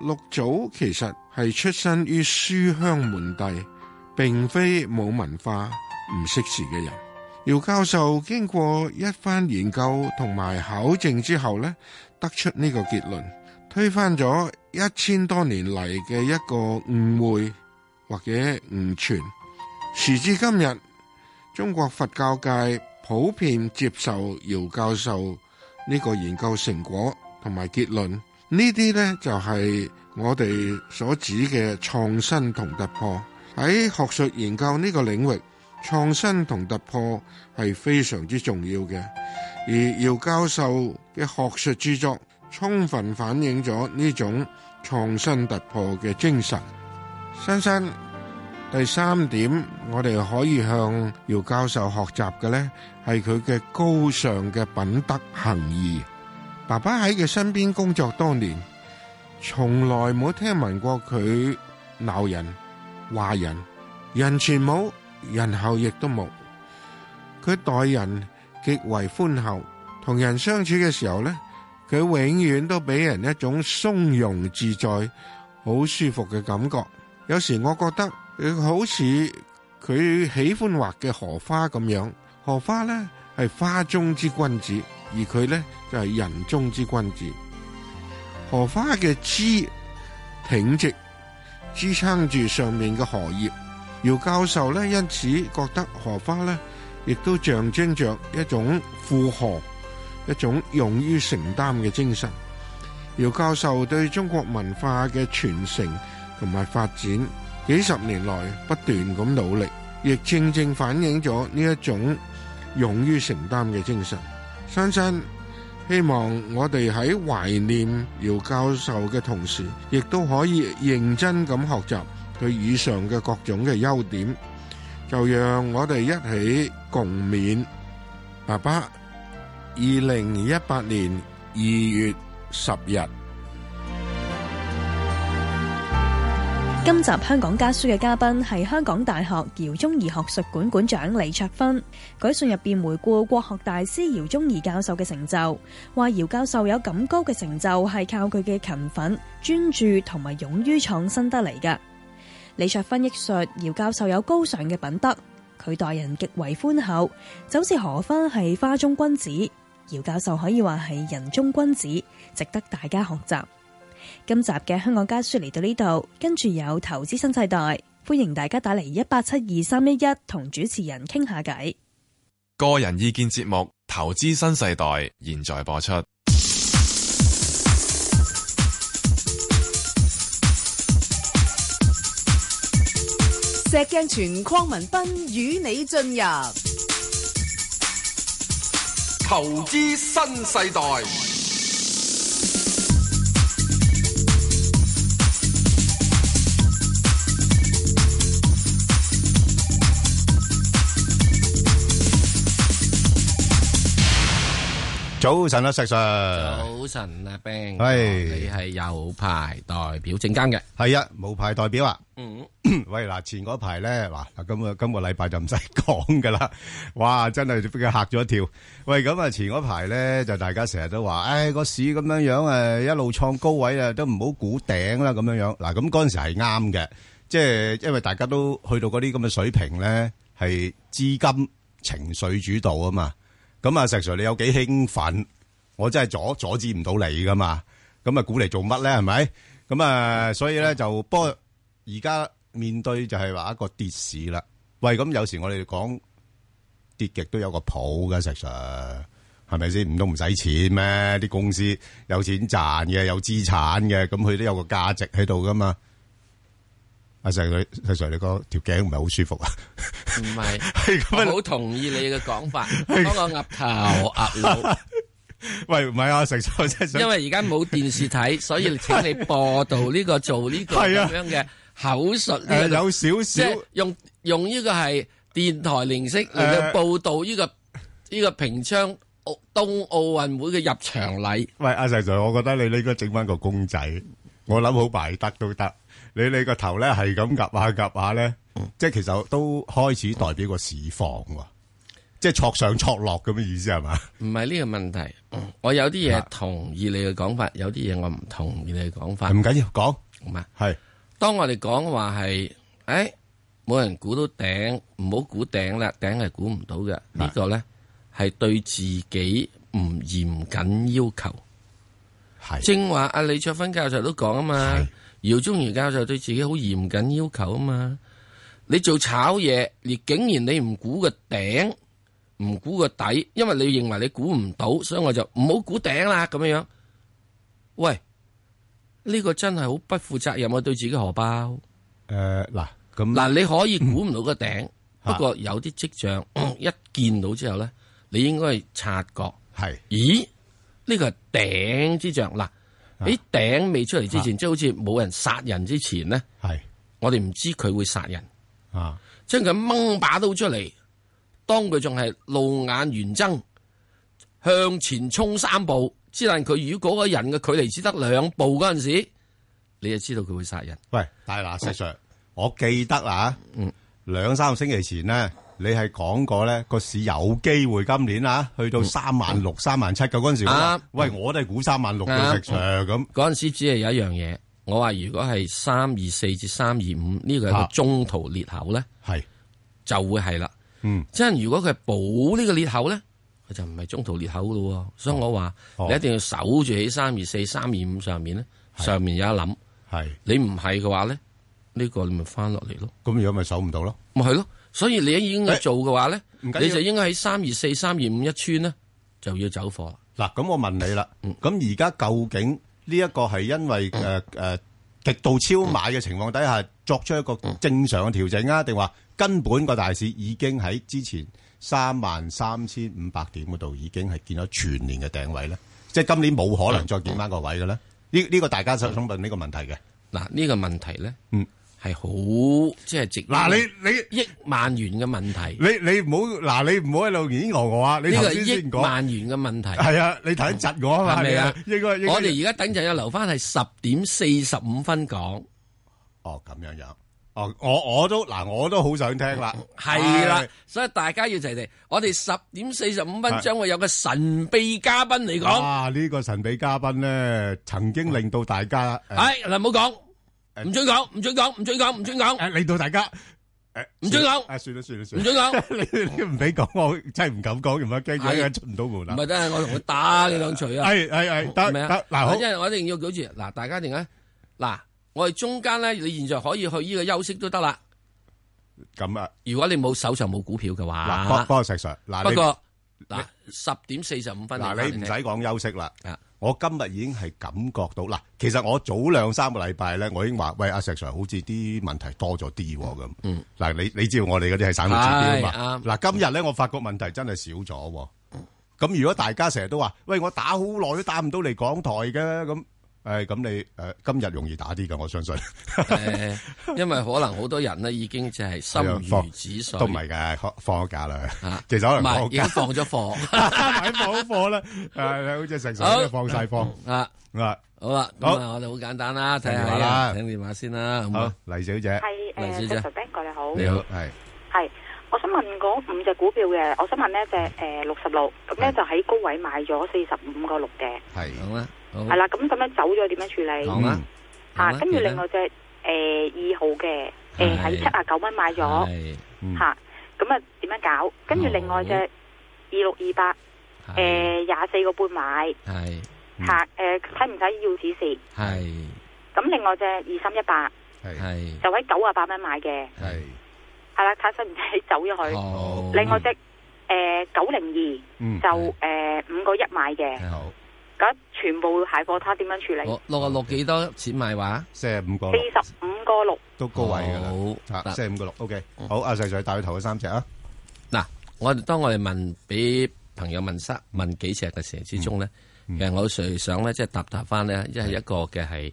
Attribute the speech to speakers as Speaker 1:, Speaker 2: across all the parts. Speaker 1: 六祖其實係出身於書香門第，並非冇文化、唔識字嘅人。姚教授經過一番研究同埋考證之後呢，得出呢個結論，推翻咗一千多年嚟嘅一個誤會或者誤傳。時至今日，中國佛教界普遍接受姚教授呢個研究成果同埋結論。呢啲呢，就係我哋所指嘅創新同突破。喺學術研究呢個領域，創新同突破係非常之重要嘅。而姚教授嘅學術著作充分反映咗呢種創新突破嘅精神。珊珊，第三點，我哋可以向姚教授學習嘅呢，係佢嘅高尚嘅品德行義。爸爸喺佢身邊工作多年，從來冇聽聞過佢鬧人、話人，人前冇，人後亦都冇。佢待人極為寬厚，同人相處嘅時候呢，佢永遠都俾人一種從容自在、好舒服嘅感覺。有時我覺得佢好似佢喜歡畫嘅荷花咁樣，荷花呢係花中之君子。而佢呢，就係、是、人中之君子。荷花嘅枝挺直，支撐住上面嘅荷葉。姚教授呢，因此覺得荷花呢，亦都象徵着一種負荷、一種勇於承擔嘅精神。姚教授對中國文化嘅傳承同埋發展，幾十年來不斷咁努力，亦正正反映咗呢一種勇於承擔嘅精神。珊珊，希望我哋喺懷念姚教授嘅同時，亦都可以認真咁學習佢以上嘅各種嘅優點，就讓我哋一起共勉。爸爸，二零一八年二月十日。
Speaker 2: 今集香港家書嘅嘉賓係香港大學饒宗頤學術館館長李卓芬。佢信入邊回顧國學大師饒宗頤教授嘅成就，話饒教授有咁高嘅成就係靠佢嘅勤奮、專注同埋勇於創新得嚟嘅。李卓芬憶述饒教授有高尚嘅品德，佢待人極為寬厚，就好似荷花係花中君子，饒教授可以話係人中君子，值得大家學習。今集嘅香港家書嚟到呢度，跟住有投資新世代，歡迎大家打嚟一八七二三一一同主持人傾下偈。
Speaker 3: 個人意見節目《投資新世代》現在播出。
Speaker 4: 石鏡泉鄺民彬與你進入《
Speaker 5: 投資新世代》。
Speaker 6: 早晨啊，石 Sir。
Speaker 7: 早晨啊，Bang，
Speaker 6: 係
Speaker 7: 你係有牌代表證監嘅，
Speaker 6: 係啊，無牌代表啊。
Speaker 7: 嗯，
Speaker 6: 喂，嗱，前嗰排咧，嗱，今個今個禮拜就唔使講噶啦。 哇，真係俾佢嚇咗一跳。喂，咁啊，前嗰排咧就大家成日都話，唉，個市咁樣樣誒，一路創高位啊，都唔好估頂啦，咁樣樣。嗱，咁嗰陣時係啱嘅，即係因為大家都去到嗰啲咁嘅水平咧，係資金情緒主導啊嘛。咁啊，石 Sir 你有幾興奮？我真係阻阻止唔到你噶嘛。咁啊，估嚟做乜咧？係咪？咁啊，所以咧就不過而家面對就係話一個跌市啦。喂，咁有時我哋講跌極都有個譜噶，石 Sir 係咪先？唔通唔使錢咩？啲公司有錢賺嘅，有資產嘅，咁佢都有個價值喺度噶嘛。阿石 Sir，石 Sir 你個條頸唔係好舒服啊？
Speaker 7: 唔
Speaker 6: 係
Speaker 7: 係，
Speaker 6: 咁啊
Speaker 7: 我好同意你嘅講法，幫我岌頭岌腦，
Speaker 6: 喂，唔係啊，石 Sir 真係想
Speaker 7: 因為而家冇電視睇，所以請你播道呢個做呢個
Speaker 6: 係
Speaker 7: 咁
Speaker 6: 啊
Speaker 7: 樣嘅口述呢個
Speaker 6: 誒有少
Speaker 7: 即
Speaker 6: 少
Speaker 7: 係用用呢個係電台形式嚟到
Speaker 6: 誒
Speaker 7: 報道呢個呢個平昌奧冬奧運會嘅入場禮。
Speaker 6: 喂，阿 Sir Sir，我覺得你呢個整翻個公仔，我諗好埋得都得。你你個頭咧
Speaker 7: 嗯
Speaker 6: 係咁夾下夾下咧，即係其實都開始代表個市況喎。即係挫上挫落咁嘅意思係啊嘛？啊
Speaker 7: 唔係呢個問題，我有啲嘢同意你嘅講法，有啲嘢我唔同意你嘅講法。
Speaker 6: 唔緊要，講
Speaker 7: 唔係，
Speaker 6: 係
Speaker 7: 當我哋講話係，誒冇人估到頂，唔好估頂啦，頂係估唔到嘅。
Speaker 6: 啊
Speaker 7: 呢個咧係對自己唔嚴謹要求。
Speaker 6: 係
Speaker 7: 正話阿李卓芬教授都講啊嘛
Speaker 6: 係，
Speaker 7: 姚宗儀教授對自己好嚴謹要求啊嘛。你做炒嘢，而竟然你唔估個頂，唔估個底，因為你認為你估唔到，所以我就唔好估頂啦咁樣樣。喂，呢、個真係好不負責任啊！對自己荷包
Speaker 6: 誒嗱咁
Speaker 7: 嗱，你可以估唔到個頂，
Speaker 6: 嗯
Speaker 7: 不過有啲跡象嗯一見到之後咧，你應該係察覺。
Speaker 6: 係
Speaker 7: 咦？呢個係頂之象嗱，
Speaker 6: 啊
Speaker 7: 喺頂未出嚟之前，即係好似冇人殺人之前咧，
Speaker 6: 係
Speaker 7: 我哋唔知佢會殺人，
Speaker 6: 啊
Speaker 7: 即係佢掹把刀出嚟，當佢仲係露眼圓睜，向前衝三步，之但佢如果嗰個人嘅距離只得兩步嗰陣時，你就知道佢會殺人。
Speaker 6: 喂，但係嗱，石 Sir，我記得啊，
Speaker 7: 嗯
Speaker 6: 兩三個星期前咧，你係講過咧個市有機會今年啊，去
Speaker 7: 嗯
Speaker 6: 到三萬六、三萬七嘅嗰陣時，我話
Speaker 7: 啱
Speaker 6: 喂，我都係估三萬六嘅
Speaker 7: 啱
Speaker 6: 石 Sir 咁，
Speaker 7: 啊嗰陣時只係有一樣嘢，我話如果係三二四至三二五呢個係一
Speaker 6: 啊
Speaker 7: 個中途裂口咧，
Speaker 6: 係
Speaker 7: 就會係啦。
Speaker 6: 嗯
Speaker 7: 即係如果佢係補呢個裂口咧，佢就唔係中途裂口咯喎。所以我話、
Speaker 6: 哦
Speaker 7: 你一定要守住喺三二四、三二五上面咧，上面有一諗。
Speaker 6: 係，
Speaker 7: 你唔係嘅話咧，呢、個你咪翻落嚟咯，
Speaker 6: 咁如果咪守唔到咯，
Speaker 7: 咪係咯。所以你已經
Speaker 6: 誒
Speaker 7: 做嘅話咧，
Speaker 6: 唔緊要
Speaker 7: 你就應該喺三二四、三二五一穿咧，就要走貨啦。嗯
Speaker 6: 嗱，咁我問你啦，咁而家究竟呢一個係因為誒誒極度超買嘅情況底下作出一個
Speaker 7: 嗯
Speaker 6: 正常嘅調整啊，定話根本個大市已經喺之前三萬三千五百點嗰度已經係見咗全年嘅頂位咧？即係今年冇可能再見翻個位嘅咧？呢呢個大家想想問呢個問題嘅。
Speaker 7: 嗯嗱，呢個問題咧，
Speaker 6: 嗯
Speaker 7: 係好即係值
Speaker 6: 嗱，你你
Speaker 7: 億萬元嘅問題，
Speaker 6: 你你唔好嗱，你唔好喺度演我我啊！你
Speaker 7: 呢
Speaker 6: 頭
Speaker 7: 個
Speaker 6: 先
Speaker 7: 係
Speaker 6: 先
Speaker 7: 億
Speaker 6: 講
Speaker 7: 萬元嘅問題。
Speaker 6: 係啊，你頭先窒我啊嘛，
Speaker 7: 係咪啊
Speaker 6: 你應該應該
Speaker 7: 我哋而家等陣要留翻係十點四十五分講。
Speaker 6: 哦，咁樣樣。哦，我我都嗱，我都好想聽啦。
Speaker 7: 系啦
Speaker 6: 唉，，
Speaker 7: 所以大家要齊地，我哋十點四十五
Speaker 6: 係啊
Speaker 7: 分將會有個神秘嘉賓嚟講。
Speaker 6: 哇！呢個神秘嘉賓咧，曾經令到大家誒
Speaker 7: 係嗱，唔好講，唔准講，唔准講，唔准講，唔准講，
Speaker 6: 誒，令到大家誒
Speaker 7: 唔准講
Speaker 6: 誒，算啦算啦
Speaker 7: 唔
Speaker 6: 算啦。
Speaker 7: 准講。
Speaker 6: 你你唔俾講，我真係唔敢講，唔怕驚咗，
Speaker 7: 係
Speaker 6: 一陣出唔到門
Speaker 7: 唔
Speaker 6: 啦。
Speaker 7: 係得，我同佢打你兩錘啊！
Speaker 6: 係係係，得
Speaker 7: 咪
Speaker 6: 得嗱，好
Speaker 7: 因為我一定要保住嗱，大家一定咧嗱，我哋中間咧，你現在可以去呢個休息都得啦。
Speaker 6: 咁啊
Speaker 7: 如果你冇手上冇股票嘅
Speaker 6: 嗱，幫
Speaker 7: 話，
Speaker 6: 幫我石 Sir 嗱，
Speaker 7: 不
Speaker 6: 你
Speaker 7: 過嗱，十點四十五分返
Speaker 6: 嗱，
Speaker 7: 嚟
Speaker 6: 你唔使
Speaker 7: 聽
Speaker 6: 講休息啦
Speaker 7: 啊。
Speaker 6: 我今日已經係感覺到嗱，其實我早兩三個禮拜咧，我已經話喂阿石 Sir，好似啲問題多咗啲喎咁。
Speaker 7: 嗯
Speaker 6: 嗱，你你知道我哋嗰啲係省略指標啊
Speaker 7: 係
Speaker 6: 嘛。嗱，今日咧我發覺問題真係少咗喎。咁如果大家成日都話喂我打好耐都打唔到嚟港台嘅咁，誒咁你誒今日容易打啲嘅，我相信
Speaker 7: 誒，因為可能好多人咧已經就係心如止水
Speaker 6: 都。唔係嘅，放放咗假啦
Speaker 7: 啊。
Speaker 6: 其實可
Speaker 7: 唔
Speaker 6: 能
Speaker 7: 係，
Speaker 6: 放
Speaker 7: 已經
Speaker 6: 假
Speaker 7: 放咗貨
Speaker 6: 買放貨啦，誒好似石 Sir 真係放晒貨
Speaker 7: 啊！
Speaker 6: 啊。
Speaker 7: 好啦，咁
Speaker 6: 好
Speaker 7: 啊，我哋好簡單啦，睇
Speaker 6: 聽電話
Speaker 7: 下
Speaker 6: 啦
Speaker 7: 啦，聽電話先啦，好唔
Speaker 6: 好
Speaker 7: 好？，
Speaker 6: 黎小姐，
Speaker 8: 系
Speaker 7: 黎小
Speaker 8: 诶，
Speaker 7: 姐
Speaker 8: 石 Ben 哥你好，
Speaker 7: 你好
Speaker 6: 係。
Speaker 8: 系，我想問嗰五隻股票嘅，我想問呢隻诶六十六，咁咧
Speaker 6: 係
Speaker 8: 就喺高位買咗四十五個六嘅，
Speaker 6: 係
Speaker 7: 好啦，好
Speaker 8: 係啦，咁咁樣走咗點樣處
Speaker 7: 講
Speaker 8: 理？
Speaker 9: Ừ.
Speaker 7: 啦，
Speaker 8: 吓
Speaker 7: 好，啦
Speaker 8: 跟住另外隻诶二號嘅，诶喺
Speaker 7: 係
Speaker 8: 七啊九蚊買咗，
Speaker 7: 係
Speaker 6: 嗯
Speaker 8: 吓，咁啊點樣搞？跟住另外隻
Speaker 7: 好
Speaker 8: 二六二八，
Speaker 7: 係
Speaker 8: 诶廿四個半買，
Speaker 7: 係
Speaker 8: 吓，诶使唔使要指示？
Speaker 7: 係
Speaker 8: 咁另外隻二三一八
Speaker 6: 係
Speaker 7: 係
Speaker 8: 就喺九啊八蚊買嘅，
Speaker 6: 係
Speaker 8: 係啦，睇使唔使 走咗佢？
Speaker 7: 好，
Speaker 8: 另外隻誒九零
Speaker 6: 嗯
Speaker 8: 二就誒五個一買嘅，
Speaker 7: 好，
Speaker 8: 咁全部蟹貨他點樣處理？
Speaker 7: 六六啊六幾多錢賣話？
Speaker 6: 四十五個
Speaker 8: 四
Speaker 6: 六
Speaker 8: 十五個六，
Speaker 6: 都高位㗎啦，
Speaker 7: 好
Speaker 6: 啊
Speaker 7: 嗱
Speaker 6: 四十五個六，OK，好，阿細仔帶佢頭嗰三隻啊，
Speaker 7: 嗱，我哋當我哋問俾朋友問三問幾隻嘅時候之中咧，
Speaker 6: 嗯
Speaker 7: 其實我最想咧即係答答翻咧，一係一個嘅係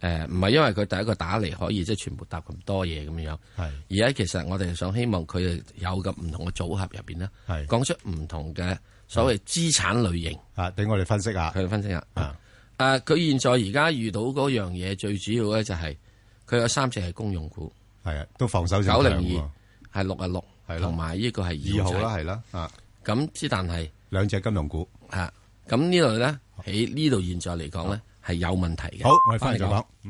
Speaker 7: 誒，唔係因為佢第一個打嚟可以即係全部答咁多嘢咁樣，
Speaker 6: 係
Speaker 7: 而家其實我哋想希望佢哋有咁唔同嘅組合入邊咧，
Speaker 6: 係
Speaker 7: 講出唔同嘅所謂資產類型，
Speaker 6: 啊，等我哋分析下
Speaker 7: 佢哋分析下。
Speaker 6: 啊，
Speaker 7: 誒，佢現在而家遇到嗰樣嘢最主要咧就係佢有三隻係公用股，
Speaker 6: 係啊，都防守性
Speaker 7: 九
Speaker 6: 強
Speaker 7: 零
Speaker 6: 喎
Speaker 7: 二係六啊六
Speaker 6: 係，咯
Speaker 7: 同埋呢個係
Speaker 6: 二
Speaker 7: 二
Speaker 6: 號
Speaker 7: 號
Speaker 6: 啦，
Speaker 7: 啦。
Speaker 6: 係啦，啊，
Speaker 7: 咁之但係
Speaker 6: 兩隻金融股。
Speaker 7: 啊，咁呢度咧喺呢度現在嚟講咧係有問題嘅。
Speaker 6: 好，我哋翻嚟再講。嗯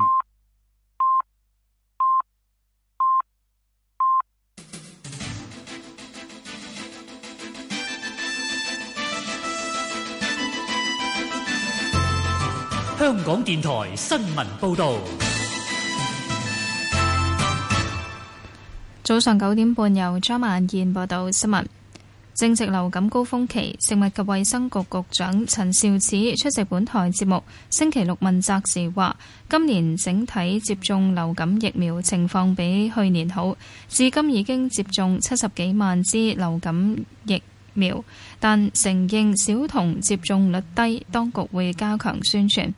Speaker 10: 香港電台新聞報道，
Speaker 11: 早上九點半，由張曼燕報道新聞。正值流感高峰期，食物及衛生局局長陳肇始出席本台節目星期六問責時話：今年整體接種流感疫苗情況比去年好，至今已經接種七十幾萬支流感疫苗，但承認小童接種率低，當局會加強宣傳。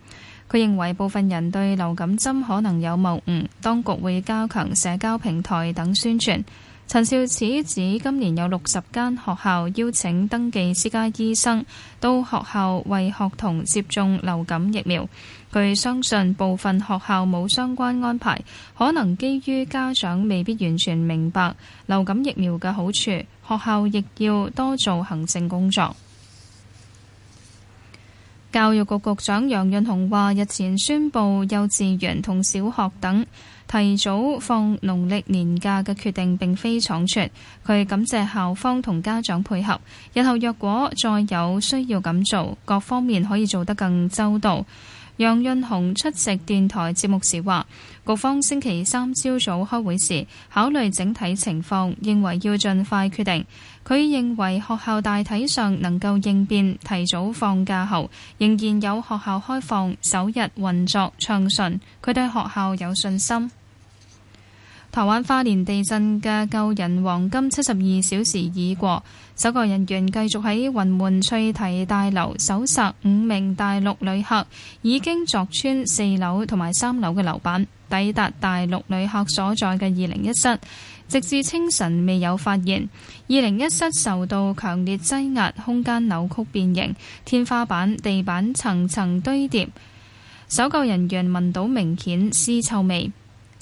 Speaker 11: 佢認為部分人對流感針可能有謬誤，當局會加強社交平台等宣傳。陳肇始指今年有六十間學校邀請登記私家醫生到學校為學童接種流感疫苗。佢相信部分學校冇相關安排，可能基於家長未必完全明白流感疫苗嘅好處，學校亦要多做行政工作。教育局局長楊潤雄話：日前宣布幼稚園同小學等提早放農曆年假嘅決定並非倉促，佢感謝校方同家長配合。日後若果再有需要咁做，各方面可以做得更周到。楊潤雄出席電台節目時話，局方星期三朝早開會時考慮整體情況，認為要盡快決定。佢認為學校大體上能夠應變，提早放假後仍然有學校開放，首日運作暢順，佢對學校有信心。台灣花蓮地震嘅救人黃金七十二小時已過，搜救人員繼續喺雲門翠堤大樓搜查五名大陸旅客，已經鑿穿四樓同埋三樓嘅樓板，抵達大陸旅客所在嘅二零一室，直至清晨未有發現。二零一室受到強烈擠壓，空間扭曲變形，天花板、地板層層堆疊，搜救人員聞到明顯屍臭味。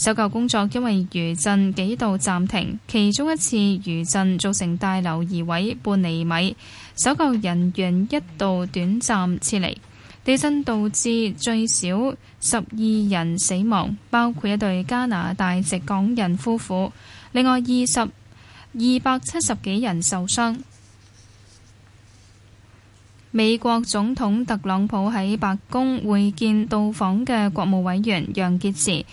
Speaker 11: 搜救工作因為餘震幾度暫停，其中一次餘震造成大樓移位半厘米，搜救人員一度短暫撤離。地震導致最少十二人死亡，包括一對加拿大籍港人夫婦，另外二十二百七十幾人受傷。美國總統特朗普喺白宮會見到訪嘅國務委員楊潔篪。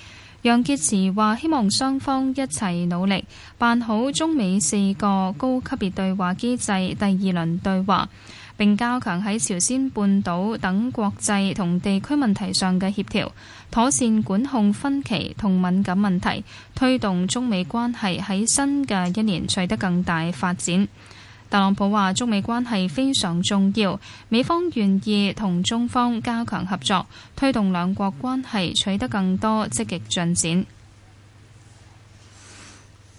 Speaker 11: 楊潔篪話：希望雙方一齊努力，辦好中美四個高級別對話機制第二輪對話，並加強喺朝鮮半島等國際同地區問題上嘅協調，妥善管控分歧同敏感問題，推動中美關係喺新嘅一年取得更大發展。特朗普話：中美關係非常重要，美方願意同中方加強合作，推動兩國關係取得更多積極進展。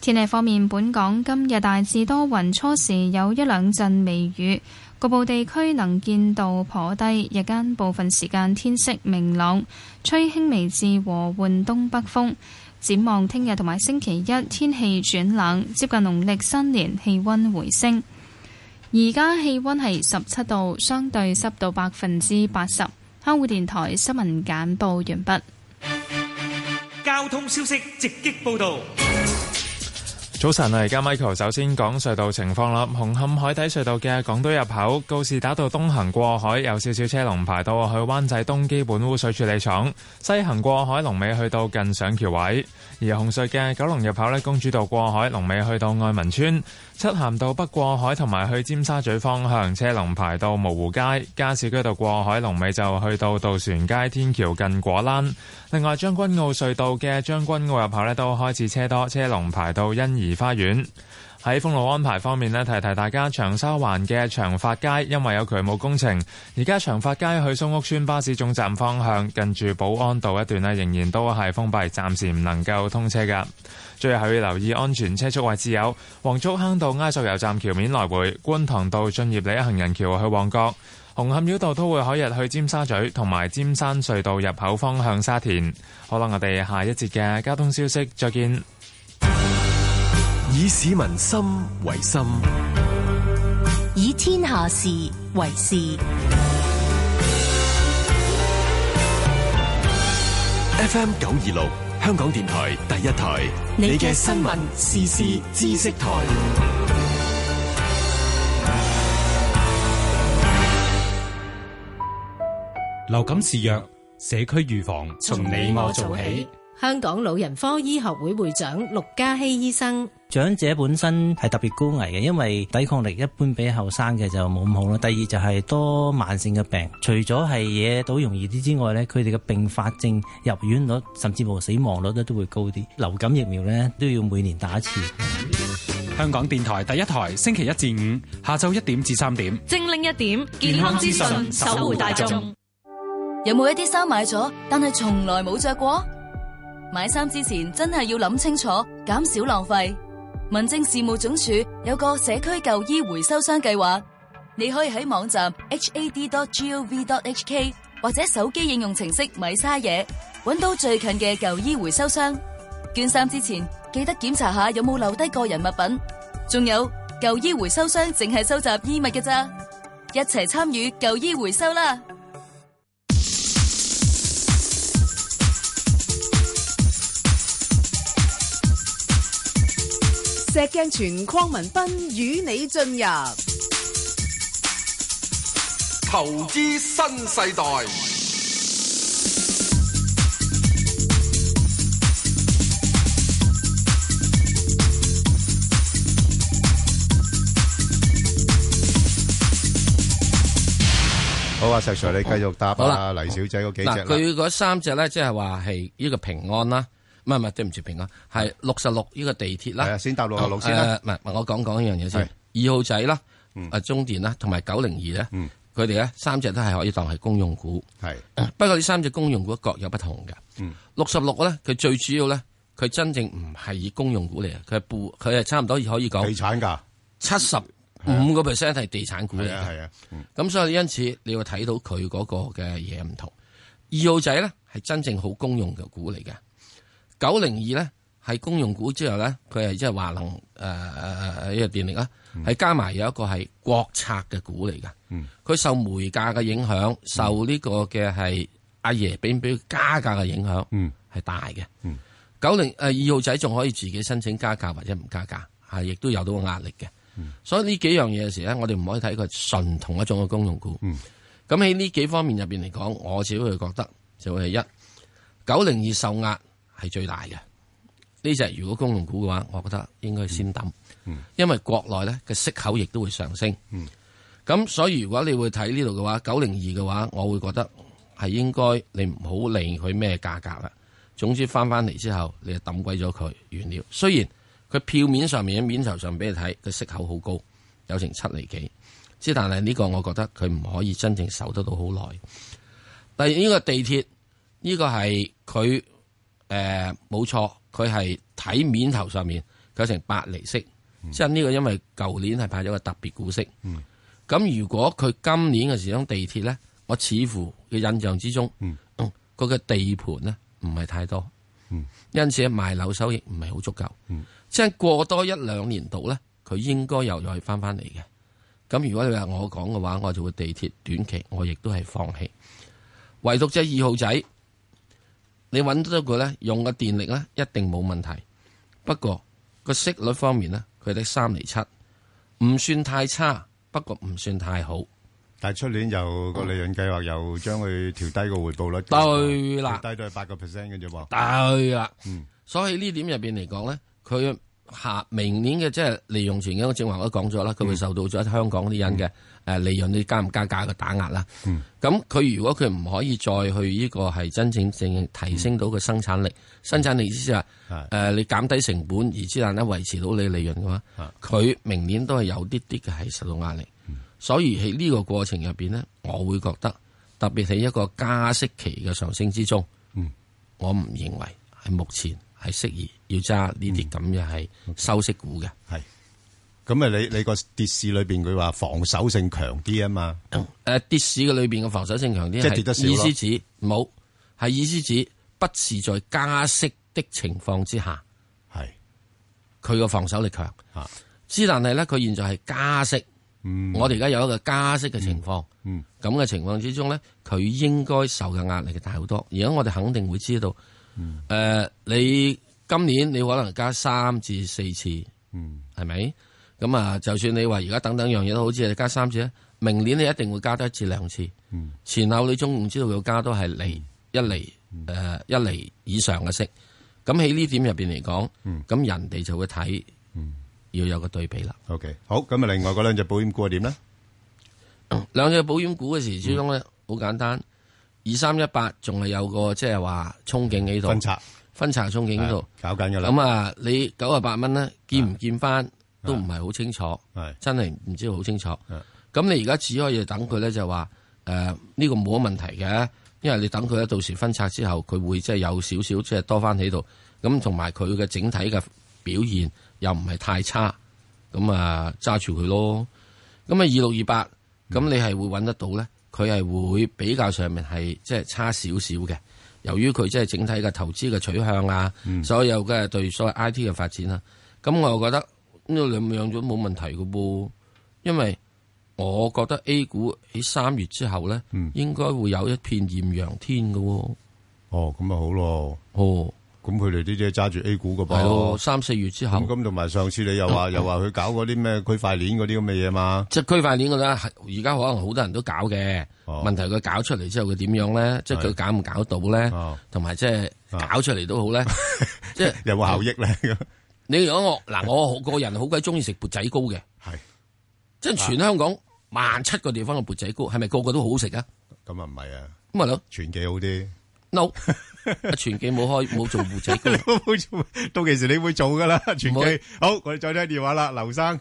Speaker 11: 天氣方面，本港今日大致多雲，初時有一兩陣微雨，局部地區能見度頗低。日間部分時間天色明朗，吹輕微至和緩東北風。展望聽日同埋星期一天氣轉冷，接近農曆新年氣温回升。而家氣温係十七度，相對濕度百分之八十。香港電台新聞簡報完畢。
Speaker 10: 交通消息直擊報道。
Speaker 3: 早晨啊，而家 Michael 首先講隧道情況啦。紅磡海底隧道嘅港島入口告士打道東行過海有少少車龍排到去灣仔東基本污水處理廠，西行過海龍尾去到近上橋位。而紅隧嘅九龍入口呢，公主道過海龍尾去到愛民村，漆咸道北過海同埋去尖沙咀方向車龍排到蕪湖街，加士居道過海龍尾就去到渡船街天橋近果欄。另外將軍澳隧道嘅將軍澳入口呢，都開始車多，車龍排到欣怡花園。喺封路安排方面呢，提提大家，長沙灣嘅長發街因為有渠務工程，而家長發街去蘇屋村巴士總站方向，近住保安道一段呢，仍然都係封閉，暫時唔能夠通車㗎。最後要留意安全車速位置有黃竹坑道埃索油站橋面來回、觀塘道進業里行人橋去旺角、紅磡繞道都會海日去尖沙咀，同埋尖山隧道入口方向沙田。好啦，我哋下一節嘅交通消息再見。
Speaker 5: 以市民心為心，
Speaker 12: 以天下事為事。
Speaker 13: FM 九二六，香港電台第一台，
Speaker 12: 你
Speaker 13: 你
Speaker 12: 嘅
Speaker 13: 嘅
Speaker 12: 新
Speaker 13: 新
Speaker 12: 聞
Speaker 13: 聞時事知識台。
Speaker 14: 流感肆虐，社區預防從你我做起。
Speaker 15: 香港老人科醫學會會長陸家熙醫生，
Speaker 16: 長者本身係特別高危嘅，因為抵抗力一般比後生嘅就冇咁好啦。第二就係多慢性嘅病，除咗係惹到容易啲之外咧，佢哋嘅併發症、入院率甚至乎死亡率咧都會高啲。流感疫苗咧都要每年打一次。
Speaker 14: 香港電台第一台，星期一至五下晝一點至三點。
Speaker 17: 精靈一點，
Speaker 14: 健康資訊守護大眾。
Speaker 18: 有冇一啲衫買咗，但係從來冇着過？買衫之前真係要諗清楚，減少浪費。民政事務總署有個社區舊衣回收箱計劃，你可以喺網站 had.gov.hk 或者手機應用程式咪沙嘢，揾到最近嘅舊衣回收箱。捐衫之前記得檢查下有冇留低個人物品，仲有舊衣回收箱淨係收集衣物嘅咋，一齊參與舊衣回收啦！
Speaker 4: 石鏡泉鄺民彬與你進入
Speaker 5: 投資新世代，
Speaker 6: 好啊，石 Sir，你繼續答
Speaker 7: 好啦
Speaker 6: 啊，黎小姐嗰幾隻
Speaker 7: 嗱，
Speaker 6: 啦。
Speaker 7: 佢嗰三隻咧，即係話係呢個平安啦，唔係唔係，對唔住平安，係六十六呢個地鐵啦。
Speaker 6: 係啊先搭66先啦嗯
Speaker 7: 誒唔係，唔係我講講一樣嘢先。二號仔啦，啊中電啦，同埋九零二咧，佢哋咧三隻都係可以當係公用股。
Speaker 6: 係，
Speaker 7: 不過呢三隻公用股各有不同嘅。
Speaker 6: 嗯，
Speaker 7: 六十六咧，佢最主要咧，佢真正唔係以公用股嚟嘅，佢係部，佢係差唔多可以講
Speaker 6: 地產㗎，
Speaker 7: 七十五個 percent 係地產股嚟
Speaker 6: 係啊係
Speaker 7: 嘅
Speaker 6: 啊。
Speaker 3: 嗯
Speaker 7: 咁所以因此你會睇到佢嗰個嘅嘢唔同。二號仔咧係真正好公用嘅股嚟嘅，九零二咧係公用股之後咧，佢係即係華能誒誒誒呢個電力啦，係加埋有一個係國策嘅股嚟嘅。佢受煤價嘅影響，受呢個嘅係阿爺俾唔俾佢加價嘅影響，係大嘅。九零呃誒二號仔仲可以自己申請加價或者唔加價，係亦都有到個壓力嘅。所以呢幾樣嘢嘅時咧，我哋唔可以睇佢純同一種嘅公用股。咁喺呢幾方面入邊嚟講，我只會覺得就會係一九零二受壓係最大嘅。呢隻如果公用股嘅話，我覺得應該先抌，因為國內咧嘅息口亦都會上升。咁所以如果你會睇呢度嘅話，九零二嘅話，我會覺得係應該你唔好理佢咩價格啦。總之翻翻嚟之後，你就抌鬼咗佢完了。雖然佢票面上面嘅面頭上俾你睇，佢息口好高，有成七厘幾，之但係呢個我覺得佢唔可以真正守得到好耐。第二呢個地鐵，呢、個係佢誒呃冇錯，佢係睇面頭上面佢有成八厘息，即係呢個因為舊年係派咗個特別股息。咁如果佢今年嘅時鐘地鐵咧，我似乎嘅印象之中，佢嘅地盤咧唔係太多，因此賣樓收益唔係好足夠。
Speaker 6: 嗯
Speaker 7: 即係過多一兩年度咧，佢應該又再翻翻嚟嘅。咁如果你話我講嘅話，我就會地鐵短期我亦都係放棄。唯獨只二號仔，你揾到佢咧，用嘅電力咧一定冇問題。不過個息率方面咧，佢得三厘七，唔算太差，不過唔算太好。
Speaker 6: 但係出年又個利潤計劃又將佢調低個回報率，
Speaker 7: 對啦
Speaker 6: 調低到係八個 percent 嘅啫喎。
Speaker 7: 對啦，啊所以呢點入邊嚟講咧，佢下明年嘅即係利用前景，我正話我都講咗啦，佢會受到咗香港啲人嘅誒利潤你加唔加價嘅打壓啦。
Speaker 6: 嗯
Speaker 7: 咁佢如果佢唔可以再去呢個係真正正提升到個生產力，生產力意思係誒你減低成本，而之但咧維持到你利潤嘅話，佢明年都係有啲啲嘅係受到壓力。所以喺呢個過程入邊咧，我會覺得特別喺一個加息期嘅上升之中，
Speaker 6: 嗯
Speaker 7: 我唔認為係目前係適宜要揸呢啲咁嘅係收息股嘅。
Speaker 6: 嗯係咁啊，你你個跌市裏邊佢話防守性強啲啊嘛，
Speaker 7: 誒跌市嘅裏邊嘅防守性強啲，
Speaker 6: 即係跌得少
Speaker 7: 意
Speaker 6: 咯
Speaker 7: 思指冇係意思指不是在加息的情況之下，
Speaker 6: 係
Speaker 7: 佢個防守力強。
Speaker 6: 啊
Speaker 7: 之但係咧，佢現在係加息，我哋而家有一個加息嘅情況，
Speaker 6: 嗯
Speaker 7: 咁嘅情況之中咧，佢應該受嘅壓力係大好多。而家我哋肯定會知道，誒、
Speaker 6: 嗯
Speaker 7: 你今年你可能加三至四次，
Speaker 6: 嗯，
Speaker 7: 係咪？咁啊，就算你話而家等等樣嘢都好似係加三次咧，明年你一定會加多一至兩次，
Speaker 6: 嗯
Speaker 7: 前後你中午知道佢加都係厘一厘
Speaker 6: 嗯
Speaker 7: 誒、一厘以上嘅息。咁喺呢點入邊嚟講，咁、
Speaker 6: 嗯
Speaker 7: 人哋就會睇，要有個對比啦。
Speaker 6: OK，好，咁啊，另外嗰兩隻保險股係點咧？
Speaker 7: 兩隻保險股嘅時之中咧，好簡單。二三一八仲係有個即係話憧憬喺度，
Speaker 6: 分拆
Speaker 7: 分拆憧憬喺度，
Speaker 6: 搞緊㗎啦
Speaker 7: 咁啊，你九啊八蚊咧，見唔見翻都唔係好清楚，真係唔知好清楚。咁你而家只可以等佢咧，就話誒呢個冇乜問題嘅，因為你等佢咧，到時分拆之後，佢會即係有少少即係多翻喺度，咁同埋佢嘅整體嘅表現又唔係太差，咁啊揸住佢咯。咁啊二六二八，咁你係會揾得到咧？佢係會比較上面係即係差少少嘅。由於佢即係整體嘅投資嘅取向啊，
Speaker 6: 嗯
Speaker 7: 所有嘅對所謂 I T 嘅發展啊，咁我又覺得呢兩樣咗冇問題嘅噃，因為我覺得 A 股喺三月之後咧，
Speaker 6: 嗯
Speaker 7: 應該會有一片豔陽天嘅喎。
Speaker 6: 哦，咁啊好咯。
Speaker 7: 哦，
Speaker 6: 咁佢哋啲嘢揸住 A 股嘅噃。
Speaker 7: 係咯三四月之後
Speaker 6: 咁同埋上次你又話
Speaker 7: 嗯
Speaker 6: 又話佢搞 嗰啲咩區塊鏈嗰啲咁嘅嘢嘛。
Speaker 7: 即係區塊鏈嘅啦，係而家可能好多人都搞嘅。
Speaker 6: 哦
Speaker 7: 問題佢搞出嚟之後，佢點樣咧？即係佢搞唔搞到咧？同埋即係搞出嚟都 好咧，即係
Speaker 6: 哦有冇效益咧？
Speaker 7: 你如果我嗱，我個人好鬼中意食缽仔糕嘅，
Speaker 6: 係啊
Speaker 7: 即係全香港萬七個地方嘅缽仔糕，係咪個個都好好食啊？
Speaker 6: 咁啊唔係啊，
Speaker 7: 咁咪咯，
Speaker 6: 傳記好啲。
Speaker 7: no，全記冇開冇做缽仔 糕。
Speaker 6: 冇做，到其時你會做㗎啦，傳記。好，我哋再聽電話啦，劉生。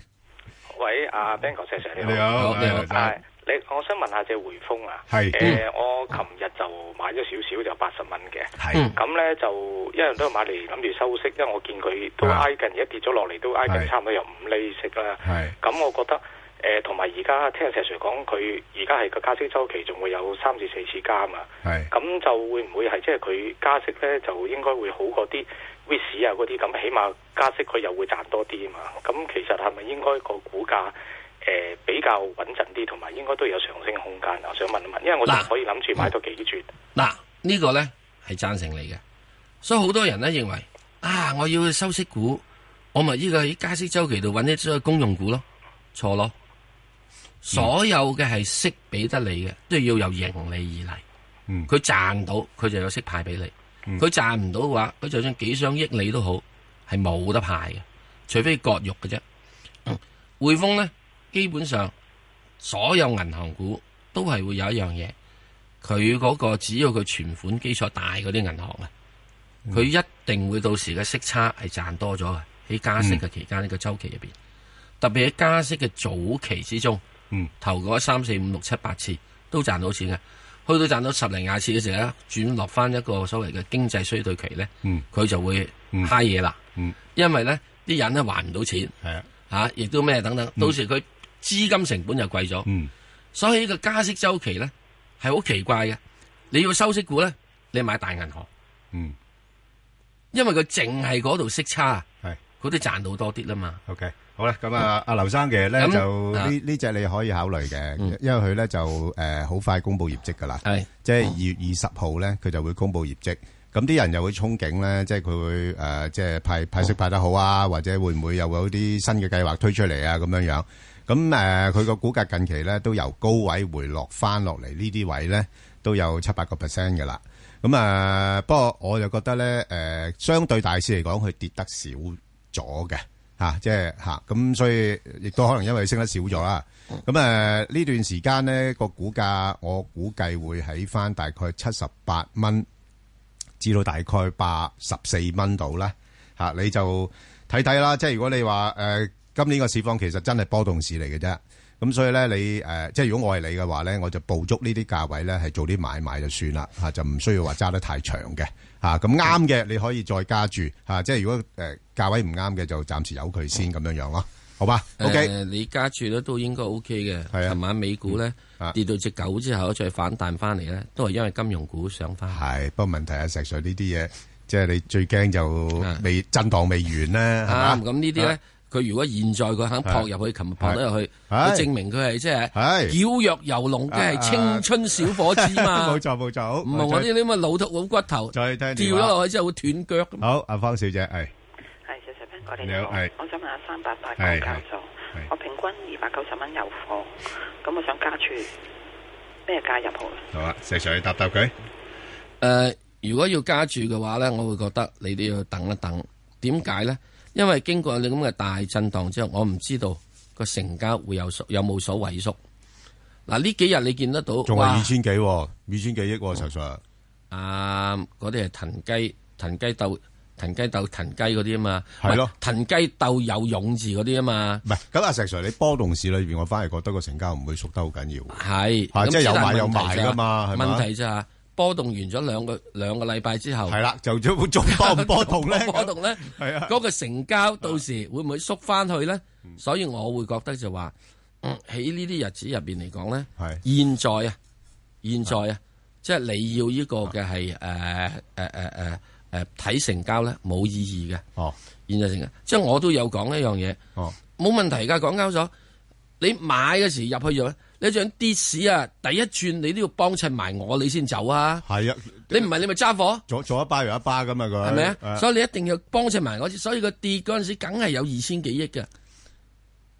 Speaker 19: 喂，阿 Ben 哥 Sir，
Speaker 6: 你好好你嗯好
Speaker 19: 啊你我想問下只匯豐啊，
Speaker 6: 係
Speaker 19: 誒，我琴日就買咗少少，就八十蚊嘅，
Speaker 6: 係
Speaker 19: 咁咧就因為都係買嚟諗住收息，因為我見佢都
Speaker 6: 啊
Speaker 19: 挨近，而家跌咗落嚟都挨近
Speaker 20: 係
Speaker 19: 差唔多有五厘息啦，
Speaker 20: 係
Speaker 19: 咁我覺得誒，同埋而家聽石 Sir 講，佢而家係個加息周期仲會有三至四次加嘛，
Speaker 6: 係
Speaker 19: 咁就會唔會係即係佢加息咧，就應該會好過啲 w i s 啊嗰啲咁，起碼加息佢又會賺多啲啊嘛。咁其實係咪應該個股價誒、呃比較穩陣啲，同埋應該都有上升空間啊？我想問一問，因為我仲可以諗住買多幾注。
Speaker 7: 嗱，呢個咧係贊成你嘅，所以好多人咧認為啊，我要收息股，我咪呢個喺加息周期度揾一隻公用股咯，錯咯。所有嘅係息俾得你嘅，都要由盈利而
Speaker 6: 嚟。
Speaker 7: 佢賺到佢就有息派俾你，
Speaker 6: 嗯
Speaker 7: 佢賺唔到嘅話，佢就算幾想益你都好，係冇得派嘅，除非割肉嘅啫。嗯匯豐咧，基本上所有銀行股都係會有一樣嘢，佢嗰、個只要佢存款基礎大嗰啲銀行啊，
Speaker 6: 嗯
Speaker 7: 佢一定會到時嘅息差係賺多咗嘅。喺加息嘅期間呢個周期入邊，特別喺加息嘅早期之中，
Speaker 6: 嗯、
Speaker 7: 頭嗰三四五六七八次都賺到錢嘅。去到賺到十零廿次嘅時候咧，轉落翻一個所謂嘅經濟衰退期咧，
Speaker 6: 嗯
Speaker 7: 佢就會嗨嘢啦。因為咧啲人咧還唔到錢，
Speaker 6: 係
Speaker 7: 啊，亦都咩等等，到時佢資金成本就貴咗。
Speaker 6: 嗯，
Speaker 7: 所以呢個加息周期咧係好奇怪嘅。你要收息股咧，你買大銀行，
Speaker 6: 嗯，
Speaker 7: 因為佢淨係嗰度息差，
Speaker 6: 係
Speaker 7: 佢都賺到多啲啦嘛。
Speaker 6: OK，好啦，咁啊，阿劉生其實咧
Speaker 7: 咁
Speaker 6: 就呢
Speaker 7: 啊嗯
Speaker 6: 呢只你可以考慮嘅，因為佢咧就誒好快公布業績噶啦，
Speaker 7: 係哦
Speaker 6: 即係二月二十號咧，佢就會公布業績。咁啲人又會憧憬咧，即係佢會誒，即係派派息派得好
Speaker 7: 哦
Speaker 6: 啊，或者會唔會又有啲新嘅計劃推出嚟啊咁樣樣。咁誒，佢個股價近期咧都由高位回落翻落嚟呢啲位咧，都有七八個 percent 嘅啦。咁啊，不過我就覺得咧，誒、相對大市嚟講，佢跌得少咗嘅嚇，即係嚇，咁、所以亦都可能因為升得少咗啦。咁誒呢段時間咧，個股價我估計會喺翻大概七十八蚊至到大概八十四蚊度啦。嚇、你就睇睇啦。即係如果你話誒、呃今年個市況其實真係波動市嚟嘅啫。咁所以咧，你誒、即係如果我係你嘅話咧，我就捕捉呢啲價位咧，係做啲買賣就算啦，嚇、就唔需要話揸得太長嘅嚇。咁啱嘅，你可以再加注嚇、即係如果誒、呃價位唔啱嘅，就暫時由佢先咁樣樣咯，好吧？OK，
Speaker 7: 嗯誒你加住咧都應該 O K 嘅。琴晚美股咧
Speaker 6: 嗯啊
Speaker 7: 跌到只狗之後，再反彈翻嚟咧，都係因為金融股上翻。
Speaker 6: 係，不過問題啊，石 Sir 呢啲嘢，即係你最驚就未震盪未完啦，係嘛
Speaker 7: 啊
Speaker 6: 啊
Speaker 7: 啱，咁呢啲咧，佢如果現在佢肯撲入去，琴日撲得入去，
Speaker 6: 係
Speaker 7: 佢證明佢係即係
Speaker 6: 係啊
Speaker 7: 矯若游龍嘅係青春小伙子嘛。
Speaker 6: 冇錯冇錯，好
Speaker 7: 唔係我啲咁嘅老土老骨頭，
Speaker 6: 再聽
Speaker 7: 掉咗落去之後會斷腳。
Speaker 6: 去。好，阿方小姐，係
Speaker 8: 係石石斌，我哋
Speaker 6: 你好
Speaker 8: 好
Speaker 6: 係
Speaker 8: 我想問下三八八
Speaker 6: 係
Speaker 8: 港交所，我平均二百九十蚊有貨，咁我想加注咩介入好咧？
Speaker 6: 好啊，石 Sir 你答答佢。
Speaker 7: 诶、如果要加注嘅話咧，我會覺得你哋要等一等。點解咧？因為經過你咁嘅大震盪之後，我唔知道個成交會有所有冇所萎縮。嗱，呢幾日你見得到，
Speaker 6: 仲係
Speaker 7: 哇
Speaker 6: 2000幾喎2000幾億喎實上。
Speaker 7: 啊，嗰啲係騰雞、騰雞鬥、騰雞鬥、騰雞嗰啲啊嘛。
Speaker 6: 係咯
Speaker 7: 唔係，騰雞鬥有勇字嗰啲啊嘛。
Speaker 6: 唔係，咁阿石 Sir，你波動市裏邊，我反而覺得個成交唔會縮得好 緊要。
Speaker 7: 係
Speaker 6: 啊
Speaker 7: 咁
Speaker 6: 即係有
Speaker 7: 但
Speaker 6: 買有
Speaker 7: 問題
Speaker 6: 賣
Speaker 7: 就
Speaker 6: 㗎嘛係咪
Speaker 7: 問題就係波動完咗兩個兩個禮拜之後，
Speaker 6: 係啦，就仲 仲波唔波動咧？
Speaker 7: 波動 咧，嗰個成交到時會唔會縮翻去咧？所以我會覺得就話，嗯喺呢啲日子入邊嚟講咧，現在啊，現在啊，即係你要呢個嘅係誒誒誒誒誒睇成交咧，冇意義嘅。
Speaker 6: 哦，
Speaker 7: 現在成交，即係我都有講一樣嘢。
Speaker 6: 哦，
Speaker 7: 冇問題㗎，港交所，你買嘅時入去咗，你想跌市啊，第一轉你都要幫襯埋我，你先走啊。
Speaker 6: 係啊，
Speaker 7: 你唔係你咪揸貨。
Speaker 6: 左左一巴右一巴咁啊！佢
Speaker 7: 係咪啊？
Speaker 6: 誒
Speaker 7: 所以你一定要幫襯埋我，所以佢跌嗰陣時，梗係有二千幾億嘅，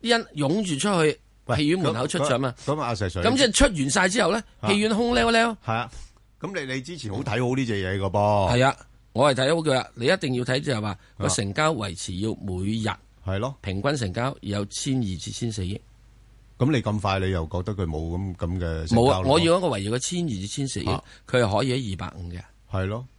Speaker 7: 啲人湧住出去
Speaker 6: 喂
Speaker 7: 戲院門口出咗嘛。
Speaker 6: 咁咁阿石 Sir，
Speaker 7: 咁即係出完晒之後咧，
Speaker 6: 啊
Speaker 7: 戲院空溜溜。
Speaker 6: 係啊，咁你你之前好睇好呢只嘢個噃。
Speaker 7: 係啊，我係睇好佢啊。你一定要睇就係話個
Speaker 6: 哦啊
Speaker 7: 成交維持要每日
Speaker 6: 係咯，
Speaker 7: 平均成交有千二至千四億。
Speaker 6: 咁你咁快你又覺得佢冇咁咁嘅成
Speaker 7: 冇啊
Speaker 6: 交，咯啊
Speaker 7: 我要一個圍繞個千二至千四億，佢係可以喺二百五嘅。
Speaker 6: 係咯，嗯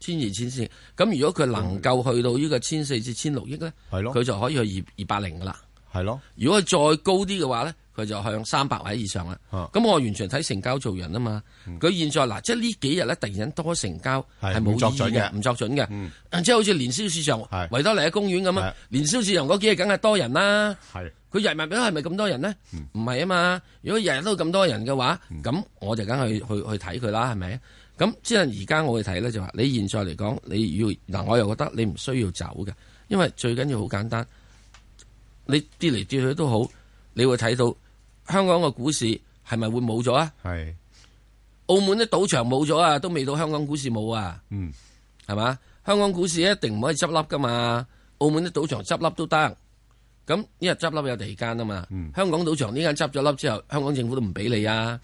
Speaker 7: 千二千四。咁如果佢能夠去到呢個千四至千六億咧，
Speaker 6: 係咯
Speaker 7: 佢就可以去二二百零噶啦。
Speaker 6: 係咯，
Speaker 7: 如果佢再高啲嘅話咧，佢就向三百位以上啦。
Speaker 6: 啊嗯
Speaker 7: 咁我完全睇成交做人啊嘛。佢現在嗱，即係呢幾日咧，突然間多成交
Speaker 6: 係
Speaker 7: 係冇
Speaker 6: 唔作
Speaker 7: 意
Speaker 6: 準
Speaker 7: 義
Speaker 6: 嘅嗯
Speaker 7: 嘅，唔作準嘅。即係好似年宵市場、維多利亞公園咁啊，年宵市場嗰幾日梗係多人啦。
Speaker 6: 係嗯
Speaker 7: 佢日日都係咪咁多人咧？唔係啊嘛。如果日日都咁多人嘅話，咁我就梗係去去去睇佢啦，係咪？咁即係而家我去睇咧，就話你現在嚟講，你要嗱，我又覺得你唔需要走嘅，因為最緊要好簡單，你跌嚟跌去都好，你會睇到香港嘅股市係咪會冇咗啊？
Speaker 6: 係
Speaker 7: 澳門啲賭場冇咗啊，都未到香港股市冇啊。
Speaker 6: 嗯，
Speaker 7: 係嘛？香港股市一定唔可以執笠噶嘛，澳門啲賭場執笠都得。咁因為執笠有第二間啊嘛，香港賭場呢間執咗笠之後，香港政府都唔俾你啊，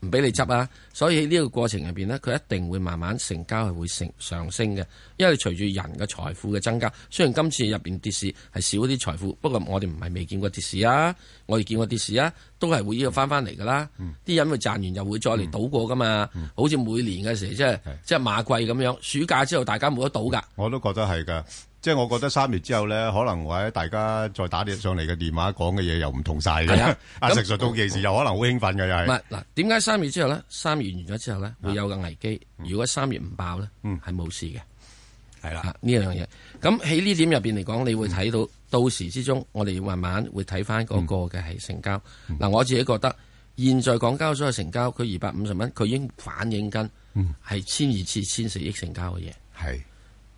Speaker 7: 唔俾你執啊，所以喺呢個過程入邊呢，佢一定會慢慢成交係會成上升嘅，因為隨住人嘅財富嘅增加，雖然今次入邊跌市係少啲財富，不過我哋唔係未見過跌市啊，我哋見過跌市啊，都係會呢個翻翻嚟噶啦，
Speaker 6: 嗯
Speaker 7: 啲人會賺完又會再嚟賭過噶嘛，好似每年嘅時候即係即係馬季咁樣，暑假之後大家冇得賭噶。
Speaker 6: 我都覺得係㗎。即係我覺得三月之後咧，可能或者大家再打啲上嚟嘅電話講嘅嘢又唔同晒
Speaker 7: 係啊
Speaker 6: 嘅。 阿
Speaker 7: 咁
Speaker 6: 石 Sir 到期時又可能好興奮嘅又
Speaker 7: 唔係
Speaker 6: 係。啊
Speaker 7: 嗱，點解三月之後咧？三月完咗之後咧，會有個危機。如果三月唔爆咧，係冇事嘅。
Speaker 6: 嗯係嗯
Speaker 7: 啦，呢樣嘢。咁喺呢點入邊嚟講，你會睇到到時之中，我哋慢慢會睇翻嗰個嘅係成交。
Speaker 6: 嗯
Speaker 7: 嗱，我自己覺得現在港交所嘅成交，佢二百五十蚊，佢已經反映緊係千二至千四億成交嘅嘢。
Speaker 6: 嗯係。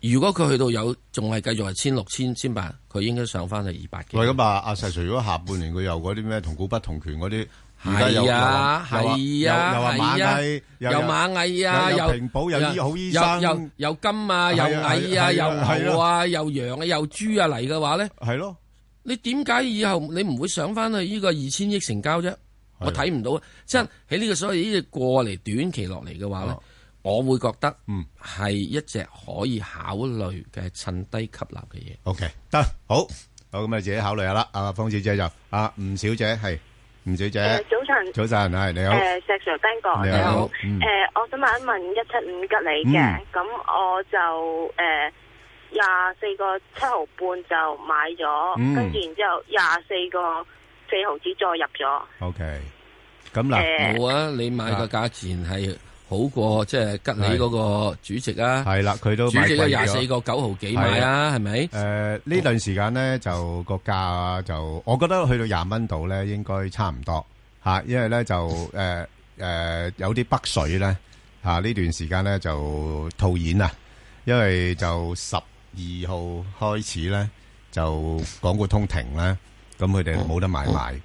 Speaker 7: 如果佢去到有仲係繼續係千六千千八，佢應該上翻去二百幾。
Speaker 6: 喂，咁啊，阿石 Sir，如果下半年佢有嗰啲咩同股不同權嗰啲，而家有
Speaker 7: 係啊，
Speaker 6: 又話
Speaker 7: 係啊，
Speaker 6: 又又話
Speaker 7: 係啊有螞蟻啊，
Speaker 6: 螞蟻，又
Speaker 7: 有
Speaker 6: 有平保，有醫好醫
Speaker 7: 有有
Speaker 6: 生，
Speaker 7: 有金啊，有
Speaker 6: 係啊
Speaker 7: 蟻啊，
Speaker 6: 係啊
Speaker 7: 有牛啊，有羊啊，有豬啊嚟嘅話咧，
Speaker 6: 係咯，
Speaker 7: 你點解以後你唔會上翻去呢個二千億成交啫？我睇唔到啊！即係喺呢個所謂呢只過嚟短期落嚟嘅話咧，我會覺得係一隻可以考慮嘅趁低吸納嘅嘢。
Speaker 6: OK，得好，好咁啊，自己考慮下啦。阿方小姐就，阿吳小姐係吳小姐
Speaker 8: 呃
Speaker 20: 誒，早晨
Speaker 6: 早晨係你好，
Speaker 20: 诶，石 Sir Ben 哥，
Speaker 6: 你好嗯
Speaker 8: 呃
Speaker 20: 诶，我想問一問一七五吉利嘅
Speaker 6: 嗯，
Speaker 20: 咁我就
Speaker 8: 呃
Speaker 20: 诶廿四個七毫半就買
Speaker 6: 嗯
Speaker 20: 咗，跟住然之後廿四個四毫子再入咗。
Speaker 6: OK，咁
Speaker 20: 誒
Speaker 7: 冇啊！你買個價錢係好過即係吉利嗰個主席啊，
Speaker 6: 係啦，佢都
Speaker 7: 主席
Speaker 6: 買貴咗
Speaker 7: 廿四個九毫幾買
Speaker 6: 係
Speaker 7: 啊，
Speaker 6: 啊
Speaker 7: 係咪？
Speaker 6: 诶，呢段時間咧就個價就，我覺得去到廿蚊度咧應該差唔多吓，嚇因為 咧就诶诶有啲北水咧吓呢段時間咧就套現啊，因為就十二號開始咧就港股通停啦，咁佢哋冇得買賣，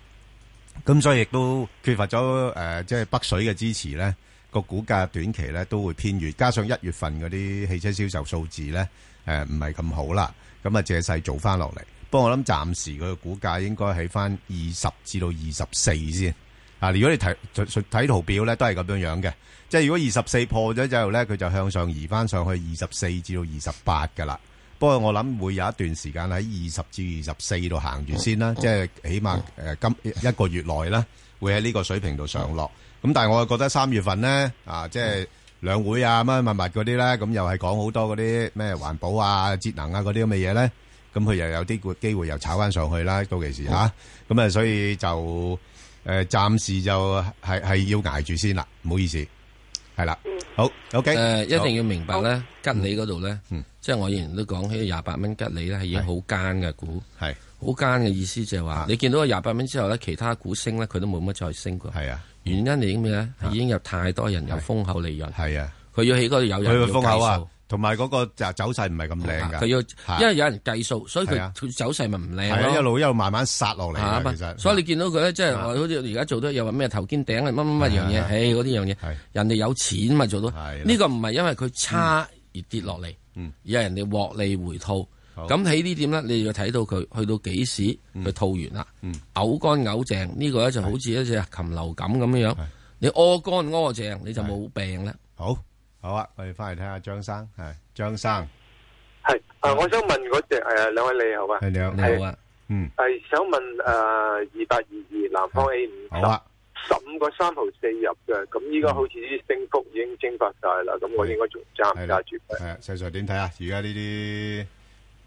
Speaker 6: 咁所以亦都缺乏咗誒、呃即係北水嘅支持咧，個股價短期咧都會偏弱，加上一月份嗰啲汽車銷售數字咧誒唔係咁好啦，咁啊借勢做翻落嚟。不過我諗暫時佢嘅股價應該喺翻二十至到二十四先。啊！如果你睇就就睇圖表咧，都係咁樣樣嘅。即係如果二十四破咗之後咧，佢就向上移翻上去二十四至到二十八噶啦。不過我諗會有一段時間喺二十至二十四度行住先啦，即係起碼誒今一個月內啦，會喺呢個水平度上落。咁但係我又覺得三月份咧啊，即係兩會啊乜乜物嗰啲咧，咁又係講好多嗰啲咩環保啊、節能啊嗰啲咁嘅嘢咧。咁佢又有啲個機會又炒翻上去啦，到期時嚇。咁啊，所以就誒暫時就係係要捱住先啦，唔好意思，係啦，好嗯 OK，
Speaker 7: 誒，一定要明白咧，吉利嗰度咧，即係我以前都講起廿八蚊吉利咧，係已經好奸嘅股，
Speaker 6: 係啊
Speaker 7: 好奸嘅意思就係話，你見到個廿八蚊之後咧，其他股升咧，佢都冇乜再升過。
Speaker 6: 係啊，
Speaker 7: 原因係咩咧？係已經有太多人有封口利潤。
Speaker 6: 係啊，
Speaker 7: 佢要起嗰度有人要
Speaker 6: 佢個風口
Speaker 7: 計
Speaker 6: 啊
Speaker 7: 數。，
Speaker 6: 同埋嗰個就走勢唔係咁靚㗎。
Speaker 7: 佢
Speaker 6: 係啊
Speaker 7: 要，因為有人計數，所以
Speaker 6: 係啊
Speaker 7: 佢佢走勢咪唔
Speaker 6: 係啊
Speaker 7: 靚
Speaker 6: 一
Speaker 7: 咯。
Speaker 6: 路一路慢慢殺落嚟
Speaker 7: 啊
Speaker 6: 㗎
Speaker 7: 嘛
Speaker 6: 其實嗯啊
Speaker 7: 所以你見到佢咧，即係話好似而家做得又話咩頭肩頂啊，乜乜乜樣
Speaker 6: 係
Speaker 7: 嘢，
Speaker 6: 係
Speaker 7: 唉，嗰啲樣嘢，人哋有錢嘛做到，呢個唔係因為佢差而跌落嚟，而係人哋獲利回吐。
Speaker 6: 嗯好嗯
Speaker 7: 咁喺呢點咧，你就要睇到佢去到幾時佢吐完啦，嘔乾嘔淨呢個咧就好似一隻禽流感咁樣樣，你屙乾屙淨你就冇病啦。
Speaker 6: 好，好啊，我哋翻嚟睇下張生，係張生，
Speaker 21: 系啊，我想问嗰只诶，两位你好啊，
Speaker 6: 係你好，
Speaker 21: 係
Speaker 6: 係，嗯，
Speaker 21: 系想问诶二八二二南方 A 五
Speaker 6: 好啊，
Speaker 21: 十五个三毫四入嘅，咁依家好似啲升幅已经蒸发晒啦，咁我应该仲揸唔揸住佢？
Speaker 6: 係啊，細 Sir 點睇啊？而家呢啲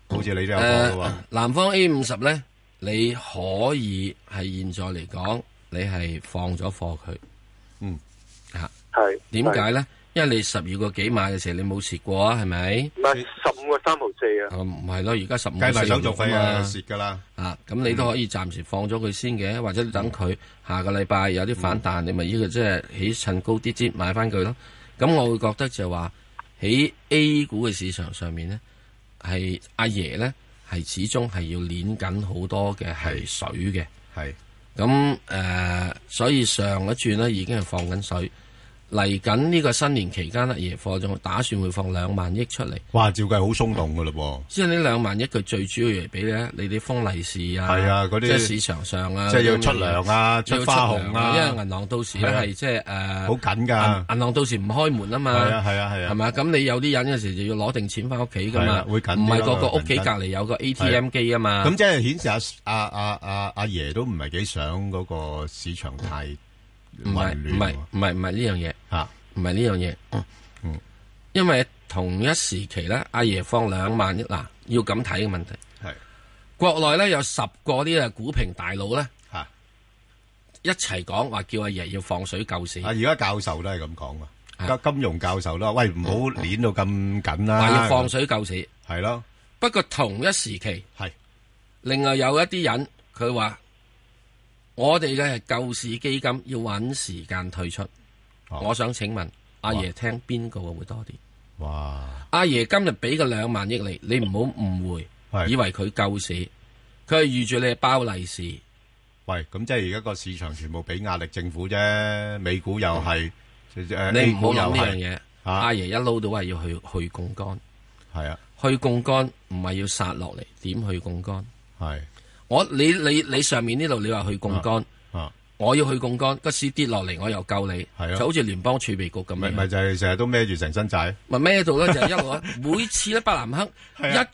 Speaker 6: 好似你都有講㗎
Speaker 7: 誒
Speaker 6: 喎，，
Speaker 7: 呃南方 A 五十咧，你可以係現在嚟講，你係放咗貨佢。
Speaker 6: 嗯，
Speaker 7: 嚇，
Speaker 21: 係
Speaker 7: 點解咧？因為你十二個幾買嘅時候，你冇蝕過啊，係咪？哦
Speaker 21: 唔係十五個三毫四啊，
Speaker 7: 唔係咯，而家十五
Speaker 6: 計埋手續費啊，蝕㗎啦。
Speaker 7: 啊，咁你都可以暫時放咗佢先嘅，或者你等佢下個禮拜有啲反彈，你咪呢個即係起趁高啲啲買翻佢咯。咁我會覺得就係話喺 A 股嘅市場上面呢，係阿爺呢，係始終係要攣緊好多嘅係水嘅，
Speaker 6: 係
Speaker 7: 咁誒、呃所以上一轉呢已經係放緊水。嚟緊呢個新年期間呢，爺貨仲打算會放兩萬億出嚟。
Speaker 6: 哇，照計好鬆動㗎嘞
Speaker 7: 即係呢兩萬億，佢最主要嚟俾咧，你啲封利是啊，
Speaker 6: 係啊嗰啲
Speaker 7: 即係市場上啊，
Speaker 6: 即係要
Speaker 7: 嗰啲
Speaker 6: 出糧啊
Speaker 7: 要
Speaker 6: 出
Speaker 7: 出
Speaker 6: 花
Speaker 7: 糧
Speaker 6: 紅啊
Speaker 7: 因為銀行到時咧
Speaker 6: 係啊
Speaker 7: 係即係誒
Speaker 6: 好緊㗎
Speaker 7: 銀銀行到時唔開門啊嘛，
Speaker 6: 係啊係啊係啊
Speaker 7: 係嘛？咁你有啲人嘅時就要攞定錢翻屋企㗎
Speaker 6: 係
Speaker 7: 嘛，
Speaker 6: 啊會緊啲
Speaker 7: 唔係
Speaker 6: 咯
Speaker 7: 個個屋企
Speaker 6: 銀
Speaker 7: 隔
Speaker 6: 根
Speaker 7: 離有個 ATM 機啊嘛，
Speaker 6: 咁即係顯示阿阿阿阿阿爺都唔係幾想嗰個市場太
Speaker 7: 唔係
Speaker 6: 混
Speaker 7: 唔
Speaker 6: 亂
Speaker 7: 係
Speaker 6: 喎。
Speaker 7: 唔係唔係呢樣嘢
Speaker 6: 嚇，
Speaker 7: 唔係呢樣嘢。嗯，因為同一時期咧，阿爺放兩萬億嗱，要咁睇嘅問題
Speaker 6: 係
Speaker 7: 國內咧有十個啲啊股評大佬咧
Speaker 6: 嚇
Speaker 7: 一齊講話叫阿爺要放水救市，
Speaker 6: 啊，而家教授都係咁講啊，金金融教授都話：喂，唔好攣到咁緊啦。
Speaker 7: 話要放水救市。
Speaker 6: 係咯，
Speaker 7: 不過同一時期
Speaker 6: 係
Speaker 7: 另外有一啲人佢話我哋嘅救市基金要揾時間退出。
Speaker 6: 哦
Speaker 7: 我想請問阿爺聽邊個會多啲？
Speaker 6: 哇！
Speaker 7: 阿爺今日俾個兩萬億你，你唔好誤
Speaker 6: 係
Speaker 7: 會，以為佢救市，佢係預住你係包利是。
Speaker 6: 喂，咁即係而家個市場全部俾壓力政府啫，美股又係，誒，
Speaker 7: 你唔
Speaker 6: A
Speaker 7: 好
Speaker 6: 股又
Speaker 7: 諗呢樣
Speaker 6: 係。
Speaker 7: 嘢。阿爺一撈到係要去去杠杆，
Speaker 6: 係啊，
Speaker 7: 去槓杆唔係要殺落嚟，點去槓杆？
Speaker 6: 係
Speaker 7: 我你你你上面呢度你話去槓杆，
Speaker 6: 啊
Speaker 7: 我要去槓杆，個市跌落嚟我又救你，
Speaker 6: 係啊
Speaker 7: 就好似聯邦儲備局咁
Speaker 6: 咪-
Speaker 7: 樣。
Speaker 6: 咪就係成日都孭住成身債。
Speaker 7: 咪咩度咧？就係一 路咧，每次咧，伯南克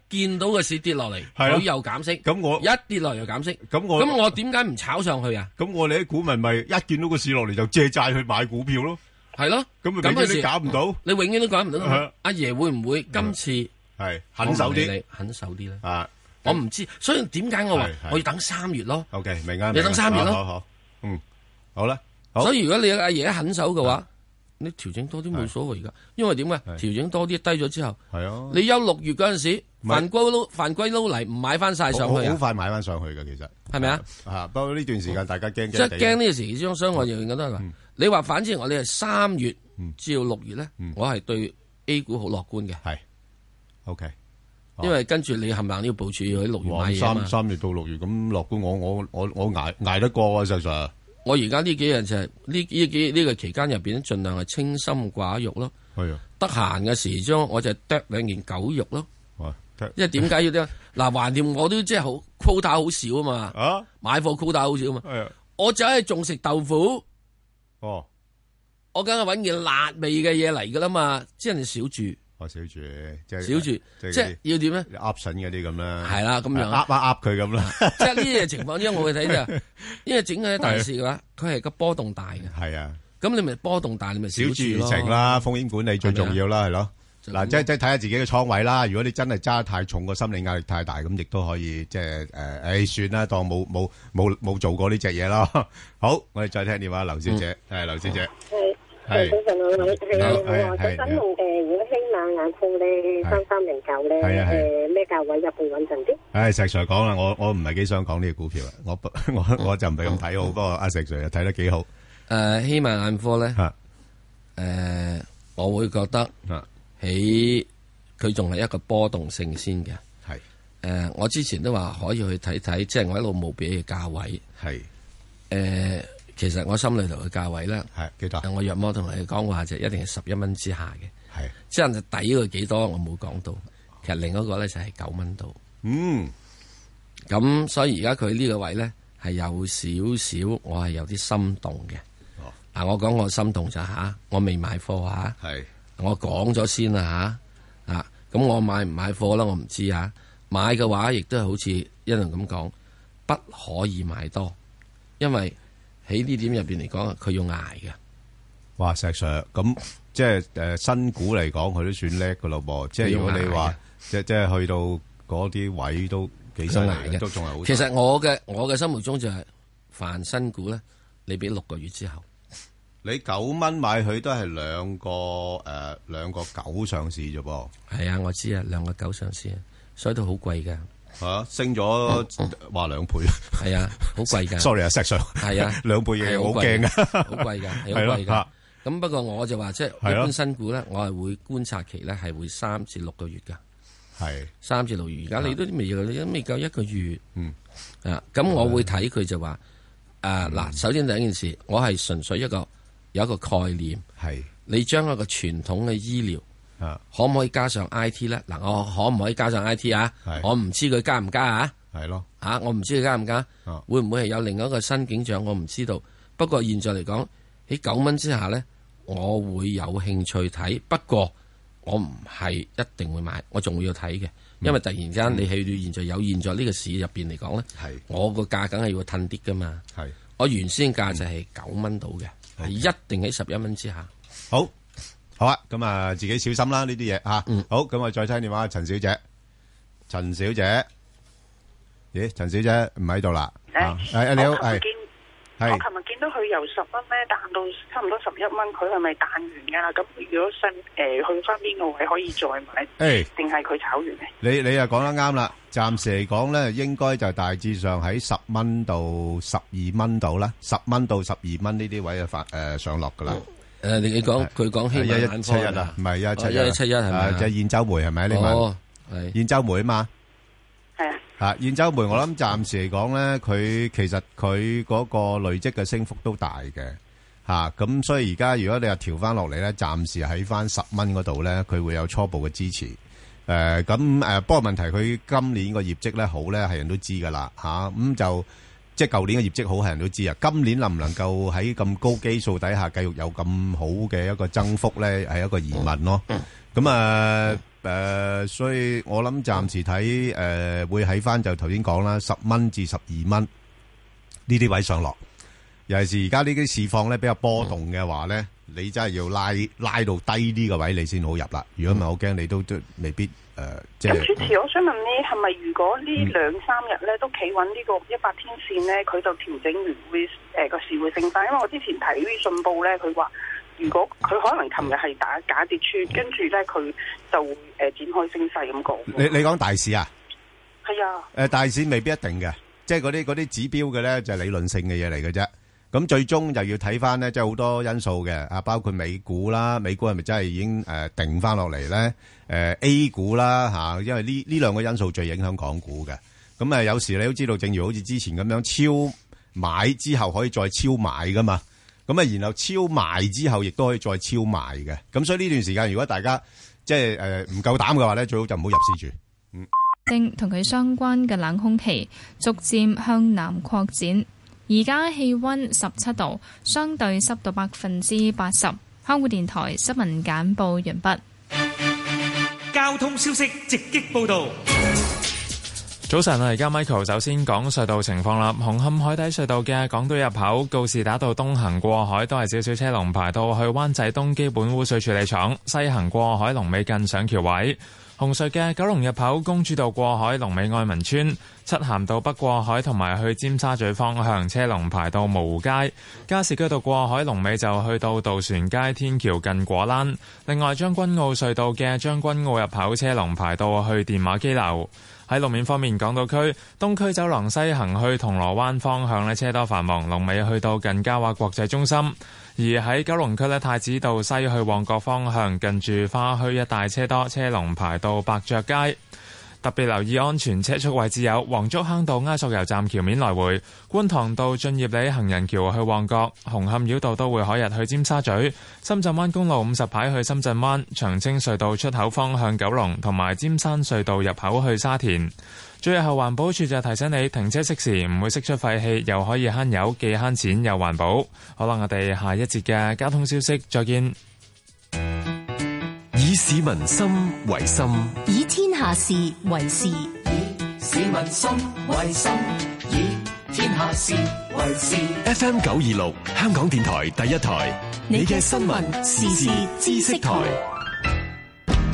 Speaker 7: 一見到個市跌落嚟，
Speaker 6: 啊係啊
Speaker 7: 佢又減息。
Speaker 6: 咁我
Speaker 7: 一跌落嚟又減息。
Speaker 6: 咁我
Speaker 7: 咁我點解唔炒上去啊？
Speaker 6: 咁我哋啲股民咪一見到個市落嚟就借債去買股票咯。
Speaker 7: 係咯，
Speaker 6: 咁咪
Speaker 7: 咁
Speaker 6: 永遠都
Speaker 7: 嗰時
Speaker 6: 搞唔到。
Speaker 7: 你永遠都搞唔到
Speaker 6: 係啊。。嗯
Speaker 7: 阿爺會唔會今次
Speaker 6: 係，狠手啲。
Speaker 7: 我唔理你狠手啲咧？
Speaker 6: 啊，
Speaker 7: 我唔知，所以點解我話
Speaker 6: 係係
Speaker 7: 我要等三月咯？
Speaker 6: OK，明啊，
Speaker 7: 你等
Speaker 6: 明啊。
Speaker 7: 三月咯。
Speaker 6: 好，好，好。嗯，好啦，好。啊
Speaker 7: 所以如果你阿爺一狠手嘅話，你調整多啲冇所謂噶，因為點解調整多啲低咗之後，
Speaker 6: 係啊。
Speaker 7: 你休六月嗰陣時，
Speaker 6: 係
Speaker 7: 犯歸撈犯歸撈嚟唔買翻晒上去
Speaker 6: 好-
Speaker 7: 啊。
Speaker 6: 好快買返上去㗎，其實。
Speaker 7: 係咪啊？
Speaker 6: 啊，不過呢段時間大家驚驚地。
Speaker 7: 即係驚呢個時期之中，所以我仍然覺得
Speaker 6: 嗯
Speaker 7: 嗱，你話反正我哋係三月
Speaker 6: 嗯
Speaker 7: 至到六月咧，我係對 A 股好樂觀嘅。
Speaker 6: 係，OK。
Speaker 7: 因為跟住你冚唪唥都要部署要喺六月
Speaker 6: 哦哇，
Speaker 7: 買嘢啊嘛
Speaker 6: 三-三月到六月咁樂觀，我-我-我-我-我捱-捱得過啊，石Sir。
Speaker 7: 我而家呢幾日就係呢呢幾呢個期間入邊咧，盡量係清心寡欲咯。
Speaker 6: 係啊，
Speaker 7: 得閒嘅時將我就剁兩件狗肉咯。因為點解要剁？啊 嗱，橫掂我都即係好 quota 好少啊嘛。
Speaker 6: 啊，
Speaker 7: 買貨 quota 好少啊嘛。我就係仲食豆腐。
Speaker 6: 哦，
Speaker 7: 我梗係揾件辣味嘅嘢嚟噶啦嘛，即係少住。
Speaker 6: 我小住，即係-
Speaker 7: 小住，
Speaker 6: 即係
Speaker 7: 即係要點咧？
Speaker 6: 啲option嗰啲咁啦。
Speaker 7: 係啦，咁樣。
Speaker 6: 呃，呃，呃，佢咁啦。
Speaker 7: 即係呢啲嘅情況，因為我 會睇就係，因為整個大市嘅話，佢係個波動大嘅。
Speaker 6: 係啊，
Speaker 7: 咁你咪波動大，你咪少住咯。
Speaker 6: 小注情啦，風險管理最重要啦，係咯。
Speaker 7: 就咁
Speaker 6: 嗱，即-即係睇下自己嘅倉位啦，如果你真係揸得太重，個心理壓力太大，咁亦都可以，即係，誒，誒，算啦，當冇-冇-冇- 冇做過呢隻嘢咯。好，我哋再聽電話，劉小姐。係，劉小姐。係。
Speaker 22: 早晨兩位，係啊，
Speaker 6: 好
Speaker 22: 你好啊，我
Speaker 6: 係係
Speaker 22: 想問誒，如果希望眼鋪咧三三零九咧，
Speaker 6: 係啊係
Speaker 22: 誒咩價位入會穩陣啲？
Speaker 6: 唉，石 Sir 講啦，我我唔係幾想講呢個股票啊，我不 我我就唔係咁睇好，不過阿石 Sir 又睇得幾好。
Speaker 7: 誒，呃希望眼科咧，
Speaker 6: 啊
Speaker 7: 誒，我會覺得喺佢仲係一個波動性先嘅。
Speaker 6: 係
Speaker 7: 誒，我之前都話可以去睇睇，即係我一路冇俾嘅價位。
Speaker 6: 係
Speaker 7: 誒，其實我心裏頭嘅價位咧，
Speaker 6: 係幾多？
Speaker 7: 我若魔同你講話就一定係十一蚊之下嘅。
Speaker 6: 係，
Speaker 7: 即係抵佢幾多，我冇講到。其實另一個咧就係九蚊度。
Speaker 6: 嗯，
Speaker 7: 咁所以而家佢呢個位咧係有少少，我係有啲心動嘅。嗱，我講我心動就吓，我未買貨吓，
Speaker 6: 係
Speaker 7: 我講咗先啦吓，啊，咁我買唔買貨啦，我唔知啊。買嘅話，亦都係好似一樣咁講，不可以買多，因為喺呢點入邊嚟講，佢要捱嘅。
Speaker 6: 哇，石 Sir，咁即係诶新股嚟講，佢都算叻噶咯噃。即係如果你
Speaker 7: 要捱
Speaker 6: 話
Speaker 7: 嘅
Speaker 6: 即即係去到嗰啲位都幾犀利
Speaker 7: 捱嘅
Speaker 6: 嘅，都仲係好。
Speaker 7: 其實我嘅我嘅心目中就係、凡新股咧，你俾六個月之後，
Speaker 6: 你九蚊買佢都係兩個诶两个九上市啫噃，
Speaker 7: 係啊，我知啊，兩個九上市啊，所以都好貴㗎。
Speaker 6: 吓升咗話兩倍。
Speaker 7: 係啊，好貴㗎。
Speaker 6: Sorry 啊，石 Sir，
Speaker 7: 係啊，
Speaker 6: 兩倍嘢
Speaker 7: 係
Speaker 6: 我好
Speaker 7: 好貴
Speaker 6: 驚
Speaker 7: 㗎
Speaker 6: 啊，
Speaker 7: 好貴㗎，係
Speaker 6: 係
Speaker 7: 好
Speaker 6: 咯
Speaker 7: 貴㗎
Speaker 6: 嚇。
Speaker 7: 咁不過我就話即係
Speaker 6: 係
Speaker 7: 一
Speaker 6: 咯
Speaker 7: 般新股咧，我係會觀察期咧係會三至六個月㗎。
Speaker 6: 係
Speaker 7: 三至六月，而家你都未有未夠一個月。
Speaker 6: 嗯嗯
Speaker 7: 啊，咁我會睇佢就話啊嗱，首先第一件事，我係純粹一個有一個概念，
Speaker 6: 係
Speaker 7: 你將一個傳統嘅醫療。
Speaker 6: 啊
Speaker 7: 可唔可以加上 I T 咧？嗱，我可唔可以加上 I T 啊？我唔知佢加唔加啊？
Speaker 6: 係咯，
Speaker 7: 啊，我唔知佢加唔加
Speaker 6: 啊，
Speaker 7: 會唔會係有另一個新景象？我唔知道。不過現在嚟講，喺九蚊之下咧，我會有興趣睇。不過我唔係一定會買，我仲會要睇嘅，
Speaker 6: 嗯
Speaker 7: 因為突然間你去到現在有現在呢個市入邊嚟講咧，我個價梗係要褪啲噶嘛。
Speaker 6: 係嗯
Speaker 7: 我原先價就係九蚊到嘅，係一定喺十一蚊之下。
Speaker 6: 好，好啊，咁啊，自己小心啦呢啲嘢吓。好，咁我再听电话，陳小姐，陳小姐，咦，陳小姐唔喺度啦。啊誒你好，
Speaker 20: 我琴日
Speaker 6: 係
Speaker 20: 見
Speaker 6: 係
Speaker 20: 我琴日見到佢由十蚊咧彈到差唔多十一蚊，佢係咪彈完噶？咁如果信誒、去翻邊個位可以再買？
Speaker 6: 誒
Speaker 20: 定係佢炒完咧？
Speaker 6: 你你又講得啱啦。暫時嚟講咧，應該就大致上喺十蚊到十二蚊度啦，十蚊到十二蚊呢啲位啊發誒上落噶啦。
Speaker 7: 誒，你講佢講希望
Speaker 6: 一一
Speaker 7: 眼
Speaker 6: 七一
Speaker 7: 科
Speaker 6: 啊
Speaker 7: 啊，
Speaker 6: 唔係一七一
Speaker 7: 哦1171係咪啊
Speaker 6: 啊即係燕州梅係咪？你問
Speaker 7: 哦係
Speaker 6: 燕州梅啊嘛。啊，燕州梅我諗暫時嚟講咧，佢其實佢嗰個累積嘅升幅都大嘅，吓、咁所以而家如果你話調翻落嚟咧，暫時喺翻十蚊嗰度咧，佢會有初步嘅支持。誒咁誒，不過問題佢今年個業績咧好咧，係人都知噶啦嚇，吓咁、就即係舊年嘅業績好係人都知啊。今年能唔能夠喺咁高基數底下繼續有咁好嘅一個增幅咧，係一個疑問咯。咁啊誒，所以我諗暫時睇誒、呃、會喺翻就頭先講啦，十蚊至十二蚊。呢啲位上落，尤其是而家呢啲市況咧比較波動嘅話咧，你真係要拉拉到低啲嘅位你先好入啦。如果唔係，我驚你都都未必誒、呃即
Speaker 20: 咁主
Speaker 6: 係嗯
Speaker 20: 持，我想問呢，係咪如果呢兩三日咧都企穩呢個一百天線咧，佢就調整完會誒個市會升翻？因為我之前睇信報咧，佢話如果
Speaker 6: 嗯
Speaker 20: 佢可能琴日係打假跌穿，跟住咧佢就誒、呃展開升勢咁講。
Speaker 6: 你你講大市啊？
Speaker 20: 係啊
Speaker 6: 呃誒、，大市未必一定嘅，即係嗰啲嗰啲指標嘅咧就係理論性嘅嘢嚟嘅啫。咁最終就要睇翻咧，即係好多因素嘅啊，包括美股啦，美股係咪真係已經誒、呃定翻落嚟咧？誒、A 股啦嚇、因為呢呢兩個因素最影響港股嘅。咁啊，有時你都知道，正如好似之前咁樣超買之後可以再超買噶嘛。咁啊，然後超賣之後，亦都可以再超賣嘅。咁所以呢段時間，如果大家即係誒唔夠膽嘅話咧，最好就唔好入市住。
Speaker 11: 正同佢相關嘅冷空氣逐漸向南擴展。而家氣温十七度，相對濕度百分之八十。香港電台新聞簡報完畢。
Speaker 10: 交通消息直擊報道。
Speaker 3: 早晨啊，而家 Michael 首先講隧道情況啦。紅磡海底隧道嘅港島入口告士打道東行過海都係少少車龍排到去灣仔東基本污水處理廠，西行過海龍尾近上橋位。紅隧嘅九龍入口公主道過海龍尾愛民村，漆咸道北過海同埋去尖沙咀方向車龍排到蕪湖街。加士居道過海龍尾就去到渡船街天橋近果欄。另外將軍澳隧道嘅將軍澳入口車龍排到去電話機樓。喺路面方面，港島區東區走廊西行去銅鑼灣方向咧，車多繁忙，龍尾去到近嘉華國際中心；而喺九龍區咧，太子道西去旺角方向，近住花墟一帶車多，車龍排到百爵街。特別留意安全車速位置有黃竹坑道埃索油站橋面來回、觀塘道進業里行人橋去旺角、紅磡繞道都會海日去尖沙咀、深圳灣公路五十牌去深圳灣、長青隧道出口方向九龍同埋尖山隧道入口去沙田。最後環保署就提醒你停車熄匙唔會釋出廢氣，又可以慳油，既慳錢又環保。好啦，我哋下一節嘅交通消息再見。
Speaker 13: 以市民心為心，
Speaker 12: 以天下事為事，
Speaker 23: 市民心為心，以天下事為事。
Speaker 13: FM 九二六香港電台第一台，你嘅新聞時事知識台，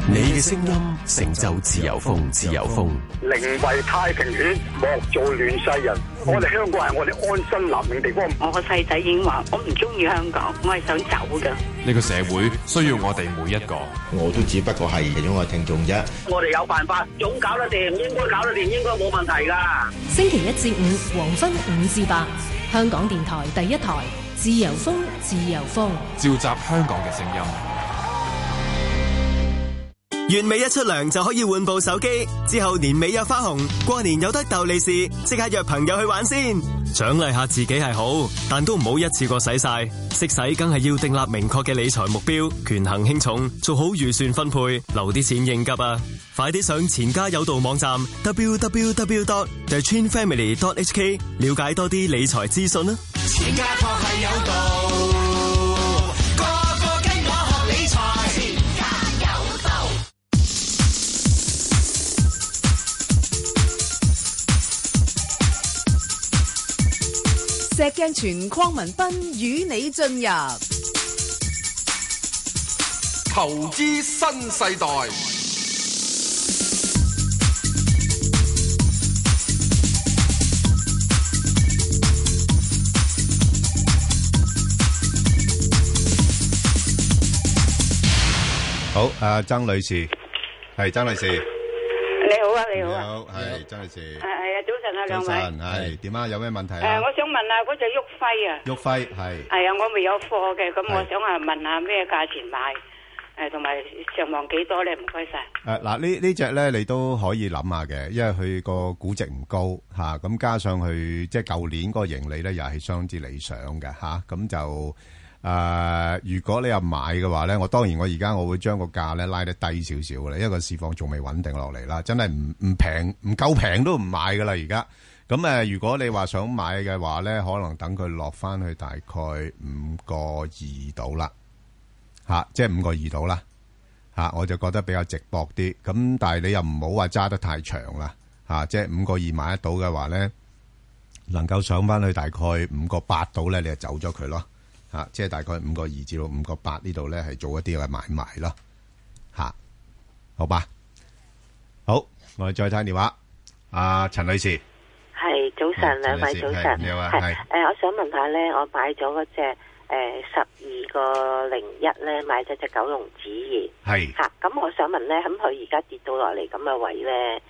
Speaker 13: 你嘅聲音成就自由風，自由風。
Speaker 24: 寧為太平犬，莫做亂世人。
Speaker 6: 嗯
Speaker 24: 我哋香港係我哋安身立命地方。
Speaker 8: 我個細仔已經話：我唔中意香港，我係想走㗎。
Speaker 25: 呢個社會需要我哋每一個。我都只不過係其中一個聽眾啫。
Speaker 24: 我哋有辦法，總搞得掂，應該搞得掂，應該冇問題㗎。
Speaker 15: 星期一至五黃昏五至八，香港電台第一台，自由風，自由風。
Speaker 25: 召集香港嘅聲音。
Speaker 26: 月尾一出糧就可以換部手機，之後年尾有花紅，過年有得逗利是，即刻約朋友去玩先。獎勵下自己係好，但都唔好一次過使晒。識使梗係要訂立明確嘅理財目標，權衡輕重，做好預算分配，留啲錢應急啊！快啲上錢家有道網站 www.thechinfamily.hk 了解多啲理財資訊啦。
Speaker 23: 錢家確係有道，個個跟我學理財。錢家有道。
Speaker 4: 石鏡泉鄺民彬與你進入
Speaker 5: 投資新世代，
Speaker 6: 好，阿曾女士，係曾女士，
Speaker 9: 你好啊，你好啊，
Speaker 6: 好，係曾女士
Speaker 9: 系，系啊，早晨啊，兩
Speaker 6: 早
Speaker 9: 位。
Speaker 6: 晨，係點啊？有咩問題
Speaker 9: 诶，
Speaker 6: 啊？
Speaker 9: 我想問下嗰只旭輝啊，
Speaker 6: 旭輝係
Speaker 9: 係啊，我未有貨嘅，咁我
Speaker 6: 係
Speaker 9: 想啊問下咩價錢買？诶，同埋上望幾多咧？唔該晒。
Speaker 6: 誒嗱，呢呢只咧你都可以諗下嘅，因為佢個估值唔高嚇，咁、加上佢即係舊年嗰個盈利咧又係相當之理想嘅嚇，咁、就誒、如果你又買嘅話咧，我當然我而家我會將個價咧拉得低少少嘅啦，因為個市況仲未穩定落嚟啦，真係唔唔平唔夠平都唔買嘅啦而家。咁誒、如果你話想買嘅話咧，可能等佢落翻去大概五個二度啦，嚇、即係五個二度啦。吓、我就覺得比較直薄啲。咁但係你又唔好話揸得太長啦，吓、即係五個二買得到嘅話咧，能夠上翻去大概五個八到咧，你就走咗佢咯，吓、即係大概五個二至到五個八呢度咧係做一啲嘅買賣咯，吓、好吧，好，我哋再睇電話，阿、陳女士，
Speaker 27: 係早
Speaker 6: 嗯
Speaker 27: 晨，兩位早晨，
Speaker 6: 你好啊，
Speaker 27: 係
Speaker 6: 係
Speaker 27: 誒，我想問下咧，我買咗嗰只誒十二個零一咧，買咗只九龍紙業
Speaker 6: 係
Speaker 27: 嚇，咁我想問咧，咁佢而家跌到落嚟咁嘅位咧，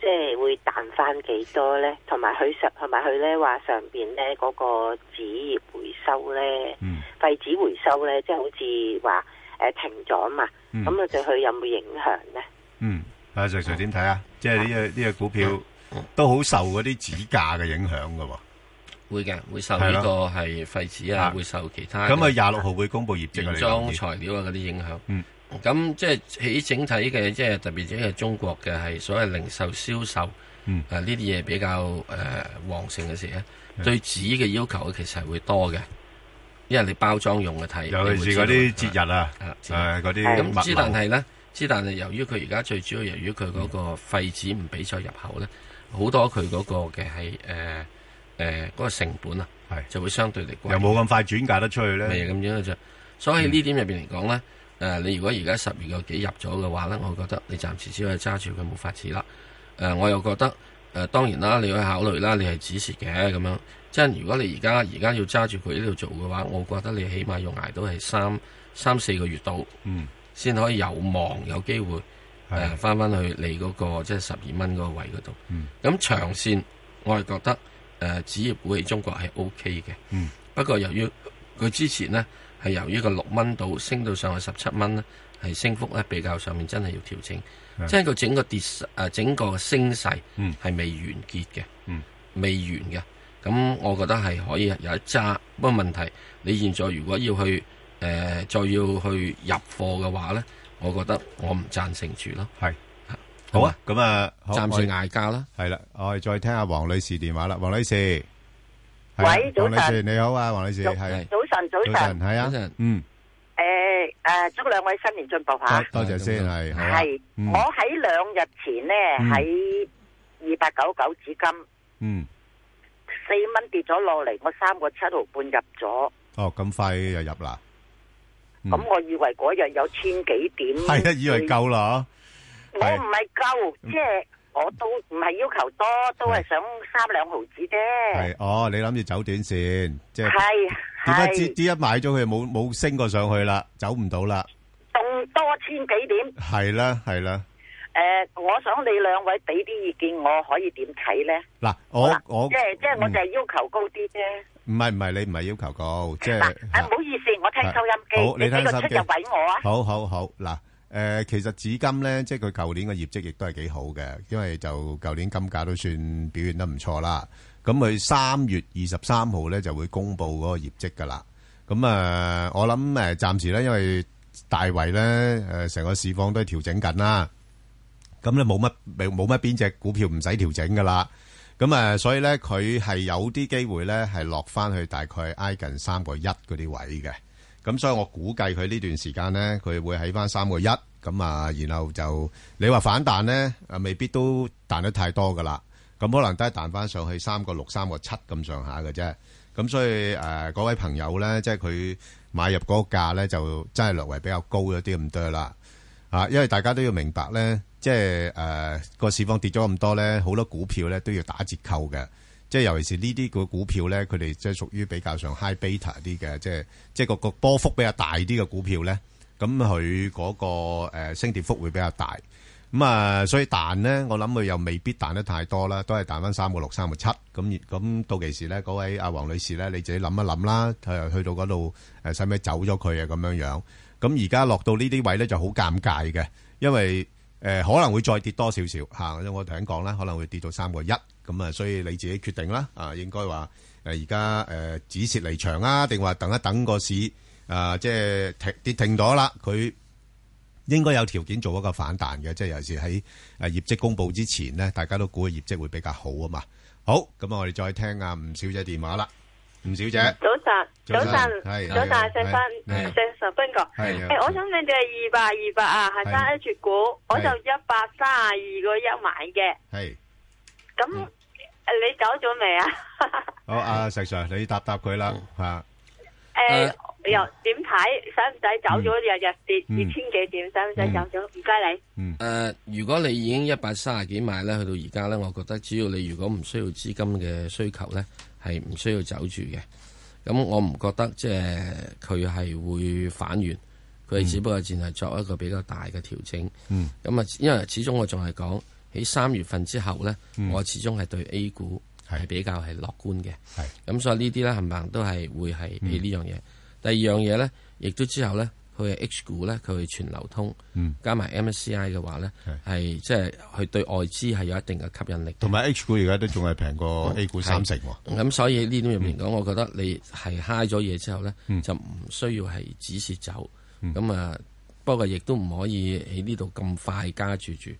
Speaker 27: 即即係會彈翻幾多咧？同埋佢實同埋佢咧話上邊咧嗰個紙業回收咧，
Speaker 6: 嗯
Speaker 27: 廢紙回收咧，即係好似話誒停咗嘛，
Speaker 6: 嗯
Speaker 27: 咁啊對佢有冇影響咧？
Speaker 6: 嗯，阿 Sir Sir 点睇啊？即系呢只呢只股票都好受嗰啲指價嘅影響噶喎。
Speaker 7: 會嘅，會受呢個係廢紙啊，會受其他嘅
Speaker 6: 咁啊，廿六號會公布業績啊，
Speaker 7: 原
Speaker 6: 你
Speaker 7: 裝
Speaker 6: 講
Speaker 7: 材料啊嗰啲影響。
Speaker 6: 嗯，
Speaker 7: 咁即係喺整體嘅，即係特別即係中國嘅係所謂零售銷售，
Speaker 6: 嗯，
Speaker 7: 誒呢啲嘢比較誒、呃旺盛嘅時咧，
Speaker 6: 嗯
Speaker 7: 對紙嘅要求其實係會多嘅，因為你包裝用嘅睇，
Speaker 6: 尤其是嗰啲節日啊，誒嗰啲物
Speaker 7: 咁之
Speaker 6: 流
Speaker 7: 但係咧，之但係由於佢而家最主要由於佢嗰個廢紙唔俾再入口咧，好多佢嗰個嘅係誒誒嗰個成本啊，就會相對嚟貴。
Speaker 6: 又冇咁快轉嫁得出去咧。嗯
Speaker 7: 係咁樣嘅啫。所以呢點入邊嚟講咧，誒、你如果而家十二個幾入咗嘅話咧，我覺得你暫時只可以揸住佢冇法子啦。誒、我又覺得誒、當然啦，你要考慮啦，你係指示嘅咁樣。即係如果你而家而家要揸住佢呢度做嘅話，我覺得你起碼要捱到係三三四個月度，
Speaker 6: 嗯，
Speaker 7: 先可以有望有機會誒
Speaker 6: 係
Speaker 7: 翻翻去你嗰、個即係十二蚊嗰個位嗰度。
Speaker 6: 嗯
Speaker 7: 咁長線我係覺得誒、呃、紙業股喺中國係 O K 嘅。
Speaker 6: 嗯
Speaker 7: 不過由於佢之前呢，係由於個六蚊度升到上去十七蚊呢，係升幅咧比較上面真係要調整，
Speaker 6: 係
Speaker 7: 即係佢整個跌誒、呃整個升勢
Speaker 6: 嗯
Speaker 7: 係未完結嘅，
Speaker 6: 嗯
Speaker 7: 未完嘅。咁我覺得係可以有一揸，不過問題你現在如果要去誒、呃再要去入貨嘅話咧，我覺得我唔贊成住咯。
Speaker 6: 係好啊，咁啊，好
Speaker 7: 暫時
Speaker 6: 我哋
Speaker 7: 嗌價啦。
Speaker 6: 係啦，我哋再聽下黃女士電話啦，黃女士。係啊
Speaker 1: 喂早晨
Speaker 6: 黃女士你好啊，黃女士
Speaker 1: 早
Speaker 6: 係
Speaker 1: 早晨早晨
Speaker 6: 係
Speaker 1: 早
Speaker 6: 啊
Speaker 1: 晨，
Speaker 6: 嗯，
Speaker 1: 诶诶，祝兩位新年進步吓
Speaker 6: 多。多謝先係，好啊
Speaker 1: 係，
Speaker 6: 嗯
Speaker 1: 我喺兩日前呢，
Speaker 6: 嗯
Speaker 1: 喺二八九九紫金
Speaker 6: 嗯，
Speaker 1: 四蚊跌咗落嚟，我三個七毫半入咗，
Speaker 6: 哦，咁快就入啦，嗯
Speaker 1: 咁我以為嗰日有千幾點。
Speaker 6: 係啊，以為夠啦，
Speaker 1: 我唔係夠，即係我都唔係要求多，都係想三兩毫子啫。
Speaker 6: 係，哦，你諗住走短線，即係
Speaker 1: 係
Speaker 6: 點解
Speaker 1: 係
Speaker 6: 知知一買咗佢冇冇升過上去啦，走唔到啦，
Speaker 1: 仲多千幾點？
Speaker 6: 係啦係啦。
Speaker 1: 诶、我想你兩位俾啲意見，我可以點睇咧？
Speaker 6: 嗱，我
Speaker 1: 嗱
Speaker 6: 我
Speaker 1: 即係即係我
Speaker 6: 嗯
Speaker 1: 就係要求高啲啫。
Speaker 6: 唔係唔係，你唔係要求高，即係
Speaker 1: 嗱，啊唔好意思，我聽
Speaker 6: Dạ.
Speaker 1: 收音機，
Speaker 6: 嗯啊好，
Speaker 1: 你
Speaker 6: 聽
Speaker 1: 俾個
Speaker 6: 收
Speaker 1: 出
Speaker 6: 機
Speaker 1: 入位我啊。
Speaker 6: 好好好，嗱，誒，其實紫金咧，即係佢舊年嘅業績亦都係幾好嘅，因為就舊年金價都算表現得唔錯啦。咁佢三月二十三號咧就會公布嗰個業績㗎啦。咁啊、我諗誒、暫時咧，因為大圍咧誒，成、個市況都係調整緊啦。咁咧冇乜冇冇乜邊只股票唔使調整噶啦。咁啊，所以咧佢係有啲機會咧係落翻去大概挨近三個一嗰啲位嘅。咁所以我估計佢呢段時間咧，佢會喺翻三個一咁啊，然後就你話反彈咧，啊未必都彈得太多噶啦。咁可能都係彈翻上去三個六、三個七咁上下嘅啫。咁所以誒，呃嗰、位朋友咧，即係佢買入嗰個價咧，就真係略為比較高咗啲咁多啦。啊，因為大家都要明白咧，即係誒個市況跌咗咁多咧，好多股票咧都要打折扣嘅。即係尤其是呢啲個股票咧，佢哋即係屬於比較上 high beta 啲嘅，即係即係個個波幅比較大啲嘅股票咧，咁佢嗰個、呃、升跌幅會比較大。咁啊，所以彈咧，我諗佢又未必彈得太多啦，都係彈翻三個六、三個七。咁咁到期時咧，嗰位阿黃女士咧，你自己諗一諗啦，誒去到嗰度誒使唔使走咗佢啊咁樣樣。咁而家落到呢啲位咧就好尷尬嘅，因為誒、呃可能會再跌多少少嚇，因為我頭先講啦，可能會跌到三個一咁啊，所以你自己決定啦啊，應該話誒而家誒止蝕離場啊，定話等一等個市啊，即係停跌停咗啦，佢。應該有條件做一個反彈嘅，即係尤其是喺誒業績公佈之前呢，大家都估嘅業績會比較好啊嘛。好，咁啊，我哋再聽阿吳小姐電話啦。吳小姐，
Speaker 2: 早晨，
Speaker 6: 早
Speaker 2: 早
Speaker 6: 晨
Speaker 2: 晨，
Speaker 6: 係
Speaker 2: 早晨，
Speaker 6: 係
Speaker 2: 石芬
Speaker 6: 係，
Speaker 2: 石石芬哥，
Speaker 6: 係啊
Speaker 2: 誒，我想問你哋二百二百啊，係三 H 股，我就一百三十二個一買嘅，
Speaker 6: 係
Speaker 2: 咁你走咗未啊？
Speaker 6: 好，阿石 Sir，你答答佢啦嚇。呃
Speaker 2: 誒，又點睇？使唔使走咗？日日跌
Speaker 7: 嗯
Speaker 2: 二千幾點，使唔
Speaker 6: 嗯
Speaker 2: 使走咗？唔該你。
Speaker 7: 誒、呃如果你已經一百三十幾買咧，去到而家咧，我覺得只要你如果唔需要資金嘅需求咧，係唔需要走住嘅。咁我唔覺得即係佢係會反完，佢係只不過淨係作一個比較大嘅調整。
Speaker 14: 嗯
Speaker 7: 咁啊，因為始終我仲係講喺三月份之後咧，我始終係對 A 股係比較係樂觀嘅。
Speaker 6: 係
Speaker 7: 咁，所以呢啲咧冚唪唥都係會係
Speaker 6: 嗯
Speaker 7: 起呢樣嘢。第二樣嘢咧，亦都之後咧，佢係 H 股咧，佢係全流通，
Speaker 6: 嗯
Speaker 7: 加埋 MSCI 嘅話咧，係即係佢對外資係有一定嘅吸引力。哦
Speaker 6: 同埋 H 股而家都仲係平過哦 A 股三成喎。嗯
Speaker 7: 咁所以呢啲入面講，我覺得你係嗨咗嘢之後咧，就唔需要係止蝕走。
Speaker 6: 嗯
Speaker 7: 咁啊，不過亦都唔可以喺呢度咁快加注住。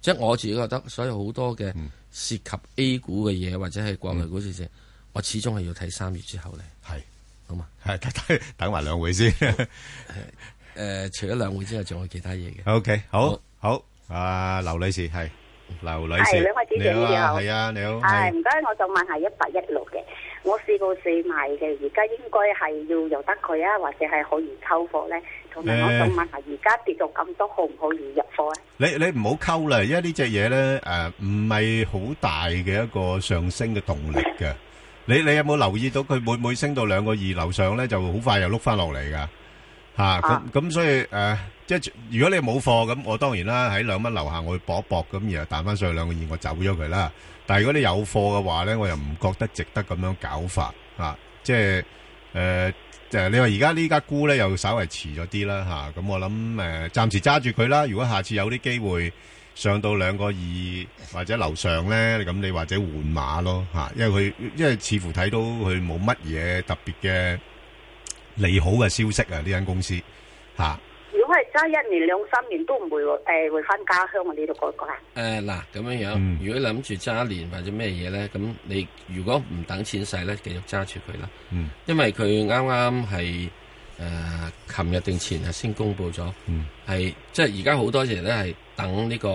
Speaker 7: 即係我自己覺得，所以好多嘅
Speaker 6: 嗯
Speaker 7: 涉及 A 股嘅嘢或者係國內股市嘅，我始終係要睇三月之後咧。
Speaker 6: 係
Speaker 7: 好 嘛？
Speaker 6: 係等等埋兩會先。
Speaker 7: 誒，除咗兩會之外，仲有其他嘢嘅。
Speaker 6: OK，好，好，啊，劉女士，係，劉女士，
Speaker 14: 系兩位主
Speaker 6: 你
Speaker 14: 持
Speaker 6: 好啊，
Speaker 14: 你好，
Speaker 6: 係啊，你好，
Speaker 14: 系唔該，我就問下一八一六嘅，我試過四買嘅，而家應該係要由得佢啊，或者係可以溝貨咧。同埋我想問下，而家跌到咁多，可唔可以入貨咧？
Speaker 6: 係。你-呃你唔好溝啦，因為呢隻嘢呢，誒，唔係好大嘅一個上升嘅動力嘅。你-你有冇留意到佢每-每升到兩個二樓上呢，就好快又碌返落嚟㗎。嚇，咁-呃
Speaker 14: 啊。
Speaker 6: 咁所以，誒，即係如果你冇貨，咁我當然啦，喺2蚊樓下我會搏一搏，咁然後彈返上去兩個二，我走咗佢啦。但係如果你有貨嘅話呢，我又唔覺得值得咁樣搞法，啊，即係誒誒、你話而家呢家沽咧又稍為遲咗啲啦嚇，咁、我諗誒、暫時揸住佢啦。如果下次有啲機會上到兩個二或者樓上咧，咁你或者換馬咯嚇、因為佢因為似乎睇到佢冇乜嘢特別嘅利好嘅消息啊，呢間公司嚇。
Speaker 14: 如果係揸一年兩三年都唔會誒、會翻家鄉啊？呢度嗰個啊，
Speaker 7: 誒呃嗱咁樣樣，
Speaker 6: 嗯
Speaker 7: 如果你諗住揸一年或者咩嘢咧，咁你如果唔等錢使咧，繼續揸住佢啦。
Speaker 6: 嗯，
Speaker 7: 因為佢啱啱係誒琴日定前日先公布咗，
Speaker 6: 嗯，
Speaker 7: 係即係而家好多嘢咧係等呢個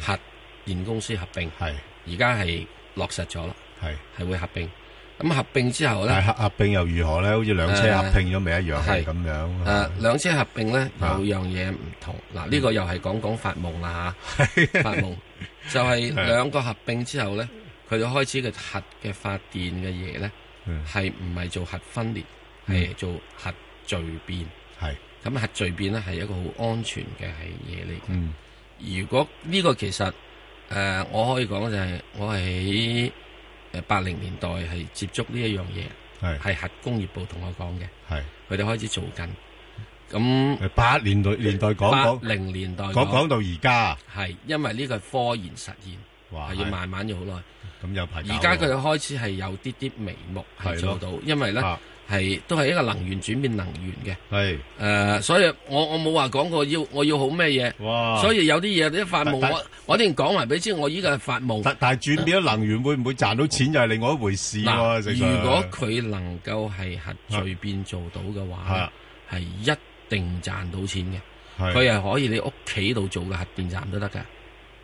Speaker 7: 核電公司合併，
Speaker 6: 嗯係
Speaker 7: 而家係落實咗啦，
Speaker 6: 係
Speaker 7: 係會合併。咁合併之後咧，
Speaker 6: 但係合合併又如何咧？好似兩車
Speaker 7: 誒
Speaker 6: 合併咗咪一樣係
Speaker 7: 係
Speaker 6: 咁樣。
Speaker 7: 誒兩車合併咧有
Speaker 6: 啊
Speaker 7: 樣嘢唔同，嗱呢個又係講講發夢啦 嚇，發夢就係
Speaker 6: 係
Speaker 7: 兩個合併之後咧，佢哋開始嘅核嘅發電嘅嘢咧
Speaker 6: 嗯，
Speaker 7: 係唔係做核分裂，
Speaker 6: 嗯
Speaker 7: 係做核聚變，
Speaker 6: 係
Speaker 7: 咁核聚變咧係一個好安全嘅係嘢嚟嘅。
Speaker 6: 嗯
Speaker 7: 如果呢個其實誒、呃我可以講就係我係喺誒八零年代係接觸呢一樣嘢，
Speaker 6: 係
Speaker 7: 係核工業部同我講嘅，
Speaker 6: 係
Speaker 7: 佢哋開始做緊。咁
Speaker 6: 八年代年代講
Speaker 7: 八
Speaker 6: 講
Speaker 7: 零年代
Speaker 6: 講講到而家，
Speaker 7: 係因為呢個係科研實驗，
Speaker 6: 哇
Speaker 7: 係要
Speaker 6: 係
Speaker 7: 慢慢要好耐。
Speaker 6: 咁有排搞
Speaker 7: 而家佢
Speaker 6: 喎
Speaker 7: 哋開始係有啲啲眉目係
Speaker 6: 係
Speaker 7: 做
Speaker 6: 咯
Speaker 7: 到，因為咧
Speaker 6: 啊
Speaker 7: 係都係一個能源轉變能源嘅。
Speaker 6: 係
Speaker 7: 誒，所以我我冇話講過要我要好咩嘢，所以有啲嘢一發夢，
Speaker 6: 但
Speaker 7: 我我一定講埋俾你知，我依個係發夢。
Speaker 6: 但但系转变咗能源會唔會賺到錢又係另外一回事喎。啊
Speaker 7: 嗱，
Speaker 6: 石
Speaker 7: 如
Speaker 6: Sir
Speaker 7: 果佢能夠係核聚變做到嘅話，係一定賺到錢嘅。
Speaker 6: 啊係
Speaker 7: 佢係可以你屋企度做嘅核電站都得㗎，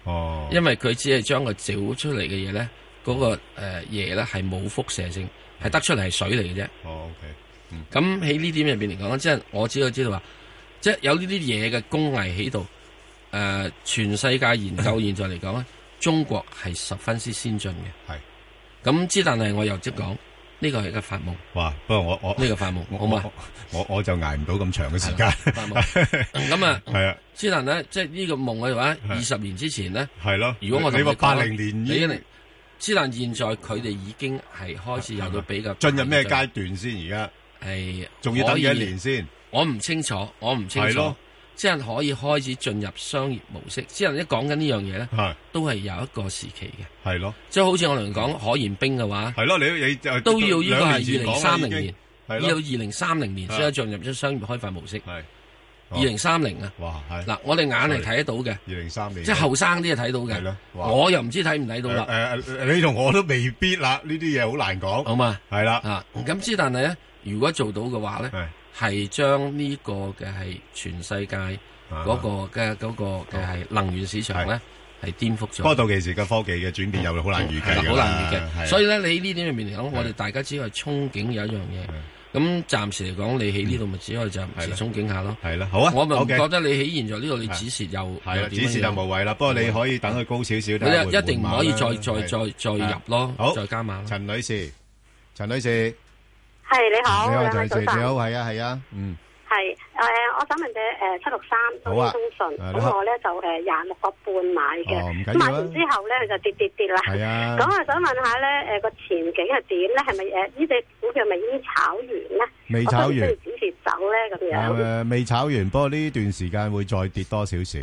Speaker 6: 哦，
Speaker 7: 因為佢只係將佢照出嚟嘅嘢咧，嗰個誒呃嘢咧係冇輻射性，係得出嚟係水嚟嘅啫。
Speaker 6: 哦，OK，嗯
Speaker 7: 咁喺呢點入邊嚟講，即係我只可以知道話，即係有呢啲嘢嘅工藝喺度。誒、全世界研 究現在嚟講咧，中國係十分之先進嘅。
Speaker 6: 係。
Speaker 7: 咁之，但係我又即講，呢個係一個發夢。
Speaker 6: 哇！不過我我
Speaker 7: 呢個發夢好嘛？
Speaker 6: 我我就捱唔到咁長嘅時間。
Speaker 7: 發夢。 咁啊，
Speaker 6: 係啊。
Speaker 7: 之但咧，即係呢個夢嘅話，二十年之前咧，
Speaker 6: 係咯
Speaker 7: 如果我同
Speaker 6: 你話
Speaker 7: 講啊
Speaker 6: 80年已
Speaker 7: 你
Speaker 6: 經
Speaker 7: 一定之但現在佢哋已經係開始有到比較
Speaker 6: 進入咩階段先？而家
Speaker 7: 係
Speaker 6: 仲要等幾多年先？
Speaker 7: 我唔清楚，我唔清
Speaker 6: 係
Speaker 7: 楚
Speaker 6: 咯。
Speaker 7: 即係可以開始進入商業模式。之但一講緊呢樣嘢咧
Speaker 6: 係，
Speaker 7: 都係有一個時期嘅。
Speaker 6: 係咯，
Speaker 7: 即係好似我哋講可燃冰嘅話，
Speaker 6: 係咯，你你就
Speaker 7: 都要呢個係
Speaker 6: 兩
Speaker 7: 二
Speaker 6: 年前
Speaker 7: 零
Speaker 6: 講
Speaker 7: 三
Speaker 6: 啦已
Speaker 7: 零
Speaker 6: 經
Speaker 7: 年，
Speaker 6: 係
Speaker 7: 要
Speaker 6: 咯
Speaker 7: 到二零三零年
Speaker 6: 啊
Speaker 7: 先可以進入咗商業開發模式。
Speaker 6: 係哦
Speaker 7: 二零三零啊！
Speaker 6: 哇，係
Speaker 7: 嗱，我哋眼係睇得到嘅，
Speaker 6: 二零三
Speaker 7: 即
Speaker 6: 年，
Speaker 7: 係後生啲係睇到
Speaker 6: 係
Speaker 7: 嘅
Speaker 6: 咯，哇
Speaker 7: 我又唔知睇唔睇到啦。
Speaker 6: 誒誒你同我都未必啦，呢啲嘢好難講。
Speaker 7: 好嘛，
Speaker 6: 係啦，
Speaker 7: 啊，咁之但係咧，如果做到嘅話咧，係將呢個嘅係全世界
Speaker 6: 啊
Speaker 7: 嗰個嘅嗰個嘅係能源市場咧係顛覆咗。
Speaker 6: 哦不過到其時嘅科技嘅轉變又好難預計
Speaker 7: 係啦
Speaker 6: 㗎
Speaker 7: 好
Speaker 6: 啦
Speaker 7: 難預
Speaker 6: 係啊
Speaker 7: 計。所以咧，你呢點入面嚟講，我哋大家只可以憧憬有一樣嘢。咁暫時嚟講，你喺呢度咪只可以就暫時憧憬下咯。
Speaker 6: 嗯係啦，好啊
Speaker 7: 我咪唔
Speaker 6: OK
Speaker 7: 覺得你喺現在呢度你指示又
Speaker 6: 係啦
Speaker 7: 又點樣嗯
Speaker 6: 指示就無謂啦不過你可以等佢高少少等佢
Speaker 7: 你一定唔可以
Speaker 6: 緩
Speaker 7: 再
Speaker 6: 慢啦
Speaker 7: 再再
Speaker 6: 係
Speaker 7: 再入咯，
Speaker 6: 好
Speaker 7: 再加碼咯。
Speaker 6: 陳女士，陳女士，
Speaker 28: 系你
Speaker 6: 你
Speaker 28: 好，
Speaker 6: 好，
Speaker 28: 兩
Speaker 6: 陳
Speaker 28: 位
Speaker 6: 女
Speaker 28: 早
Speaker 6: 士，你
Speaker 28: 晨，
Speaker 6: 好，係啊，係啊，嗯，
Speaker 28: 係誒、我想問你誒七六三中興
Speaker 6: 好啊
Speaker 28: 通訊，
Speaker 6: 誒你
Speaker 28: 咁、
Speaker 6: 好
Speaker 28: 我咧就誒廿六個半買嘅，
Speaker 6: 哦唔緊
Speaker 28: 咁、
Speaker 6: 要啊
Speaker 28: 買完之後咧就跌跌跌啦。
Speaker 6: 係啊
Speaker 28: 咁我想問下咧誒個前景係點咧？係咪誒呢只股票係咪已經炒完咧？
Speaker 6: 未炒完啊
Speaker 28: 我需唔需要幾時走咧？咁樣
Speaker 6: 誒未炒完，不過呢段時間會再跌多少少，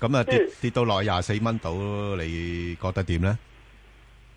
Speaker 6: 咁啊跌
Speaker 28: 嗯
Speaker 6: 跌到落廿四蚊到，你覺得點咧？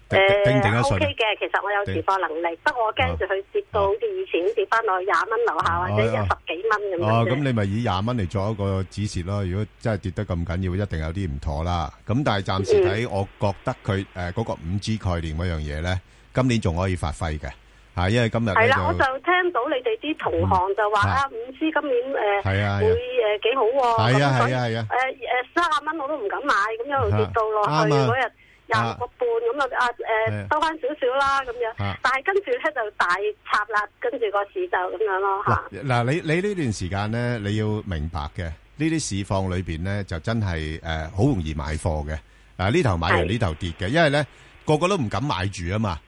Speaker 6: 頂頂唔頂得
Speaker 28: 誒 O
Speaker 6: 順
Speaker 28: K 呃嘅，其實我有持貨能力，不過我驚住佢跌到好似以前咁跌翻落去廿蚊樓下或者
Speaker 6: 哦哦
Speaker 28: 十幾蚊咁
Speaker 6: 哦，
Speaker 28: 樣
Speaker 6: 咁
Speaker 28: 啫。
Speaker 6: 你咪以廿蚊嚟做一個指示咯。如果真係跌得咁緊要，一定有啲唔妥啦。咁但係暫時
Speaker 28: 嗯
Speaker 6: 睇，我覺得佢誒嗰個五 G 概念嗰樣嘢咧，今年仲可以發揮嘅嚇，因為今日
Speaker 28: 係
Speaker 6: 咧
Speaker 28: 啦，我就
Speaker 6: 就
Speaker 28: 聽到你哋啲同行就話
Speaker 6: 嗯
Speaker 28: 啊，五 G 今年誒
Speaker 6: 係啊係啊
Speaker 28: 會誒幾好喎，
Speaker 6: 係啊
Speaker 28: 咁所以
Speaker 6: 係啊係啊
Speaker 28: 誒誒三十蚊我都唔敢買，咁一路跌到落
Speaker 6: 啊
Speaker 28: 去
Speaker 6: 啱啊
Speaker 28: 嗰日廿六個半咁啊啊
Speaker 6: 係
Speaker 28: 誒收翻少少啦咁樣
Speaker 6: 啊，
Speaker 28: 但係跟住咧就大插啦，跟住個市就咁樣咯嚇。
Speaker 6: 嗱嗱，你你呢段時間咧，你要明白嘅呢啲市況裏邊咧，就真係誒好容易買貨嘅。嗱呢頭買完
Speaker 19: 係
Speaker 6: 呢頭跌嘅，因為咧個個都唔敢買住啊嘛，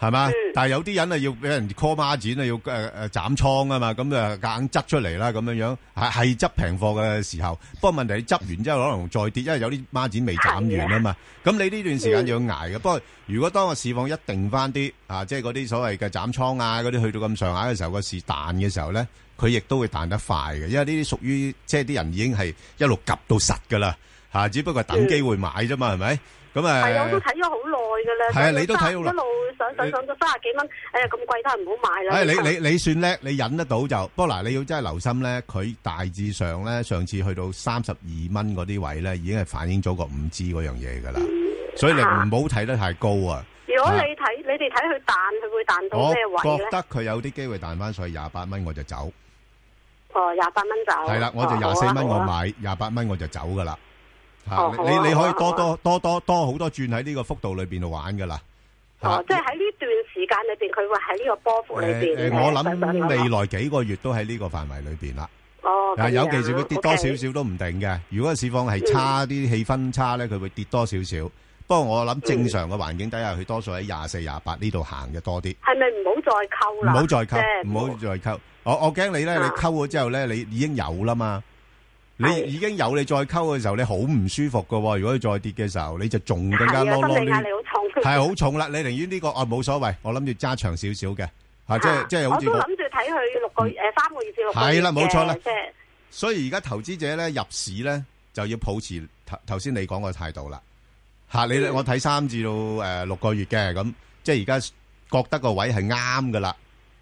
Speaker 6: 係嘛？
Speaker 28: 嗯
Speaker 6: 但係有啲人啊要俾人 call 孖展啊，要誒誒斬倉啊嘛，咁啊夾硬執出嚟啦，咁樣樣係係執平貨嘅時候。不過問題你執完之後可能再跌，因為有啲孖展未斬完啊嘛。咁你呢段時間要捱嘅。不過如果當個市況一定翻啲啊，即係嗰啲所謂嘅斬倉啊，嗰啲去到咁上下嘅時候，個市彈嘅時候咧，佢亦都會彈得快嘅，因為呢啲屬於即係啲人已經係一路及到實㗎啦嚇，只不過等機會買啫嘛，係咪？咁
Speaker 28: 係啊，我都
Speaker 6: 誒。
Speaker 28: 睇咗好耐㗎啦。
Speaker 6: 係啊你都睇好耐
Speaker 28: 一路上上上到三十幾蚊，哎呀咁貴都係唔好買啦。
Speaker 6: 唉，你你你算叻，你忍得到就。不過嗱，你要真係留心咧，佢大致上咧，上次去到三十二蚊嗰啲位咧，已經係反映咗個五 G 嗰樣嘢㗎啦。所以你唔好睇得太高啊。
Speaker 28: 如果
Speaker 6: 啊
Speaker 28: 你睇你哋睇佢彈，佢會彈到
Speaker 6: 我
Speaker 28: 咩位
Speaker 6: 覺
Speaker 28: 咧？
Speaker 6: 得佢有啲機會彈翻上去廿八蚊，我就走。
Speaker 28: 哦，廿八蚊走。
Speaker 6: 係啦，我就
Speaker 28: 哦
Speaker 6: 廿四蚊
Speaker 28: 好
Speaker 6: 我
Speaker 28: 啊好啊
Speaker 6: 買，廿八蚊我就走噶啦。嚇
Speaker 28: 哦好啊
Speaker 6: 你你你
Speaker 28: 好
Speaker 6: 可
Speaker 28: 啊
Speaker 6: 以多多多多多好多轉喺呢個幅度裏邊度玩噶啦。
Speaker 28: 哦，即係喺呢段時間裏邊，佢會喺呢個波幅裏邊。
Speaker 6: 誒誒我諗未來幾個月都喺呢個範圍裏邊啦。
Speaker 28: 哦，
Speaker 6: 啊，
Speaker 28: 咁樣
Speaker 6: 尤其是佢跌多少
Speaker 28: OK
Speaker 6: 少都唔定嘅。如果市況係差啲氣氛差咧，佢會跌多少少。不過我諗正常嘅環境底下，佢多數喺廿四、廿八呢度行嘅多啲。
Speaker 28: 係咪唔好再溝
Speaker 6: 唔
Speaker 28: 啦？
Speaker 6: 好再
Speaker 28: 即係啊
Speaker 6: 溝，唔好再溝。我我驚你咧，你溝咗之後咧，你已經有啦嘛。你已經有你再溝嘅時候，你好唔舒服噶。如果佢再跌嘅時候，你就仲更加
Speaker 28: 係
Speaker 6: 囉
Speaker 28: 啊，心
Speaker 6: 囉
Speaker 28: 理壓力好
Speaker 6: 攣，
Speaker 28: 重。
Speaker 6: 係好重啦。你寧願呢個啊冇所謂，我諗住揸長少少嘅嚇，即係即係好似
Speaker 28: 啊我都
Speaker 6: 我
Speaker 28: 諗住睇佢六個月誒三個月至六個月
Speaker 6: 係啦冇錯啦
Speaker 28: 嘅即係
Speaker 6: 所以而家投資者咧入市咧就要抱持頭頭先你講個態度啦。嚇、你我睇三至到誒六個月嘅咁，即係而家覺得個位係啱噶啦。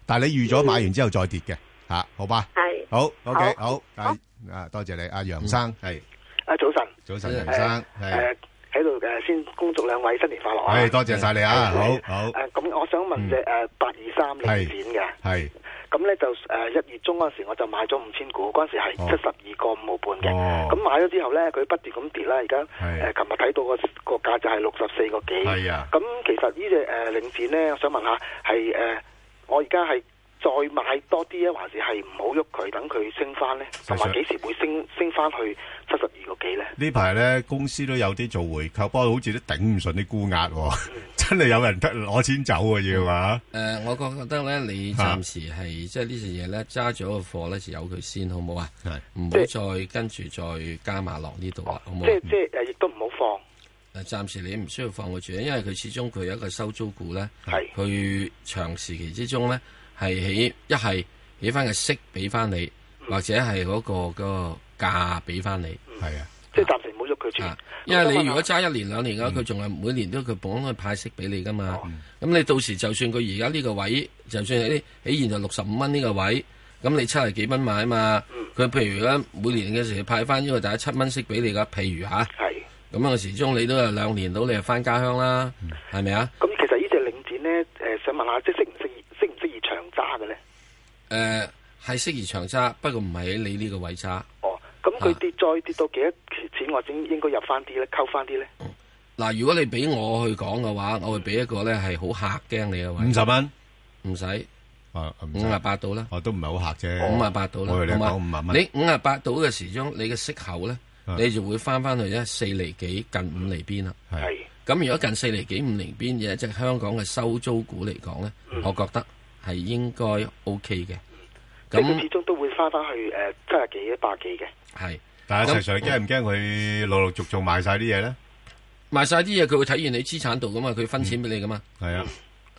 Speaker 6: 但係你預咗買完之後再跌嘅嚇、好吧？
Speaker 28: 係
Speaker 6: 好，OK，
Speaker 29: 好
Speaker 6: 好，啊啊，多謝你，阿楊生係
Speaker 29: 啊，早晨，
Speaker 6: 早晨楊生
Speaker 29: 誒
Speaker 6: 係
Speaker 29: 誒喺度誒，先恭祝兩位新年快樂啊！
Speaker 6: 係多謝晒你啊
Speaker 29: 係
Speaker 6: 好
Speaker 29: 係
Speaker 6: 好嗯
Speaker 29: 誒，咁我想問只誒八二三領展嘅，
Speaker 6: 係
Speaker 29: 咁咧就誒一月中嗰陣時我就買咗五千股，嗰陣時係七十二個五毫半嘅，
Speaker 6: 哦
Speaker 29: 咁買咗之後咧佢不斷咁跌啦，而家誒
Speaker 6: 係
Speaker 29: 琴日睇到個個價就係六十四個幾，
Speaker 6: 係啊
Speaker 29: 咁其實呢只誒領展咧，我想問下係誒我而家係。再買多啲啊，還是係唔好喐佢，等佢升翻呢？同埋幾時會升升翻去七十二個幾呢？
Speaker 6: 呢排咧公司都有啲做回購，不過好似都頂唔順啲沽壓 喎，真係有人得攞錢走啊要啊！
Speaker 7: 誒、我覺得咧，你暫時係即係呢隻嘢咧，揸咗個貨咧，就由佢先，好唔好啊？唔好再跟住再加碼落呢度啦，好唔好啊
Speaker 29: 即係即係誒，亦都唔好
Speaker 7: 啊？誒，暫時你唔需要放佢住，因為佢始終佢有一個收租股咧，
Speaker 29: 係
Speaker 7: 佢長時期之中咧係起一係起翻個息俾翻你，或者係嗰、個嗰個價俾翻你。
Speaker 6: 係啊，
Speaker 29: 即係暫時唔好喐佢住。
Speaker 7: 因為你如果揸一年兩年嘅話，佢仲係每年都佢綁去派息俾你噶嘛。咁你到時就算佢而家呢個位，就算喺喺現在六十五蚊呢個位，咁你七十幾蚊買嘛，佢譬如而家每年嘅時候派翻呢個大家七蚊息俾你噶，譬如吓，咁啊始終你都有兩年到你就翻家鄉啦，係咪啊？
Speaker 29: 咁其實呢只領展呢，誒想問下，即係適唔適宜適唔適宜長揸嘅呢？
Speaker 7: 誒係適宜長揸，不過唔係喺你呢個位揸。
Speaker 29: 哦咁佢跌再跌到幾多錢，我先應該入翻啲呢？溝翻啲呢？
Speaker 7: 嗱，如果你俾我去講嘅話，我會俾一個咧係好嚇驚你嘅位，
Speaker 6: 五十蚊
Speaker 7: 唔使。
Speaker 6: 啊
Speaker 7: 五啊八度啦，
Speaker 6: 我都唔係好客啫，
Speaker 7: 五啊八度啦，
Speaker 6: 我以為你
Speaker 7: 好嘛
Speaker 6: 講五啊蚊，啊
Speaker 7: 你五啊八度嘅時鐘，你嘅息口咧，你就會翻翻去一四厘幾近五厘邊啦。
Speaker 6: 係
Speaker 7: 咁，如果近四厘幾五厘邊嘅一隻香港嘅收租股嚟講咧，我覺得係應該 O K 嘅。咁
Speaker 29: 佢始終都會翻翻去誒七廿幾、一百幾嘅。
Speaker 7: 係，
Speaker 6: 但係
Speaker 7: 咁嗯
Speaker 6: 實上驚唔驚佢陸陸續續賣晒啲嘢咧？
Speaker 7: 賣晒啲嘢，佢會體現你資產度噶嘛，佢分錢俾你噶嘛。
Speaker 6: 係啊，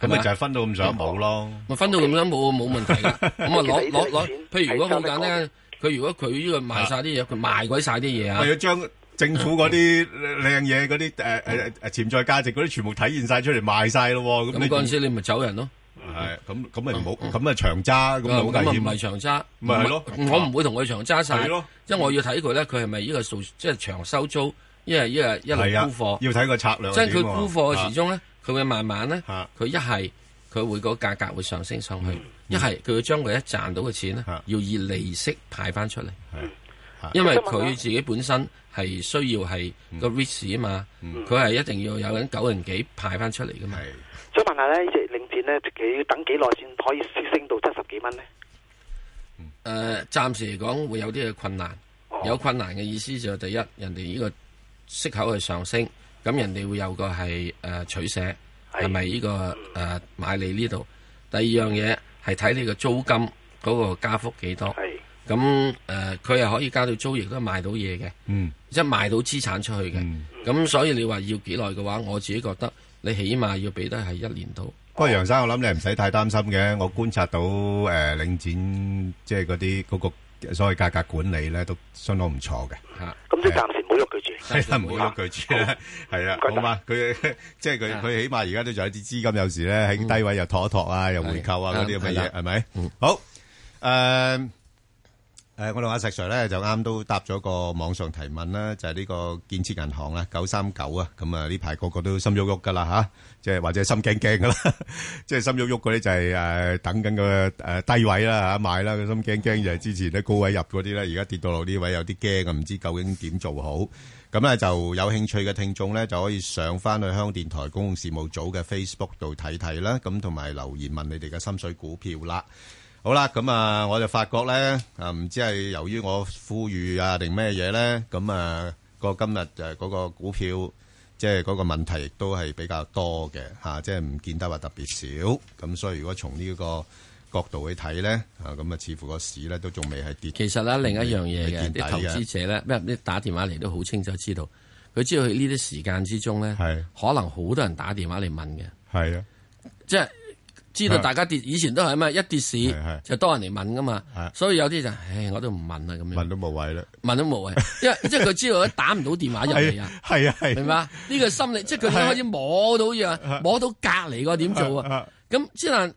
Speaker 6: 咁咪就係分到咁上下冇咯。
Speaker 7: 咪分到咁樣冇冇問題㗎。咁啊攞攞攞
Speaker 6: 其實呢啲錢，
Speaker 7: 譬如如果好簡
Speaker 6: 係
Speaker 7: 單，佢如果佢呢個賣晒啲嘢，佢賣鬼晒啲嘢啊
Speaker 6: 咪。要將政府嗰啲靚嘢、嗰啲誒誒誒潛在價值嗰啲，全部體現晒出嚟賣晒咯喎。
Speaker 7: 咁嗰陣時你咪走人咯。
Speaker 6: 係，咁咁咪唔好，咁咪長揸，咁咪好
Speaker 7: 咁啊
Speaker 6: 危
Speaker 7: 唔係
Speaker 6: 險。
Speaker 7: 長揸，
Speaker 6: 咪係咯
Speaker 7: 我唔會同佢長揸晒
Speaker 6: 係咯，
Speaker 7: 因為我要睇佢咧，佢係咪呢個數即係長收租，一係一係一
Speaker 6: 係啊
Speaker 7: 路沽貨，
Speaker 6: 要睇個策略係
Speaker 7: 即係佢
Speaker 6: 點喎啊
Speaker 7: 沽貨嘅時鐘咧，佢會慢慢咧，佢一係佢會個價格會上升上去，
Speaker 6: 嗯
Speaker 7: 一係佢會將佢一賺到嘅錢咧，
Speaker 6: 啊
Speaker 7: 要以利息派翻出嚟。因為佢自己本身係需要係個
Speaker 6: 嗯
Speaker 7: risk 啊嘛，佢係一定要有緊九人幾派翻出嚟噶嘛。
Speaker 29: 想問下咧，呢只領展咧，幾等幾耐先可以升到七十幾蚊咧？
Speaker 7: 誒、呃暫時嚟講會有啲嘅困難，有困難嘅意思就係第一，人哋呢個息口係上升，咁人哋會有個係誒、取捨，係咪呢個誒、買你呢度？第二樣嘢係睇你個租金嗰個加幅幾多，咁誒佢係可以加到租，亦都賣到嘢嘅，
Speaker 6: 嗯，
Speaker 7: 即係賣到資產出去嘅。咁、所以你話要幾耐嘅話，我自己覺得你起碼要俾得係一年到。
Speaker 6: 不過楊生，我諗你唔使太擔心嘅。我觀察到誒、呃、領展即係嗰啲嗰個所謂價格管理咧，都相當唔錯嘅。
Speaker 7: 嚇，
Speaker 29: 咁即係暫時唔好喐佢住。
Speaker 6: 係啦，唔好喐佢住啦，係啦，好嘛？佢即係佢，佢起碼而家都仲有啲資金，有時咧喺低位又托一托啊，又回購啊
Speaker 10: 係
Speaker 6: 嗰啲咁
Speaker 10: 啱
Speaker 6: 嘅
Speaker 10: 係
Speaker 6: 嘢，
Speaker 10: 啦
Speaker 6: 係咪？好，誒 誒，我同阿石 Sir 咧就啱都答咗個網上提問啦，就係呢個建設銀行啦，九三九啊，咁啊呢排個個都心喐喐噶啦吓，即係或者心驚驚噶啦，即係心喐喐嗰啲就係誒等緊個誒低位啦嚇買啦，個心驚驚就係之前咧高位入嗰啲咧，而家跌到落呢位有啲驚啊，唔知究竟點做好。咁咧就有興趣嘅聽眾咧就可以上翻去香港電台公共事務組嘅 Facebook 度睇睇啦，咁同埋留言問你哋嘅心水股票啦。好啦，咁啊，我就發覺咧，啊唔知係由於我呼籲啊定咩嘢咧，咁啊個今日誒嗰個股票，即係嗰個問題亦都係比較多嘅嚇、啊即係唔見得話特別少。咁所以如果從呢個角度去睇咧，啊咁啊，似乎個市咧都仲未係跌。嗯
Speaker 7: 其實咧，另一樣嘢
Speaker 6: 未
Speaker 7: 嘅
Speaker 6: 見底
Speaker 7: 啲投資者咧，咩啲打電話嚟都好清楚知道，佢知道佢呢啲時間之中咧，可能好多人打電話嚟問嘅，
Speaker 6: 係啊，
Speaker 7: 即係知道大家跌，以前都係嘛，啊一跌市就多人嚟問噶嘛，所以有啲就唉，我都唔問啦咁樣，問
Speaker 6: 都冇謂啦，
Speaker 7: 問都冇謂， 因為即係佢知道打唔到電話入嚟啊，
Speaker 6: 係啊係，
Speaker 7: 明白？呢個心理即係佢已經開始摸到嘢啊，摸到隔離個點做啊，咁之但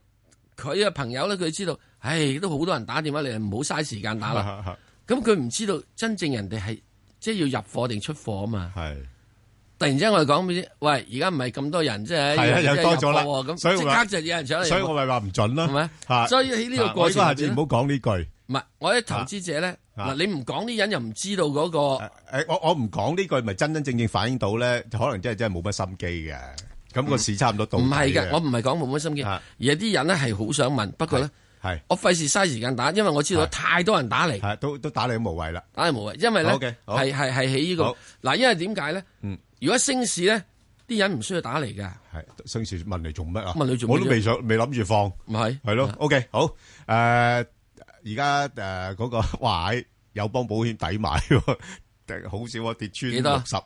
Speaker 7: 佢嘅朋友咧，佢知道，唉，都好多人打電話嚟，唔好嘥時間打啦。 咁佢唔知道真正人哋係即係要入貨定出貨啊嘛。
Speaker 6: 係。
Speaker 7: 突然之間我哋講俾你知，喂，而家唔係咁多人，即係
Speaker 6: 係啊
Speaker 7: 即係
Speaker 6: 又多咗啦
Speaker 7: 入貨喎
Speaker 6: 所
Speaker 7: 咁
Speaker 6: 以我
Speaker 7: 即
Speaker 6: 話
Speaker 7: 刻就有人上嚟。
Speaker 6: 所以我咪話唔準咯，
Speaker 7: 係咪
Speaker 6: 嚇
Speaker 7: 所以喺呢個
Speaker 6: 啊
Speaker 7: 過程
Speaker 6: 我應該下次
Speaker 7: 入邊
Speaker 6: 唔好講呢句。
Speaker 7: 唔係我啲投資者咧，
Speaker 6: 啊
Speaker 7: 嗱你唔講啲人又唔知道嗰個。
Speaker 6: 誒，我我唔講呢句，咪真真正正反映到咧，可能真係真係冇乜心機嘅。咁個市差唔多到。
Speaker 7: 嗯
Speaker 6: 啊
Speaker 7: 唔係嘅，我唔係講冇乜心機，而係啲人咧係好想問，不過咧，
Speaker 6: 係
Speaker 7: 我費事嘥時間打，因為我知道太多人打嚟，
Speaker 6: 都都打你都無謂啦，
Speaker 7: 打你無謂，因為咧
Speaker 6: OK，好
Speaker 7: 係係係喺呢個
Speaker 6: 好
Speaker 7: 嗱，因為點解咧
Speaker 6: 嗯？
Speaker 7: 如果升市咧，啲人唔需要打嚟㗎。
Speaker 6: 係，上次問你做乜啊？
Speaker 7: 問你做乜啫
Speaker 6: 我都未想，未諗住放。
Speaker 7: 唔係，
Speaker 6: 係咯
Speaker 7: 啊。
Speaker 6: OK，好。誒，À, 而家誒 嗰個哇，友邦保險抵買 喎。好少我跌穿
Speaker 7: 幾多
Speaker 6: 六十，誒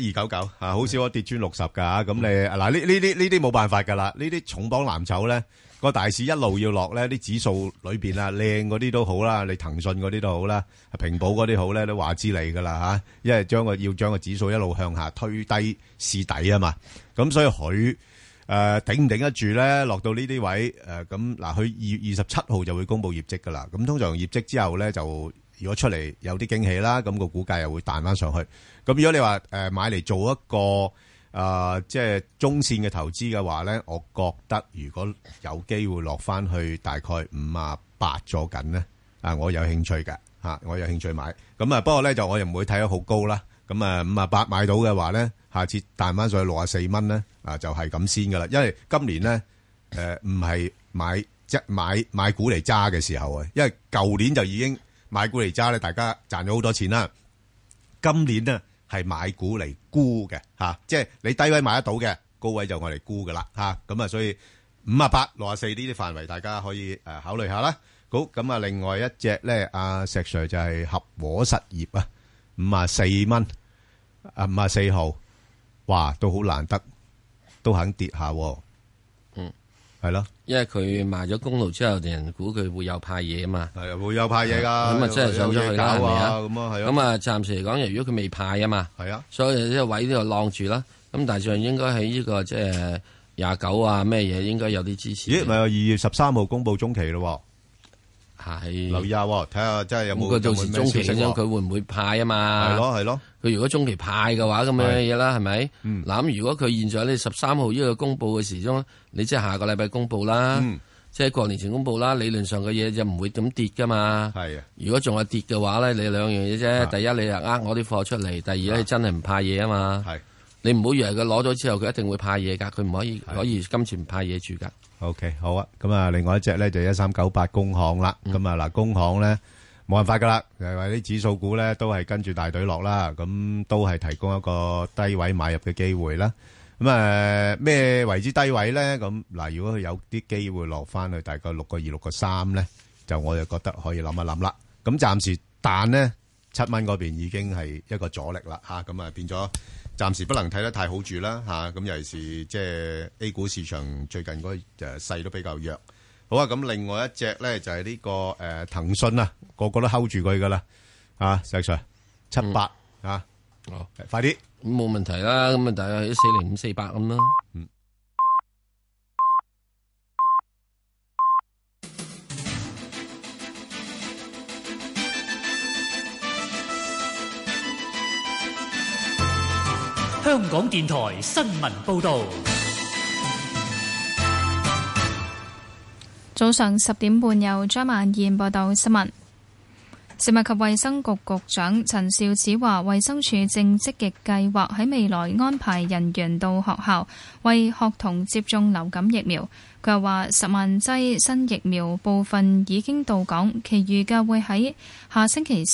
Speaker 6: 一二九九啊，好少我跌穿六十㗎，咁你嗱呢呢啲呢啲冇辦法㗎啦，呢啲重磅藍籌咧，個大市一路要落咧，啲指數裏邊啊靚嗰啲都好啦，你騰訊嗰啲都好啦，平保嗰啲好咧，都話之你㗎啦嚇，因為將個要將個指數一路向下推低試底啊嘛，咁所以佢。誒呃頂唔頂得住咧？落到呢啲位誒咁嗱，佢二月二十七號就會公布業績噶啦。咁通常業績之後咧，就如果出嚟有啲驚喜啦，咁個股價又會彈翻上去。咁如果你話誒買嚟做一個誒即係中線嘅投資嘅話咧，我覺得如果有機會落翻去大概五啊八咗緊咧，啊我有興趣嘅嚇，我有興趣買。咁啊不過咧就我又唔會睇得好高啦。咁啊五啊八買到嘅話咧，下次彈翻上去六啊四蚊咧，啊就係咁先噶啦。因為今年咧誒唔係買即買買股嚟揸嘅時候啊，因為舊年就已經買股嚟揸咧，大家賺咗好多錢啦。今年呢係買股嚟沽嘅嚇、啊即係你低位買得到嘅，高位就我嚟沽噶啦嚇。咁啊，所以五啊八、六啊四呢啲範圍，大家可以誒、呃考慮下啦。好，咁啊，另外一隻呢，阿石Sir就係合和實業啊，54蚊，啊，54號。哇，都好難得，都肯跌下喎。係咯。
Speaker 7: 因為佢賣咗公路之後，人估佢會有派嘢嘛。
Speaker 6: 係啊，會有派嘢㗎
Speaker 7: 咁啊，真係上咗去啦，係
Speaker 6: 有嘢搞
Speaker 7: 咪
Speaker 6: 啊
Speaker 7: 啊？
Speaker 6: 咁啊係啊
Speaker 7: 咁啊，暫時嚟講，如果佢未派啊嘛，
Speaker 6: 係啊，
Speaker 7: 所以呢個位呢度晾住啦。咁大致上應該喺呢個即係廿九啊咩嘢，應該有啲支持。
Speaker 6: 咦，咪有2月13號公佈中期咯喎。留意下喎，睇下真係有冇-
Speaker 7: 咁佢到
Speaker 6: 有冇
Speaker 7: 時
Speaker 6: 咩
Speaker 7: 中期
Speaker 6: 消息
Speaker 7: 咁樣
Speaker 6: 喎。
Speaker 7: 佢會唔會派啊嘛？
Speaker 6: 係咯係咯。嗯
Speaker 7: 佢如果中期派嘅話，咁樣嘢啦，係咪？嗱咁如果佢現在呢十三號呢個公佈嘅時鐘，你即係下個禮拜公佈啦，
Speaker 6: 嗯
Speaker 7: 即係過年前公佈啦。理論上嘅嘢就唔會咁跌噶嘛。
Speaker 6: 係啊。
Speaker 7: 如果仲係跌嘅話咧，你兩樣嘢啫。第一，你又呃我啲貨出嚟；第二咧，真係唔派嘢啊嘛。
Speaker 6: 係。
Speaker 7: 你唔好以為佢攞咗之後，佢一定會派嘢㗎。佢唔可以可以今次唔派嘢住㗎。
Speaker 6: OK，好啊。咁啊，另外一隻呢，就1398工行啦。咁啊，嗱，工行呢，冇辦法㗎啦，係咪？啲指數股呢，都係跟住大隊落啦。咁都係提供一個低位買入嘅機會啦。咁，誒，咩為之低位呢？咁，嗱，如果佢有啲機會落返去大概6.26個三呢，就我就覺得可以諗一諗啦。咁暫時彈呢，七蚊嗰邊已經係一個阻力啦，吓，咁啊，變咗暫時不能睇得太好住啦嚇，咁、尤其是即係 A 股市場最近嗰個誒勢都比較弱。好啊，咁另外一隻咧就係、呢、個誒、呃、騰訊啊，個個都 hold 住佢噶啦啊，石 Sir 七八、啊，
Speaker 7: 哦，
Speaker 6: 快啲，
Speaker 7: 咁冇問題啦。咁啊，大概一四零五四百咁啦。
Speaker 6: 嗯。
Speaker 10: 香港電台新聞報道，
Speaker 11: 早上十點半，由張曼燕報道新聞。食物及衛生局局長陳肇始話，衛生署正積極計劃喺未來安排人員到學校為學童接種流感疫苗。佢又話，十萬劑新疫苗部分已經到港，其餘嘅會喺下星期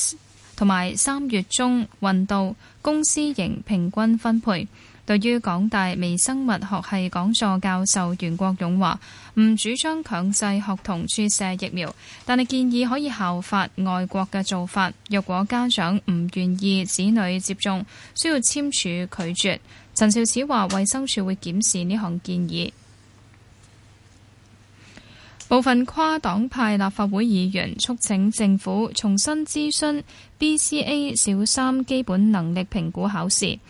Speaker 11: 同埋三月中運到公私營平均分配。對於港大微生物學系講座教授袁國勇話：唔主張強制學童注射疫苗，但係建議可以效法外國嘅做法。若果家長唔願意子女接種，需要簽署拒絕。陳肇始話：衛生署會檢視呢項建議。部分跨黨派立法會議員促請政府重新諮詢 BCA 小三基本能力評估考試。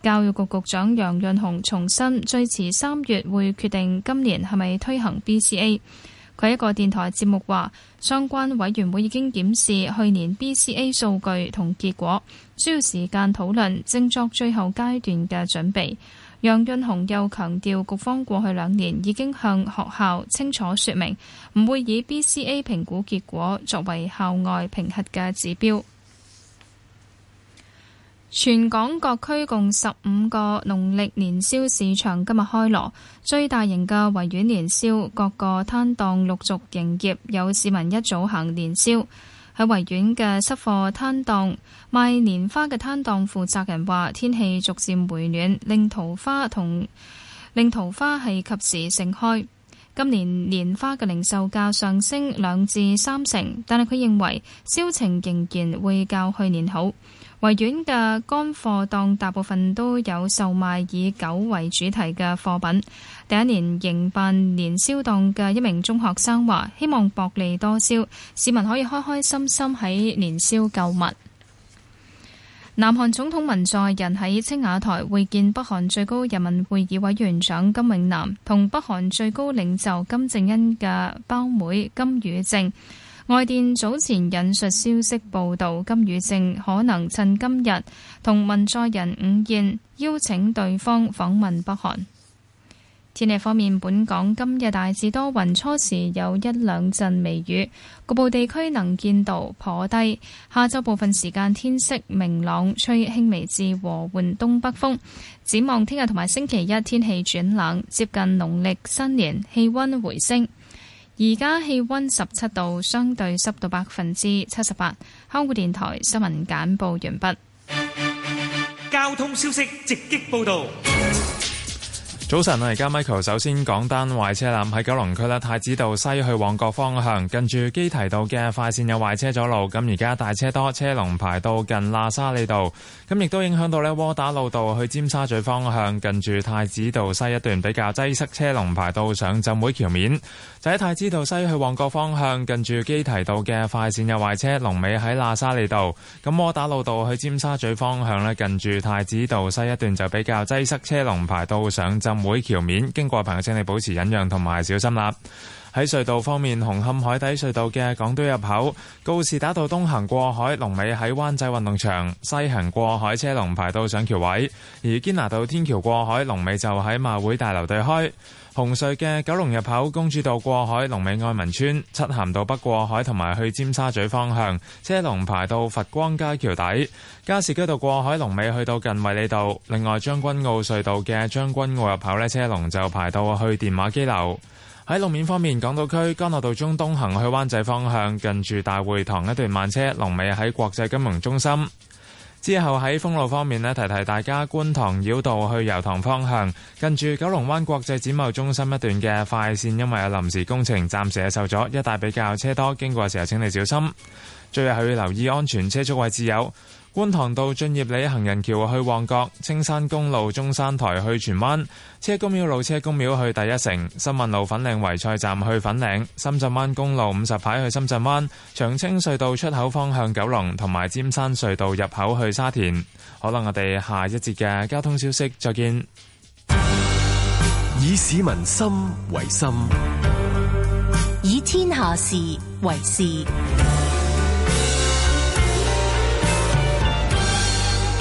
Speaker 11: 教育局局長楊潤雄重申，最遲三月會決定今年係咪推行 BCA。佢喺一個電台節目話，相關委員會已經檢視去年 BCA 數據同結果，需要時間討論，正作最後階段嘅準備。楊潤雄又強調，局方過去兩年已經向學校清楚說明，唔會以 BCA 評估結果作為校外評核嘅指標。全港各區共十五個農曆年宵市場今日開鑼，最大型嘅維園年宵各個攤檔陸續營業，有市民一早行年宵。喺維園嘅濕貨攤檔賣年花嘅攤檔負責人話：天氣逐漸回暖，令桃花同令桃花係及時盛開。今年年花嘅零售價上升兩至三成，但係佢認為銷情仍然會較去年好。維園嘅乾貨檔大部分都有售賣以狗為主題嘅貨品。第一年營辦年宵檔嘅一名中學生話：希望薄利多銷，市民可以開開心心喺年宵購物。南韓總統文在寅喺青瓦台會見北韓最高人民會議委員長金永南同北韓最高領袖金正恩嘅胞妹金與正。外電早前引述消息報道，金與正可能趁今日同文在寅午宴邀請對方訪問北韓。天氣方面，本港今日大致多雲，初時有一兩陣微雨，局部地區能見度頗低。下晝部分時間天色明朗，吹輕微至和緩東北風。展望聽日同埋星期一天氣轉冷，接近農曆新年氣温回升。而家氣温十七度，相對濕度百分之七十八。香港電台新聞簡報完畢。
Speaker 10: 交通消息直擊報道。
Speaker 3: 早晨啊，而家 Michael 首先講單壞車啦，咁喺九龍區咧太子道西去旺角方向，近住基提道嘅快線有壞車阻路，咁而家大車多，車龍排到近喇沙利道，咁亦都影響到咧窩打老道去尖沙咀方向，近住太子道西一段比較擠塞，車龍排到上浸會橋面。就喺太子道西去旺角方向，近住基提道嘅快線有壞車，龍尾喺喇沙利道，咁窩打老道去尖沙咀方向咧，近住太子道西一段就比較擠塞，車龍排到上浸會橋面，經過嘅朋友請你保持忍讓同埋小心啦。喺隧道方面，紅磡海底隧道嘅港島入口告士打道東行過海，龍尾喺灣仔運動場；西行過海車龍排到上橋位，而堅拿道天橋過海龍尾就喺馬會大樓對開。紅隧嘅九龍入口公主道過海，龍尾愛民村；漆咸道北過海同埋去尖沙咀方向，車龍排到佛光街橋底；加士居道過海龍尾去到近衛理道。另外將軍澳隧道嘅將軍澳入口呢，車龍就排到去電話機樓。喺路面方面，港島區干諾道中東行去灣仔方向，近住大會堂一段慢車，龍尾喺國際金融中心。之後喺封路方面呢，提提大家，觀塘繞道去油塘方向，近住九龍灣國際展貿中心一段嘅快線，因為有臨時工程，暫時係受阻，一帶比較車多，經過嘅時候請你小心。最後係要留意安全車速位置有觀塘道駿業里行人橋去旺角、青山公路中山台去荃灣、車公廟路車公廟去第一城、新運路粉嶺圍菜站去粉嶺、深圳灣公路五十牌去深圳灣、長青隧道出口方向九龍同埋尖山隧道入口去沙田。好啦，我哋下一節嘅交通消息再見。
Speaker 13: 以市民心為心，
Speaker 12: 以天下事為事。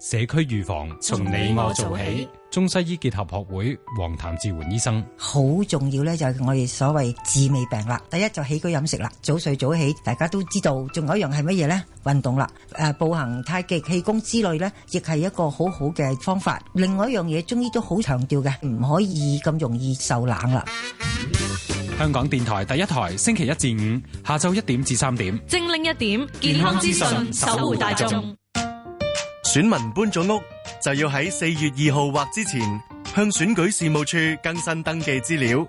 Speaker 19: 社區預防從你我做起。中西醫結合學會黃譚志桓醫生，
Speaker 3: 好重要咧，就係我哋所謂治未病啦。第一就起居飲食啦，早睡早起，大家都知道。仲有一樣係乜嘢呢？運動啦，誒、步行、太極、氣功之類呢，亦係一個好好嘅方法。另外一樣嘢，中醫都好強調嘅，唔可以咁容易受冷啦。
Speaker 19: 香港電台第一台，星期一至五下晝一點至三點。
Speaker 20: 精靈一點，
Speaker 19: 健康資訊守護大眾。
Speaker 21: 選民搬咗屋就要喺四月二號或之前向選舉事務處更新登記資料。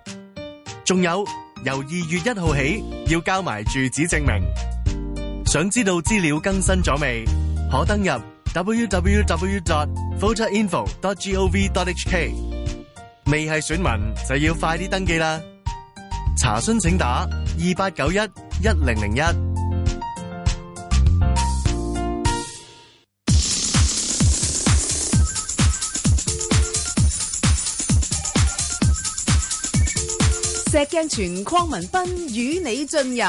Speaker 21: 仲有，由二月一號起要交埋住址證明。想知道資料更新咗未？可登入 www.voterinfo.gov.hk。未係選民就要快啲登記啦。查詢請打二八九一一零零一。
Speaker 4: 石鏡泉邝文斌與你進入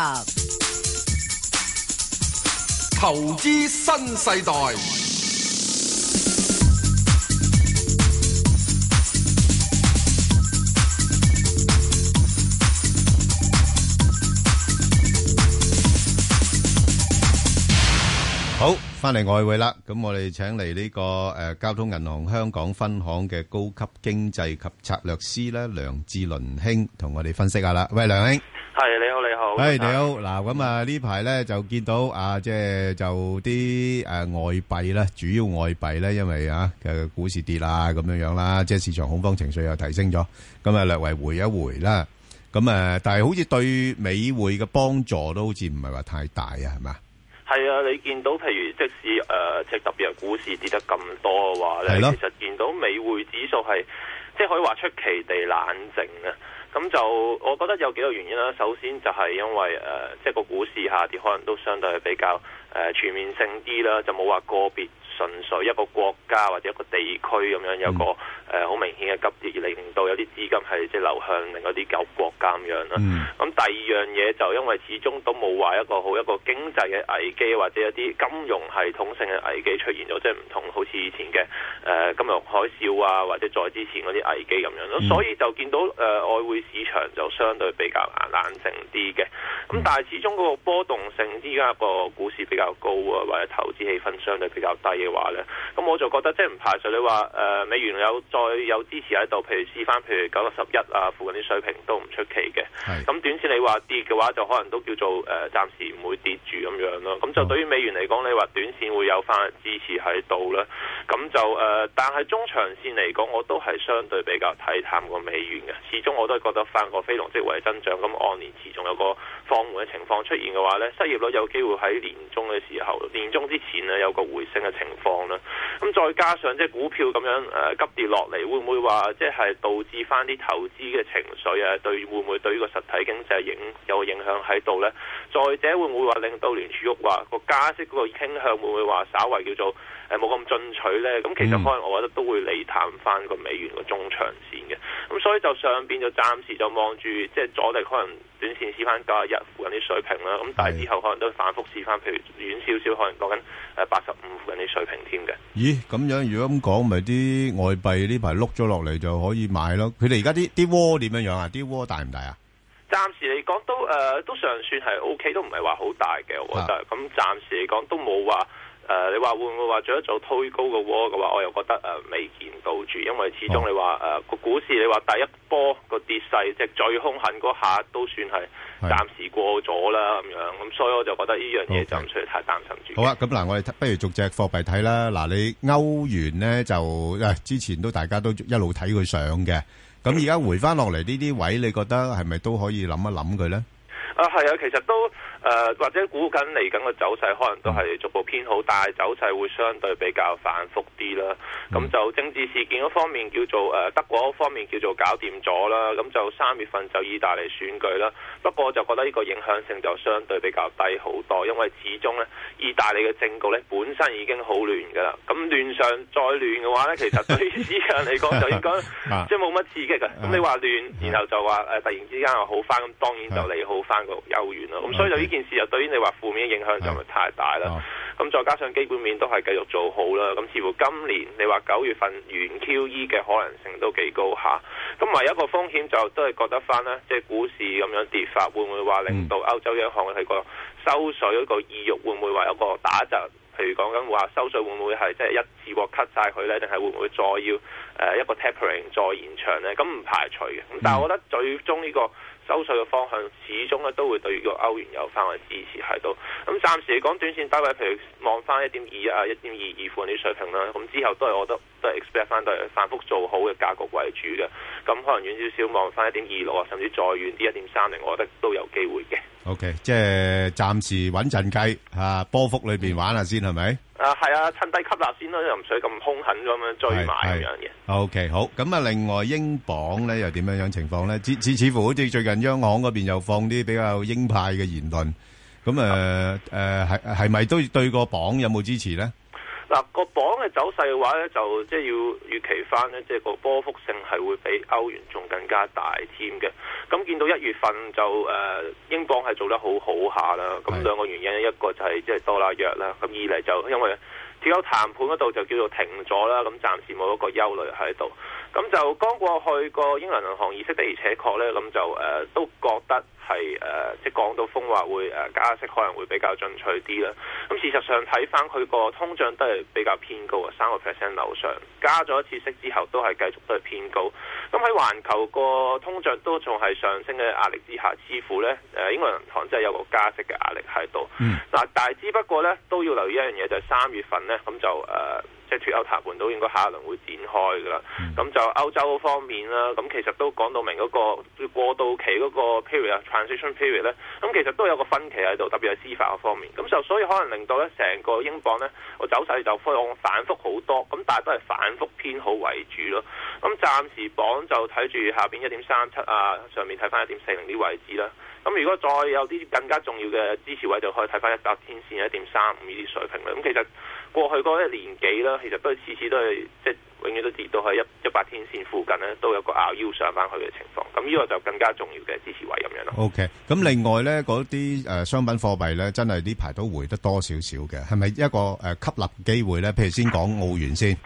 Speaker 5: 投資新世代，
Speaker 6: 好，翻嚟外匯啦，咁我哋請嚟呢、個诶、交通銀行香港分行嘅高級經濟及策略師咧梁志倫兄同我哋分析下啦。喂，梁兄。
Speaker 22: 係你好，你好。
Speaker 6: 系你好，嗱咁啊呢排咧就見到啊，即係就啲诶外幣咧，主要外幣咧，因為啊嘅股市跌啦，咁樣樣啦，即係市場恐慌情緒又提升咗，咁啊略為回一回啦。咁誒，但係好似對美匯嘅幫助都好似唔係話太大啊，係嘛？
Speaker 22: 係啊，你見到譬如即使誒，呃即係特別係股市跌得咁多嘅話咧，
Speaker 6: 係咯
Speaker 22: 其實見到美匯指數係即係可以話出奇地冷靜啊。咁就我覺得有幾個原因啦。首先就係因為誒、呃即係個股市下跌可能都相對係比較誒、呃全面性啲啦，就冇話個別純粹一個國家或者一個地區咁樣有個誒好、明顯嘅急跌，而令到有啲資金係即係流向另外啲舊國家咁樣啦。咁第二樣嘢就因為始終都冇話一個好一個經濟嘅危機或者一啲金融系統性嘅危機出現咗，即係唔同好似以前嘅誒、呃金融海嘯啊，或者再之前嗰啲危機咁樣咯。所以就見到誒、呃外匯市場就相對比較冷靜啲嘅。咁但係始終嗰個波動性依家個股市比較高啊，或者投資氣氛相對比較低嘅嘅話咧，咁我就覺得即係唔排除你話誒、呃美元有再有支持喺度，譬如試翻譬如九十一啊附近啲水平都唔出奇嘅。咁短線你話跌嘅話，就可能都叫做誒、呃、暫時唔會跌住咁樣咯。咁就對於美元嚟講，你話短線會有翻支持喺度啦。咁就誒、呃但係中長線嚟講，我都係相對比較睇淡個美元嘅。始終我都係覺得翻個非農職位增長咁按年持續有個放緩嘅情況出現嘅話咧，失業率有機會喺年中嘅時候，年中之前咧有個回升嘅情況啦。咁再加上即係股票咁樣誒、呃急跌落嚟，會唔會話即係導致翻啲投資嘅情緒啊？對會唔會對呢個實體經濟影有個影響喺度呢？再者會唔會話令到聯儲局話個加息嗰個傾向會唔會話稍為叫做誒冇咁進取呢？咁其實
Speaker 8: 嗯
Speaker 22: 可能我覺得都會利淡翻個美元個中長線嘅。咁所以就上邊就暫時就望住即係阻力可能。短線試翻九十一附近啲水平啦，咁但係之後可能都反覆試翻，譬如遠少少，可能講緊誒八十五附近啲水平添嘅。
Speaker 6: 咦，咁樣如果咁講，咪啲外幣呢排碌咗落嚟就可以買咯。佢哋而家啲-啲窩點樣樣啊？啲窩大唔大啊？
Speaker 22: 暫時嚟講都誒、呃都尚算係 O K，都唔係話好大嘅，我覺得。咁、暫時嚟講都冇話誒，你話會唔會話做一做推高個窩嘅話，我又覺得誒、呃未見到住，因為始終你話誒個股市，你話第一波個跌勢，即係最兇狠嗰下都算係暫時過咗啦咁樣。咁所以我就覺得呢樣嘢就唔需要太擔心住。
Speaker 6: 好啊，咁嗱，我哋睇-不如逐隻貨幣睇啦。嗱，你歐元呢，就，啊，之前都大家都一路睇佢上嘅。咁而家回返落嚟呢啲位，你覺得係咪都可以諗一諗佢呢？
Speaker 22: 啊，係啊，其實都誒、呃或者估緊嚟緊個走勢，可能都係逐步偏好，但係走勢會相對比較反覆啲啦。咁就政治事件嗰方面叫做誒、呃德國嗰方面叫做搞掂咗啦。咁就三月份就意大利選舉啦。不過我就覺得呢個影響性就相對比較低好多，因為始終呢，意大利嘅政局呢本身已經好亂㗎啦。咁亂上再亂嘅話呢，其實對於市場嚟講就應該
Speaker 6: 啊
Speaker 22: 即係冇乜刺激嘅。咁你話亂，然後就話誒、呃突然之間又好翻，咁當
Speaker 6: 啊
Speaker 22: 然就利好翻個歐元啦。咁所以就呢件事就對於你話負面嘅影響就唔係太大
Speaker 6: 啊
Speaker 22: 啦。咁再加上基本面都係繼續做好啦，咁似乎今年你話九月份完 QE 嘅可能性都幾高下。咁唯一一個風險就都係覺得翻咧，即係股市咁樣跌法，會唔會話
Speaker 6: 嗯
Speaker 22: 令到歐洲央行佢個收水嗰個意欲會唔會話有個打折？譬如講緊話收水會唔會係即係一次過 cut 晒佢呢？定係會唔會再要誒、呃一個 tapering 再延長呢？咁唔排除嘅。咁但係我覺得最終呢個收水嘅方向，始終咧都會對個歐元有翻個支持喺度。咁暫時嚟講，短線低位譬如望翻一點二啊、一點二二附近啲水平啦。咁之後都係我覺得都係 expect 翻都係反覆做好嘅格局為主嘅。咁可能遠少少望翻一點二六啊，甚至再遠啲一點三零，我覺得都有機會嘅。
Speaker 6: OK，即係暫時穩陣計，啊，波幅裏邊玩下先，係咪？
Speaker 22: 啊，係啊，趁低吸納先啦，又唔使咁兇狠咁樣追買咁
Speaker 6: 係，
Speaker 22: 樣嘅。
Speaker 6: 係。OK，好。咁啊，另外英鎊呢，又點樣樣情況呢？似-似-似乎好似最近央行嗰邊又放啲比較鷹派嘅言論。咁，誒，誒，係-係咪都-對個鎊有冇支持呢？
Speaker 22: 嗱，個磅嘅走勢嘅話咧，就即係要預期翻咧，即係個波幅性係會比歐元仲更加大添嘅。咁見到一月份就誒、呃英鎊係做得好好下啦。咁兩個原因，一個就係即係多啦弱啦，咁二嚟就因為脱歐談判嗰度就叫做停咗啦，咁暫時冇一個憂慮喺度。咁就剛過去個英倫銀行議息的而且確咧，咁就誒、呃都覺得係誒、呃即係講到風話會誒、呃加息可能會比較進取啲啦。咁事實上睇翻佢個通脹都係比較偏高啊，三個 percent 樓上，加咗一次息之後都係繼續都係偏高。咁喺環球個通脹都仲係上升嘅壓力之下，似乎咧誒、呃英國銀行真係有個加息嘅壓力喺度。嗱，但係只不過咧都要留意一樣嘢，就係、三月份咧，咁就誒、呃即係脱歐談判都應該下一輪會展開㗎啦。咁、就歐洲方面啦，咁其實都講到明嗰個過渡期嗰個 period 啊 transition period 咧，咁其實都有個分歧喺度，特別係司法嗰方面。咁就所以可能令到咧成個英鎊咧個走勢就反反覆好多，咁但係都係反覆偏好為主咯。咁暫時鎊就睇住下邊一點三七啊，上面睇翻一點四零啲位置啦。咁如果再有啲更加重要嘅支持位，就可以睇翻一百天線一點三五呢啲水平啦。咁其實過去嗰一年幾啦，其實都係次次都係即係永遠都跌到喺一一百天線附近咧，都有個拗腰上翻去嘅情況。咁呢個就更加重要嘅支持位咁樣咯。
Speaker 6: OK，咁另外呢，嗰啲，誒，商品貨幣呢，真係呢排都回得多少少嘅。係咪一個，誒，吸納機會呢？譬如先講澳元先。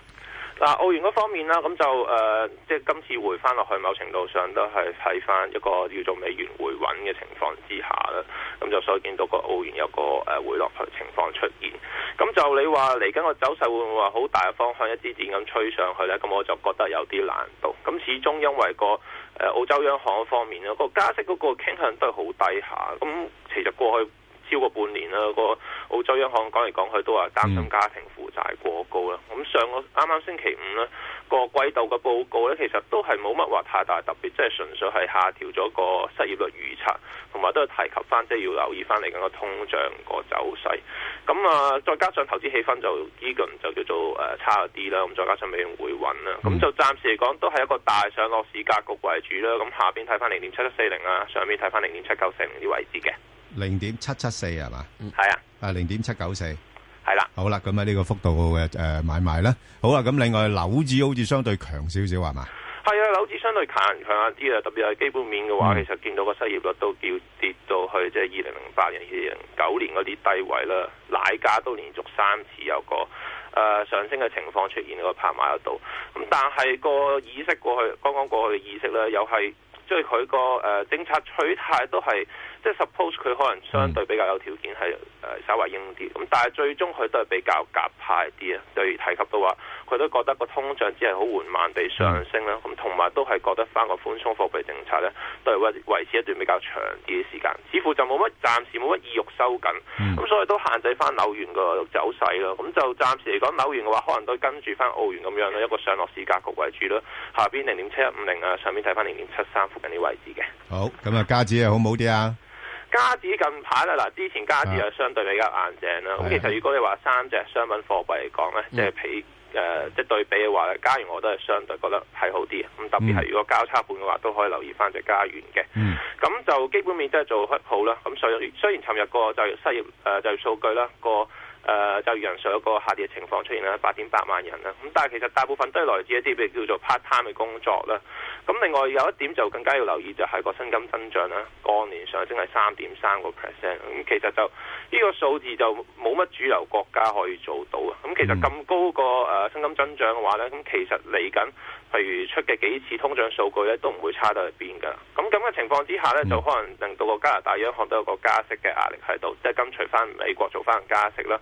Speaker 22: 嗱，澳元嗰方面啦，咁就誒、呃即係今次回翻落去，某程度上都係睇翻一個叫做美元回穩嘅情況之下啦。咁就所以見到個澳元有個誒回落嘅情況出現。咁就你話嚟緊個走勢會唔會話好大嘅方向一支箭咁吹上去呢？咁我就覺得有啲難度。咁始終因為個誒澳洲央行方面咧，個加息嗰個傾向都係好低下。咁其實過去超過半年啦，個澳洲央行講嚟講去都話擔心家庭負債過高啦。咁上個啱啱星期五呢個季度嘅報告呢，其實都係冇乜話太大特別，即係純粹係下調咗個失業率預測，同埋都係提及翻即係要留意翻嚟緊個通脹個走勢。咁啊，再加上投資氣氛就呢個就叫做誒、呃差咗啲啦。咁再加上美元回穩啦，咁就暫時嚟講都係一個大上落市格局為主啦。咁下邊睇翻零點七七四零啊，上邊睇翻零點七九四零啲位置嘅，
Speaker 6: 0.774係嘛？
Speaker 22: 係啊。
Speaker 6: 啊，0.794
Speaker 22: 係啦。
Speaker 6: 好啦，咁喺呢個幅度嘅，誒，買賣啦。好啊，咁另外樓指好似相對強少少係嘛？
Speaker 22: 係啊，樓市相對強強一啲啊，特別係基本面嘅話，
Speaker 6: 嗯
Speaker 22: 其實見到個失業率都叫跌到去即係二零零八年、二零零九年嗰啲低位啦，奶價都連續三次有個誒、呃上升嘅情況出現個拍賣嗰度。咁但係個意識過去，剛剛過去嘅意識咧，又係即係佢個誒政策取態都係即係 suppose 佢可能相對比較有條件係誒、呃稍為鷹啲，咁但係最終佢都係比較鴿派啲啊，就而提及到話佢都覺得個通脹只係好緩慢地上升啦，咁同埋都係覺得翻個寬鬆貨幣政策咧都係維維持一段比較長啲嘅時間，似乎就冇乜暫時冇乜意欲收緊，咁、所以都限制翻紐元個走勢咯。咁就暫時嚟講，紐元嘅話可能都跟住翻澳元咁樣啦，一個上落市格局為主啦。下邊零點七一五零啊，上邊睇翻零點七三附近啲位置嘅。
Speaker 6: 好，咁啊，加指又好唔好啲啊？
Speaker 22: 加指近排咧，嗱之前加指
Speaker 6: 啊
Speaker 22: 又相對比較硬淨啦。
Speaker 6: 係啊嗯
Speaker 22: 咁其實如果你話三隻商品貨幣嚟講咧，即係比誒即係對比嘅話咧，加元我都係相對覺得係好啲嘅。
Speaker 6: 嗯
Speaker 22: 咁特別係如果交叉盤嘅話，都可以留意翻隻加元嘅。
Speaker 6: 嗯
Speaker 22: 咁就基本面都係做得好啦。咁雖然雖然尋日個就業失業誒、呃就業數據啦，個誒、呃就業人數有個下跌嘅情況出現啦，八點八萬人啦。咁但係其實大部分都係來自一啲譬如叫做 part time 嘅工作啦。咁另外有一點就更加要留意就係個薪金增長啦，按年上升係三點三個 percent。咁其實就呢、個數字就冇乜主流國家可以做到啊。咁其實咁高個誒薪金增長嘅話咧，咁其實嚟緊譬如出嘅幾次通脹數據咧，都唔會差到去邊㗎。咁咁嘅情況之下咧，就可能令到個加拿大央行都有個加息嘅壓力喺度，即係跟隨翻美國做翻加息啦。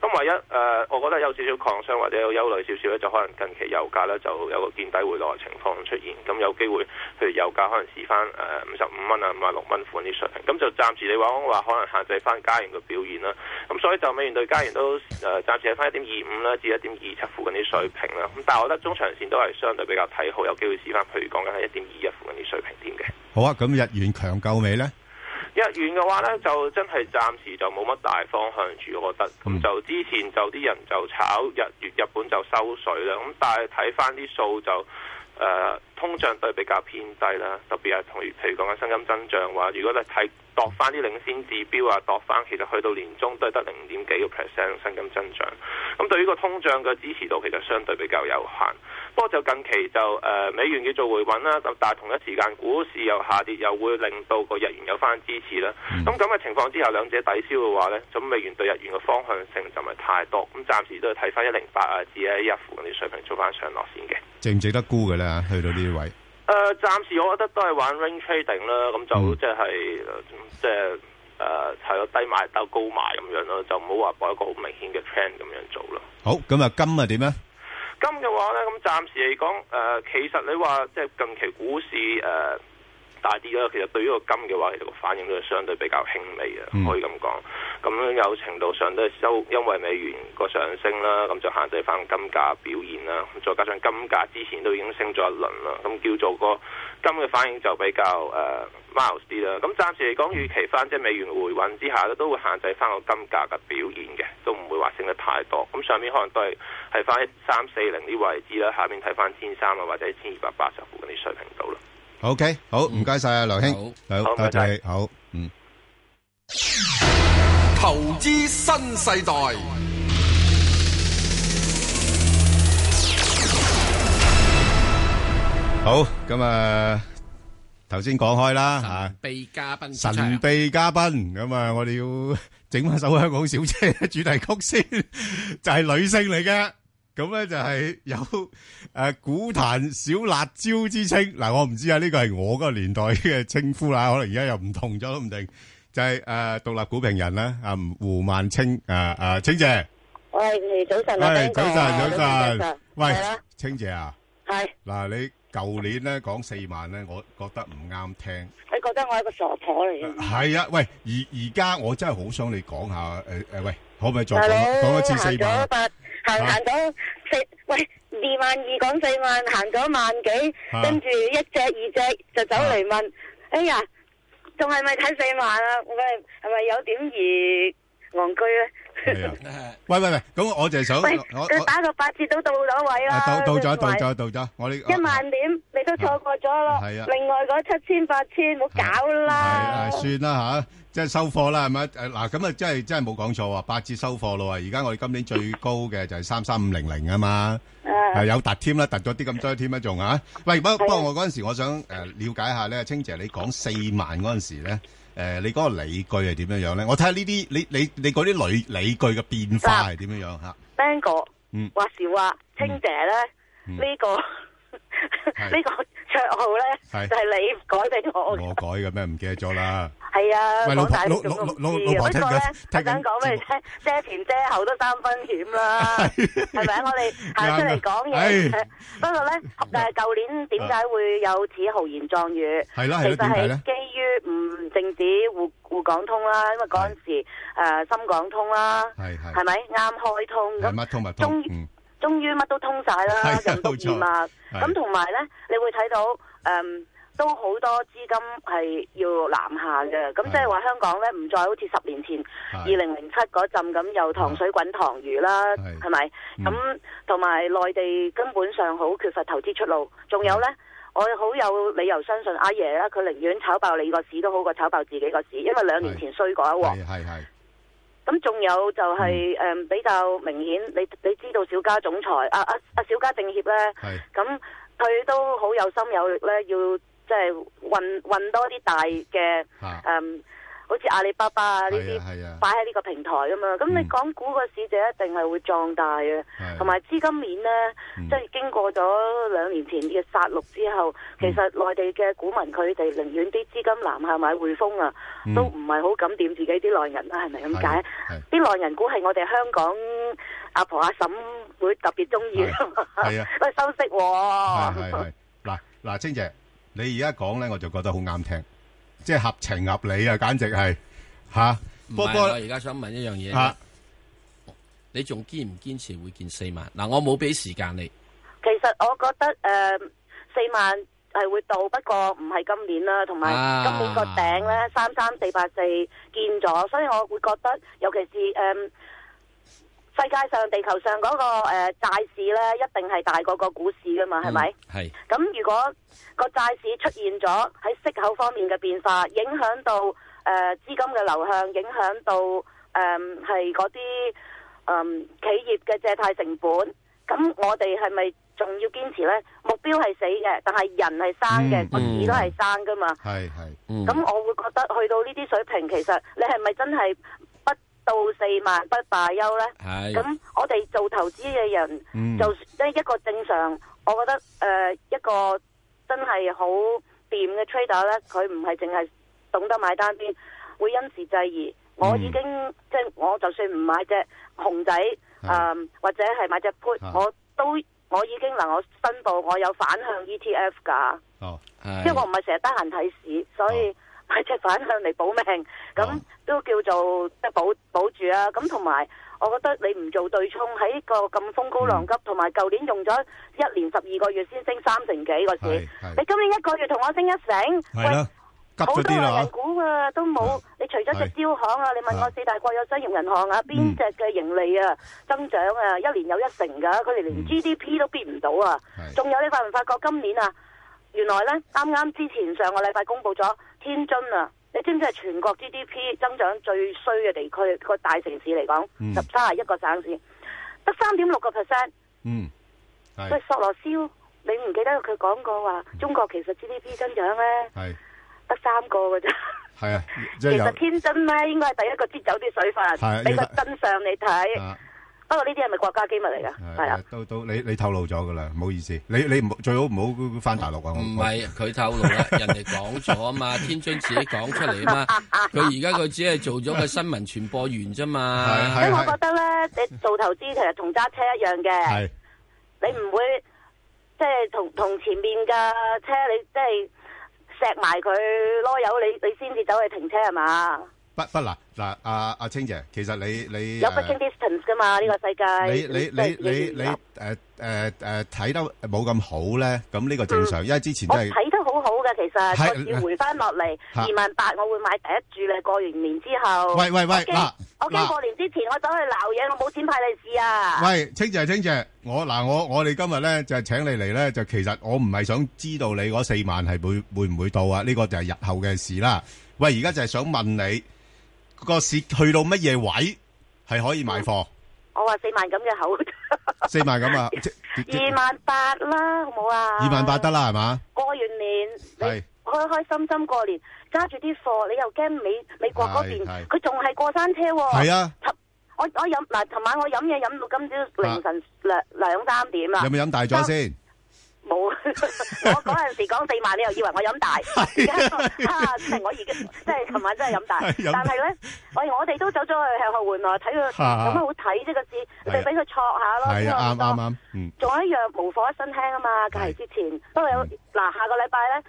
Speaker 22: 咁唯一誒、呃我覺得有少少抗傷或者有憂慮少少咧，就可能近期油價咧就有個見底回落嘅情況出現，咁有機會譬如油價可能試翻誒五十五蚊啊、五啊六蚊款啲水平，咁就暫時你話我話可能限制翻加元嘅表現啦，咁所以就美元對加元都誒、呃、暫時喺翻一點二五啦至一點二七附近啲水平啦，咁但係我覺得中長線都係相對比較睇好，有機會試翻譬如講緊係一點二一附近啲水平添嘅。
Speaker 6: 好啊，咁日元強夠未呢？
Speaker 22: 日元嘅話呢，就真係暫時就冇乜大方向住，我覺得。咁就之前就啲人就炒日元，日本就收水啦。咁但係睇翻啲數就誒、呃通脹對比較偏低啦，特別係同譬如講緊薪金增長話，如果你睇度翻啲領先指標啊，度翻其實去到年中都係得零點幾個 percent 薪金增長。咁對於個通脹嘅支持度其實相對比較有限。不過就近期就誒、呃美元叫做回穩啦，咁但係同一時間股市又下跌，又會令到個日元有翻支持啦。咁咁嘅情況之下，兩者抵消嘅話呢，咁美元對日元嘅方向性就唔係太多。咁暫時都係睇翻一零八啊至一一附近啲水平做翻上落線嘅。
Speaker 6: 值唔值得沽嘅呢？去到呢啲位。
Speaker 22: 誒、呃暫時我覺得都係玩 range trading 啦，咁就即係呃即係誒係咯，低買兜高買咁樣咯，就唔好話博一個好明顯嘅 trend 咁樣做咯。
Speaker 6: 好，咁啊，金啊點呢？
Speaker 22: 金嘅話咧，咁暫時嚟講，誒、呃其實你話即係近期股市誒、呃大跌啦，其實對於個金嘅話，其實個反應都係相對比較輕微嘅，可以咁講。咁有程度上都係收，因為美元個上升啦，咁就限制翻金價表現啦。咁再加上金價之前都已經升咗一輪啦，咁叫做個金嘅反應就比較誒、呃 mild 啲啦。咁暫時嚟講，預期翻即係美元回穩之下咧，都會限制翻個金價嘅表現嘅，都唔會話升得太多。咁上面可能都係係翻三四零啲位置啦，下面睇翻千三啊或者千二百八十附近啲水平度啦。
Speaker 6: OK，好，唔該晒啊，梁兄。好，
Speaker 22: 好，
Speaker 6: 多謝你，
Speaker 22: 拜拜。
Speaker 6: 好，嗯。
Speaker 5: 投資新世代，
Speaker 6: 好，咁啊，头先講開啦吓，
Speaker 7: 被嘉賓出
Speaker 6: 神
Speaker 7: 場
Speaker 6: 秘嘉賓，咁啊，我 哋要整翻首香港小姐嘅主題曲先，就係女性嚟嘅，咁咧就係有 诶股壇小辣椒之稱。嗱，我唔知啊，呢個係我嗰個年代嘅稱呼啦，可能而家又唔同咗都唔定。就係诶獨立股評人啦，啊胡萬清诶诶清姐，
Speaker 8: 喂，你早晨啊，
Speaker 6: 喂
Speaker 8: Ben 哥
Speaker 6: 早晨早晨，喂
Speaker 8: 係啊
Speaker 6: 清姐啊，
Speaker 8: 係
Speaker 6: 嗱你舊年咧講四萬咧，我覺得唔啱聽。
Speaker 8: 你覺得我係一個傻婆嚟嘅？
Speaker 6: 系啊，喂，而而家我真係好想你講下，诶、诶，喂，可唔可以再
Speaker 8: 大佬
Speaker 6: 講講一次
Speaker 8: 行
Speaker 6: 四
Speaker 8: 咗
Speaker 6: 萬？
Speaker 8: 八，行
Speaker 6: 啊
Speaker 8: 行咗四，喂，二萬二講四萬，行咗萬幾，
Speaker 6: 啊
Speaker 8: 跟住一隻二隻就走嚟問，哎呀，仲係咪睇四萬啊？喂，係咪有點而戇居咧？
Speaker 6: 係啊，喂喂喂，咁我就係想，
Speaker 8: 喂，
Speaker 6: 我我
Speaker 8: 佢打個八折都到咗位啦
Speaker 6: 啊，到到
Speaker 8: 同
Speaker 6: 咗到
Speaker 8: 埋
Speaker 6: 咗到咗，我哋
Speaker 8: 一萬點你都錯過咗咯，
Speaker 6: 係啊
Speaker 8: 另外嗰七千八千冇搞啦
Speaker 6: 啊，算啦吓，即係收貨啦，係咪？诶嗱，咁啊真係真係冇講錯啊，八折收貨咯喎，而家我哋今年最高嘅就係三三五零零啊嘛。係有突添啦，突咗啲咁多添啦，仲啊！喂，不不過我嗰陣時，我想誒了解下咧，清姐你講四萬嗰陣時咧，誒你嗰個理據係點樣樣咧？我睇下呢啲你你你嗰啲理理據嘅變化係點樣樣嚇？
Speaker 8: ，Bang 哥。
Speaker 6: 嗯，
Speaker 8: 話時話清姐咧，呢、個 呢個绰號
Speaker 6: 係
Speaker 8: 咧就係你改俾我嘅，
Speaker 6: 我改嘅咩？唔記得咗啦。
Speaker 8: 係啊，
Speaker 6: 喂老
Speaker 8: 講
Speaker 6: 婆
Speaker 8: 大眾
Speaker 6: 老
Speaker 8: 都
Speaker 6: 老老
Speaker 8: 唔知嘅。不
Speaker 6: 老婆
Speaker 8: 過咧我
Speaker 6: 聽緊，聽緊
Speaker 8: 想講俾你聽，遮前遮後都三分險啦，係咪啊？我 哋行出嚟講嘢
Speaker 6: 啱啊，
Speaker 8: 不過咧，誒舊年點解會有此豪言壯語？
Speaker 6: 係啦係啦
Speaker 8: 其實
Speaker 6: 點解咧
Speaker 8: 係基於唔淨止滬滬港通啦，因為嗰陣時誒深港通啦，
Speaker 6: 係係
Speaker 8: 係咪啱開通
Speaker 6: 係
Speaker 8: 咁？
Speaker 6: 乜通乜
Speaker 8: 終
Speaker 6: 通
Speaker 8: 於？
Speaker 6: 嗯，
Speaker 8: 終於乜都通晒
Speaker 6: 係
Speaker 8: 啦
Speaker 6: 啊，
Speaker 8: 人督
Speaker 6: 冇錯
Speaker 8: 二脈。
Speaker 6: 係
Speaker 8: 咁同埋呢，你會睇到誒、嗯都好多資金係要南下嘅。咁即係話香港呢，唔再好似十年前二零零七嗰陣咁又糖水滾糖魚啦，係咪？
Speaker 6: 嗯
Speaker 8: 咁同埋內地根本上好缺乏投資出路，仲有
Speaker 6: 嗯
Speaker 8: 呢。我好有理由相信阿爺啦，佢寧願炒爆你個市都好過炒爆自己個市，因為兩年前衰過一鑊。
Speaker 6: 係係嗯係
Speaker 8: 咁仲有就係、誒、比較明顯，你你知道小家總裁啊啊啊小家政協咧，咁佢都好有心有力咧，要即係運運多啲大嘅嗯誒、
Speaker 6: 啊
Speaker 8: 好似阿里巴巴啊呢啲擺喺呢個平台啊嘛。
Speaker 6: 嗯
Speaker 8: 咁你港股個市就一定係會壯大嘅，同埋資金面咧，
Speaker 6: 嗯
Speaker 8: 即係經過咗兩年前嘅殺戮之後，其實內地嘅股民佢哋寧願啲資金南下買匯豐啊，
Speaker 6: 嗯
Speaker 8: 都唔係好敢掂自己啲內銀啦，係咪咁解？
Speaker 6: 係
Speaker 8: 啲內人股係我哋香港阿婆阿嬸會特別中意㗎嘛，
Speaker 6: 係啊
Speaker 8: 喂收息
Speaker 6: 係
Speaker 8: 喎，
Speaker 6: 係係嗱嗱，清姐，你而家講咧，我就覺得好啱聽，即係合情合理啊，簡直係嚇。
Speaker 7: 唔
Speaker 6: 不
Speaker 7: 係，
Speaker 6: 過
Speaker 7: 我而家想問一樣嘢
Speaker 6: 啊
Speaker 7: 啫，你仲堅唔堅持會見四萬？嗱，我冇俾時間你，
Speaker 8: 其實我覺得誒四萬係會到，不過唔係今年啦，同埋
Speaker 7: 啊
Speaker 8: 今年個頂咧三三四八四見咗，所以我會覺得，尤其是誒。嗯世界上、地球上嗰、個誒、呃、債市咧，一定係大過個股市噶嘛，係咪、
Speaker 7: 係
Speaker 8: 咁如果個債市出現咗喺息口方面嘅變化，影響到誒、呃、資金嘅流向，影響到誒係嗰啲誒企業嘅借貸成本，咁我哋係咪仲要堅持呢？目標係死嘅，但係人係生嘅，個市都係生噶嘛。
Speaker 6: 係係，
Speaker 7: 嗯
Speaker 8: 咁、我會覺得去到呢啲水平，其實你係咪真係不到四萬不罷休呢？
Speaker 7: 係
Speaker 8: 咁我哋做投資嘅人，
Speaker 7: 嗯
Speaker 8: 就即係一個正常，我覺得誒、呃一個真係好掂嘅 trader 呢，佢唔係淨係懂得買單邊，會因時制宜。
Speaker 7: 嗯
Speaker 8: 我已經、即係我就算唔買隻熊仔，誒、或者係買隻 put，
Speaker 6: 係
Speaker 8: 我都我已經能我申報我有反向 ETF 㗎。
Speaker 6: 哦，
Speaker 8: 因為我唔係成日得閒睇市，所 以買隻反向嚟保命，咁、都叫做即係保保住啊！咁同埋，我覺得你唔做對沖喺個咁風高浪急，同埋舊年用咗一年十二個月先升三成幾個市，
Speaker 6: 係
Speaker 8: 你今年一個月同我升一成，
Speaker 6: 係啦，急
Speaker 8: 好
Speaker 6: 咗
Speaker 8: 多
Speaker 6: 啲
Speaker 8: 內
Speaker 6: 啦
Speaker 8: 銀股啊都冇，你除咗隻招行啊，你問我四大國有商業銀行啊，
Speaker 6: 嗯
Speaker 8: 邊隻嘅盈利啊增長啊，一年有一成㗎，佢哋
Speaker 6: 嗯
Speaker 8: 連 GDP 都必唔到啊！仲有你發唔發覺今年啊，原來呢啱啱之前上個禮拜公布咗天津啊，你知唔知係全國 GDP 增長最衰嘅地區個大城市嚟講，
Speaker 6: 嗯
Speaker 8: 十三啊一個省市得三點六個 percent。
Speaker 6: 嗯，
Speaker 8: 喂
Speaker 6: 係，嗯
Speaker 8: 索羅斯，你唔記得佢講過話中國其實 GDP 增長呢
Speaker 6: 係
Speaker 8: 得三個㗎咋？
Speaker 6: 係啊，即
Speaker 8: 其
Speaker 6: 係
Speaker 8: 實
Speaker 6: 有。
Speaker 8: 天津咧，應該係第一個擠走啲水分，
Speaker 6: 係
Speaker 8: 俾個
Speaker 6: 要啊
Speaker 8: 真相你睇。不過呢啲係咪國家機密嚟㗎？係啊，
Speaker 6: 都都你你透露咗噶啦，唔好意思，你你唔好最好唔好翻大陸啊！我
Speaker 7: 唔係佢透露 啦，人哋講咗啊嘛，天津自己講出嚟啊嘛。佢而家佢只係做咗個新聞傳播員啫嘛。
Speaker 8: 因為我覺得咧，你做投資其實同揸車一樣嘅，你唔會即係同同前面嘅車你即係錫埋佢攞油，你你先至走去停車係嘛？
Speaker 6: 不不嗱嗱，阿阿青姐，其實你你
Speaker 8: 有
Speaker 6: 誒
Speaker 8: breaking distance 㗎嘛？呢個世界
Speaker 6: 你你你你你誒誒誒睇得冇咁好咧，咁呢個正常，因為之前
Speaker 8: 我
Speaker 6: 真係
Speaker 8: 睇得好好嘅，其
Speaker 6: 係
Speaker 8: 實我要回翻落嚟
Speaker 6: 嚇
Speaker 8: 二萬八，我會買第一注咧。過完年之後，
Speaker 6: 喂喂喂
Speaker 8: 我驚
Speaker 6: 嗱
Speaker 8: 我
Speaker 6: 嗱
Speaker 8: 驚過年之前我走去鬧嘢，我冇錢派利是啊！
Speaker 6: 喂，清姐，清姐，我嗱我我哋今日咧就係請你嚟咧，就其實我唔係想知道你嗰四萬係會會唔會到啊？呢、個就係日後嘅事啦。喂，而家就係想問你個市去到乜嘢位係可以買貨？
Speaker 8: 我話四萬咁嘅 口，
Speaker 6: 四萬咁啊，即即
Speaker 8: 二萬八啦，好冇啊？
Speaker 6: 二萬八得啦，係嘛？
Speaker 8: 過完年，你
Speaker 6: 係
Speaker 8: 開開心心過年，揸住啲貨，你又驚美美國嗰邊
Speaker 6: 係係，
Speaker 8: 佢仲係過山車喎。
Speaker 6: 係啊，
Speaker 8: 我我飲嗱，琴晚我飲嘢飲到今朝凌晨兩兩三點啊啦。
Speaker 6: 有冇飲大咗先？
Speaker 8: 冇， 我嗰陣時講四萬，你又以為我飲 大，而家 啊，真係我而家真係琴晚真係飲大，
Speaker 6: 係飲
Speaker 8: 但係咧，喂，我哋都走咗去向後換來睇佢
Speaker 6: 啊
Speaker 8: 有乜好睇啫個市，你咪俾佢挫下咯。
Speaker 6: 係
Speaker 8: 邊個唔
Speaker 6: 啊，啱啱
Speaker 8: 多
Speaker 6: 啱，嗯，
Speaker 8: 仲有一樣無火一身輕啊嘛，假期之前。不過有嗱，下個禮拜咧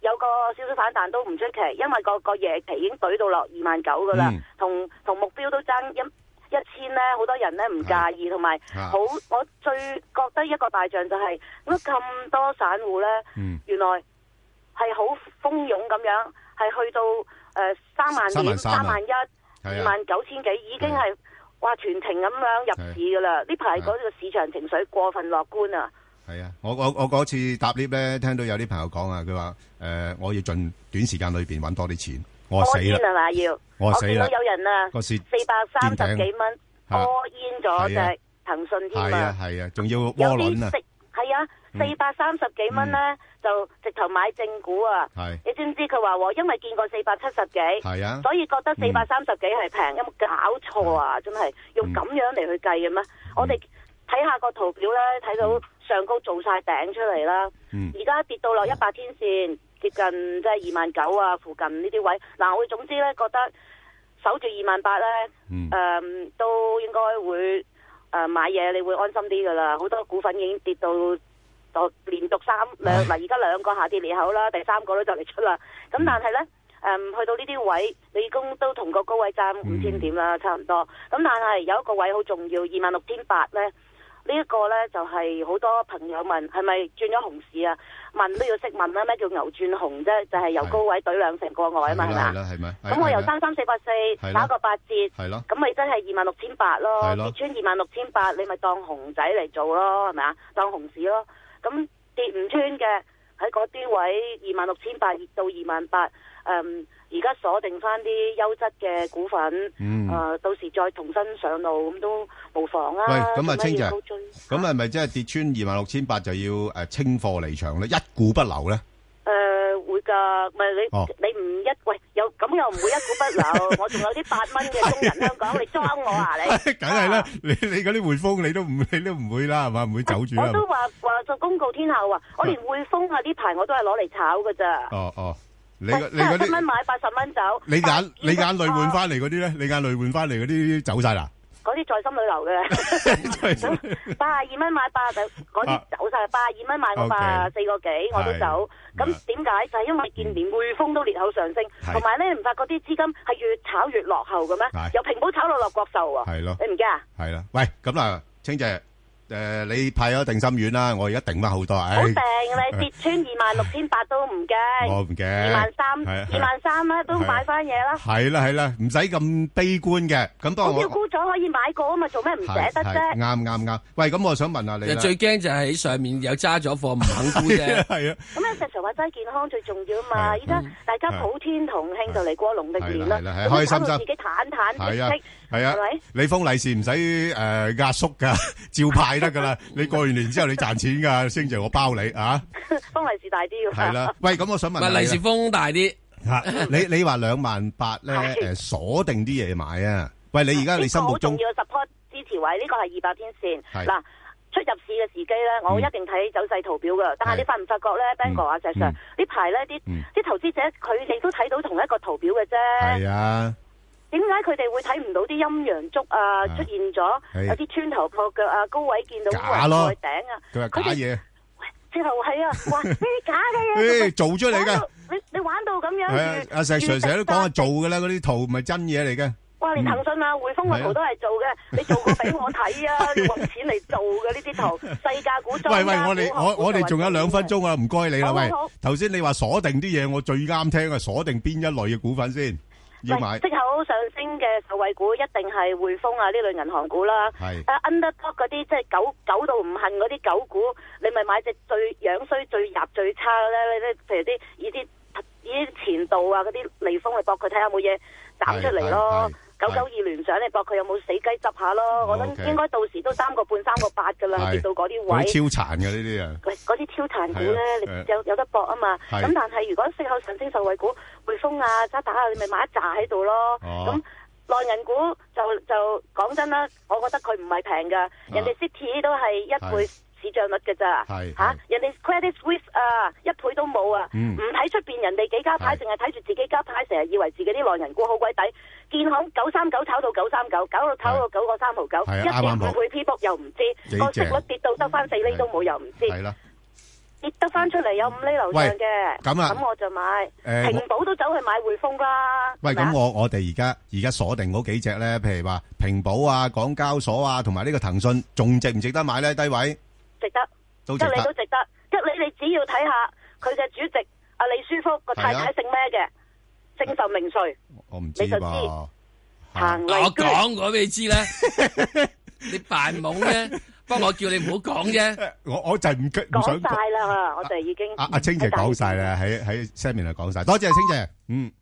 Speaker 8: 有個少少反彈都唔出奇，因為個個夜期已經懟到落二萬九噶啦
Speaker 15: 嗯，
Speaker 8: 同同目標都爭一一千咧，好多人咧唔介意，同埋
Speaker 15: 啊
Speaker 8: 好我最覺得一個大象就係點解咁多散戶咧，
Speaker 6: 嗯
Speaker 8: 原來係好蜂擁咁樣，係去到誒三萬點、
Speaker 15: 33,000啊
Speaker 8: 三萬一、
Speaker 15: 係啊
Speaker 8: 二萬九千幾，已經
Speaker 6: 啊
Speaker 8: 係。哇！全停咁樣入市噶啦，呢排嗰個市場情緒過分樂觀啊！
Speaker 6: 係啊，我我我嗰次搭 lift 咧，聽到有啲朋友講啊，佢話誒，我要盡短時間裏邊揾多啲錢，
Speaker 8: 屙
Speaker 6: 我死
Speaker 8: 煙
Speaker 6: 啦
Speaker 8: 係，嘛要？
Speaker 6: 我死
Speaker 8: 見
Speaker 6: 啦
Speaker 8: 到有人啊，
Speaker 6: 個
Speaker 8: 四
Speaker 6: 市
Speaker 8: 百三十幾蚊
Speaker 6: 嚇
Speaker 8: 屙煙咗
Speaker 6: 係啊
Speaker 8: 隻騰訊添
Speaker 6: 係啊
Speaker 8: 啊！
Speaker 6: 係啊，仲要
Speaker 8: 有
Speaker 6: 窩
Speaker 8: 啲
Speaker 6: 輪啊，嗯
Speaker 8: 食係啊，四百三十幾蚊咧就直頭買正股啊！
Speaker 6: 係
Speaker 8: 你知唔知佢話喎？因為見過四百七十幾，
Speaker 6: 係啊
Speaker 8: 所以覺得四百三十幾係平，有冇搞錯啊？真係用
Speaker 6: 嗯
Speaker 8: 咁樣嚟去計嘅咩？我哋睇下個圖表咧，睇到上高做晒頂出嚟啦。
Speaker 6: 嗯
Speaker 8: 而家跌到落一百天線，接近即係二萬九啊附近呢啲位。嗱，我總之咧覺得守住二萬八咧，誒、
Speaker 6: 嗯
Speaker 8: 都應該會誒、呃買嘢，你會安心啲噶啦。好多股份已經跌到。就連續三兩嗱，而家兩個下跌裂口啦，第三個都就嚟出啦。
Speaker 6: 嗯
Speaker 8: 咁但係咧，誒、去到呢啲位，你已經都同個高位爭
Speaker 6: 嗯
Speaker 8: 五千點啦，差唔多。咁但係有一個位好重要，二萬六千八咧。呢一個呢，就係、好多朋友問係咪轉咗熊市啊？問都要識問啦，咩叫牛轉熊啫？就係、由高位懟兩成過外啊嘛，係咪
Speaker 6: 係
Speaker 8: 啊
Speaker 6: 啦係咪？
Speaker 8: 咁我由三三四八四
Speaker 6: 係啦
Speaker 8: 打個八折，
Speaker 6: 係咯
Speaker 8: 咁咪真係二萬六千八咯
Speaker 6: 係，咯
Speaker 8: 跌穿二萬六千八，你咪當熊仔嚟做咯，係咪啊？當熊市咯，咁跌唔穿嘅喺嗰啲位二萬六千八熱到二萬八，誒而家鎖定翻啲優質嘅股份，誒、
Speaker 6: 嗯
Speaker 8: 到時再重新上路咁都無妨啦。
Speaker 6: 喂，咁
Speaker 8: 做
Speaker 6: 啊，
Speaker 8: 乜要
Speaker 6: 清姐
Speaker 8: 高追，
Speaker 6: 咁係咪即係跌穿二萬六千八就要誒清貨離場咧，一股不留咧？
Speaker 8: 誒、會㗎，唔係你、
Speaker 6: 哦
Speaker 8: 你唔一喂有咁又唔會一股不留， 我仲有啲八蚊嘅工人香港，你裝我啊你？
Speaker 6: 梗係啦，你你嗰啲匯豐你都唔 你都唔會啦，係嘛？唔會走住啦
Speaker 8: 我。都話話做公告天下話，我連匯豐啊呢排我都係攞嚟炒㗎咋。
Speaker 6: 哦哦，你
Speaker 8: 喂
Speaker 6: 嗰
Speaker 8: 七
Speaker 6: 你嗰
Speaker 8: 十蚊
Speaker 6: 啲
Speaker 8: 買八十蚊走，
Speaker 6: 你眼你眼淚換
Speaker 8: 啊
Speaker 6: 翻嚟嗰啲咧，你眼淚換翻嚟嗰啲走晒啦。
Speaker 8: 嗰啲在心裏流 嘅，八廿二蚊買八就嗰啲走晒，八廿二蚊買我八
Speaker 6: 啊 OK
Speaker 8: 四個幾我都走。咁點解？就係因為見連匯豐都裂口上升，
Speaker 6: 嗯係
Speaker 8: 同埋咧唔發覺啲資金係越炒越落後嘅咩？由平保炒到落國壽啊！
Speaker 6: 係咯
Speaker 8: 你唔驚啊？
Speaker 6: 係啦，喂，咁啊，清姐，誒，你派咗定心丸啦，我而家定翻好多，
Speaker 8: 好
Speaker 6: 唉，
Speaker 8: 定 你跌穿二萬六千八都唔驚，
Speaker 6: 我唔驚
Speaker 8: 二萬三，
Speaker 6: 係啊
Speaker 8: 二萬三咧都買翻嘢啦。
Speaker 6: 係啦係啦，唔使咁悲觀嘅。咁不過
Speaker 8: 股票
Speaker 6: 我
Speaker 8: 沽咗可以買過啊嘛，做咩唔捨得
Speaker 6: 係係
Speaker 8: 啫？
Speaker 6: 啱啱啱。喂，咁我想問下你啦。
Speaker 7: 最驚就係喺上面有揸咗貨唔肯沽啫。
Speaker 6: 係啊，
Speaker 8: 咁啊，石 Sir 話齋健康最重要啊嘛！依家大家普天同慶就嚟過農曆年啦，
Speaker 6: 嗯係啦係啦係
Speaker 8: 咁
Speaker 6: 開心心
Speaker 8: 搞到自己坦坦戚
Speaker 6: 係啊
Speaker 8: 戚，
Speaker 6: 係啊
Speaker 8: 係咪？，
Speaker 6: 你封利是唔使誒壓縮噶， 照派得 噶啦。你過完年之後你賺錢噶，星姐我包你啊。
Speaker 8: 封利是大啲㗎嘛
Speaker 6: 係啦，喂，咁我想問下
Speaker 7: 咪
Speaker 6: 你啦
Speaker 7: 利是封大啲。
Speaker 6: 吓，你 你話兩萬八咧誒鎖定啲嘢買啊？喂，你而家你心目中
Speaker 8: 呢個好重要 support 支持持位，呢個係二百天線。
Speaker 15: 係
Speaker 8: 嗱，出入市嘅時機咧，
Speaker 6: 嗯
Speaker 8: 我一定睇走勢圖表噶。但係你發唔發覺咧，Bang 哥啊，石
Speaker 6: 嗯
Speaker 8: Sir 呢排咧啲啲投資者佢哋都睇到同一個圖表嘅啫。
Speaker 6: 係啊，
Speaker 8: 點解佢哋會睇唔到啲陰陽燭啊？出現咗
Speaker 6: 係
Speaker 8: 有啲穿頭破腳啊，高位見到
Speaker 6: 假咯
Speaker 8: 蓋頂啊！
Speaker 6: 佢話假嘢，
Speaker 8: 直頭 係啊！哇，呢啲假嘅嘢，
Speaker 6: 誒做出嚟嘅。
Speaker 8: 你你玩到咁樣，
Speaker 6: 係啊，
Speaker 8: 越
Speaker 6: 阿石
Speaker 8: 越食
Speaker 6: Sir 成日都講
Speaker 8: 得
Speaker 6: 話做嘅啦，嗰啲圖唔係真嘢嚟嘅。
Speaker 8: 哇！連騰訊啊、匯豐個圖都係做嘅，你做過俾我睇啊，你揾錢嚟做嘅呢 啲圖，世界股莊
Speaker 6: 喂喂，
Speaker 8: 家
Speaker 6: 我哋
Speaker 8: 股
Speaker 6: 我我哋仲有兩分鐘啊，唔該你啦，
Speaker 8: 好好
Speaker 6: 喂
Speaker 8: 好。
Speaker 6: 頭先你話鎖定啲嘢，我最啱聽啊，鎖定邊一類嘅股份先要買
Speaker 8: 喂息口上升嘅受惠股一定係匯豐啊呢類銀行股啦。
Speaker 6: 係
Speaker 8: 啊 underdog 嗰啲即係狗狗到唔恨嗰啲狗股，你咪買隻最樣衰、最入、最差嘅咧。你譬如啲以啲以啲前度啊嗰啲利豐去搏佢睇下有冇嘢斬出嚟咯
Speaker 6: 係係係。
Speaker 8: 九九二聯想你搏佢有冇死雞執下咯。我諗
Speaker 6: OK
Speaker 8: 應該到時都三個半、三個八㗎啦，
Speaker 6: 係
Speaker 8: 跌到嗰啲
Speaker 6: 嗰
Speaker 8: 位。
Speaker 6: 啲超殘嘅呢啲啊。
Speaker 8: 喂，嗰啲超殘股咧
Speaker 6: 係啊，
Speaker 8: 你
Speaker 6: 係啊
Speaker 8: 有有得搏啊嘛。
Speaker 6: 係
Speaker 8: 咁但係如果息口上升受惠股，匯豐啊、渣打啊，你咪買一扎喺度咯。
Speaker 6: 哦
Speaker 8: 咁內銀股就就講真啦，我覺得佢唔係平噶，人哋 City 都係一倍
Speaker 6: 啊係
Speaker 8: 市漲率嘅咋
Speaker 6: 係
Speaker 8: 嚇
Speaker 6: 係，
Speaker 8: 人哋 Credit Suisse 啊一倍都冇啊，
Speaker 6: 嗯
Speaker 8: 唔睇出邊人哋幾家牌，淨係睇住自己家牌，成日以為自己啲內銀股好鬼抵。建行九三九炒到九三九，九到炒到九個三毫九，
Speaker 6: 係啊
Speaker 8: 一
Speaker 6: 啱啱
Speaker 8: 點
Speaker 6: 好
Speaker 8: 五倍 P book 又唔知，
Speaker 6: 幾
Speaker 8: 個息
Speaker 6: 正嗯
Speaker 8: 率跌到得翻四厘都冇又唔知。
Speaker 6: 係啦。
Speaker 8: 跌得翻出嚟有五厘樓上
Speaker 6: 喂
Speaker 8: 嘅，
Speaker 6: 咁啊
Speaker 8: 咁我就買，
Speaker 6: 誒
Speaker 8: 平保都走去買匯豐啦。
Speaker 6: 喂，
Speaker 8: 係咪啊
Speaker 6: 咁我-我哋而家-而家鎖定嗰幾隻呢，譬如話平保啊、港交所啊，同埋呢個騰訊，仲值唔值得買呢？低位？
Speaker 8: 值得，
Speaker 6: 都值
Speaker 8: 一
Speaker 6: 得
Speaker 8: 厘都值得，一厘你只要睇下佢嘅主席阿李書福個
Speaker 6: 啊
Speaker 8: 太太姓咩嘅，姓甚名誰，
Speaker 6: 我唔知
Speaker 8: 你就知。
Speaker 6: 噃。
Speaker 8: 行麗
Speaker 7: 我
Speaker 8: 娟
Speaker 7: 講過俾你知 啦，你扮懵啫。不過我叫你唔好講啫。
Speaker 6: 我-我就唔-唔
Speaker 8: 講
Speaker 6: 想-
Speaker 8: 啊晒啦，我哋已經
Speaker 6: 啊阿-阿清姐講晒啦，喺-喺 seminar 講晒。多謝清姐，嗯。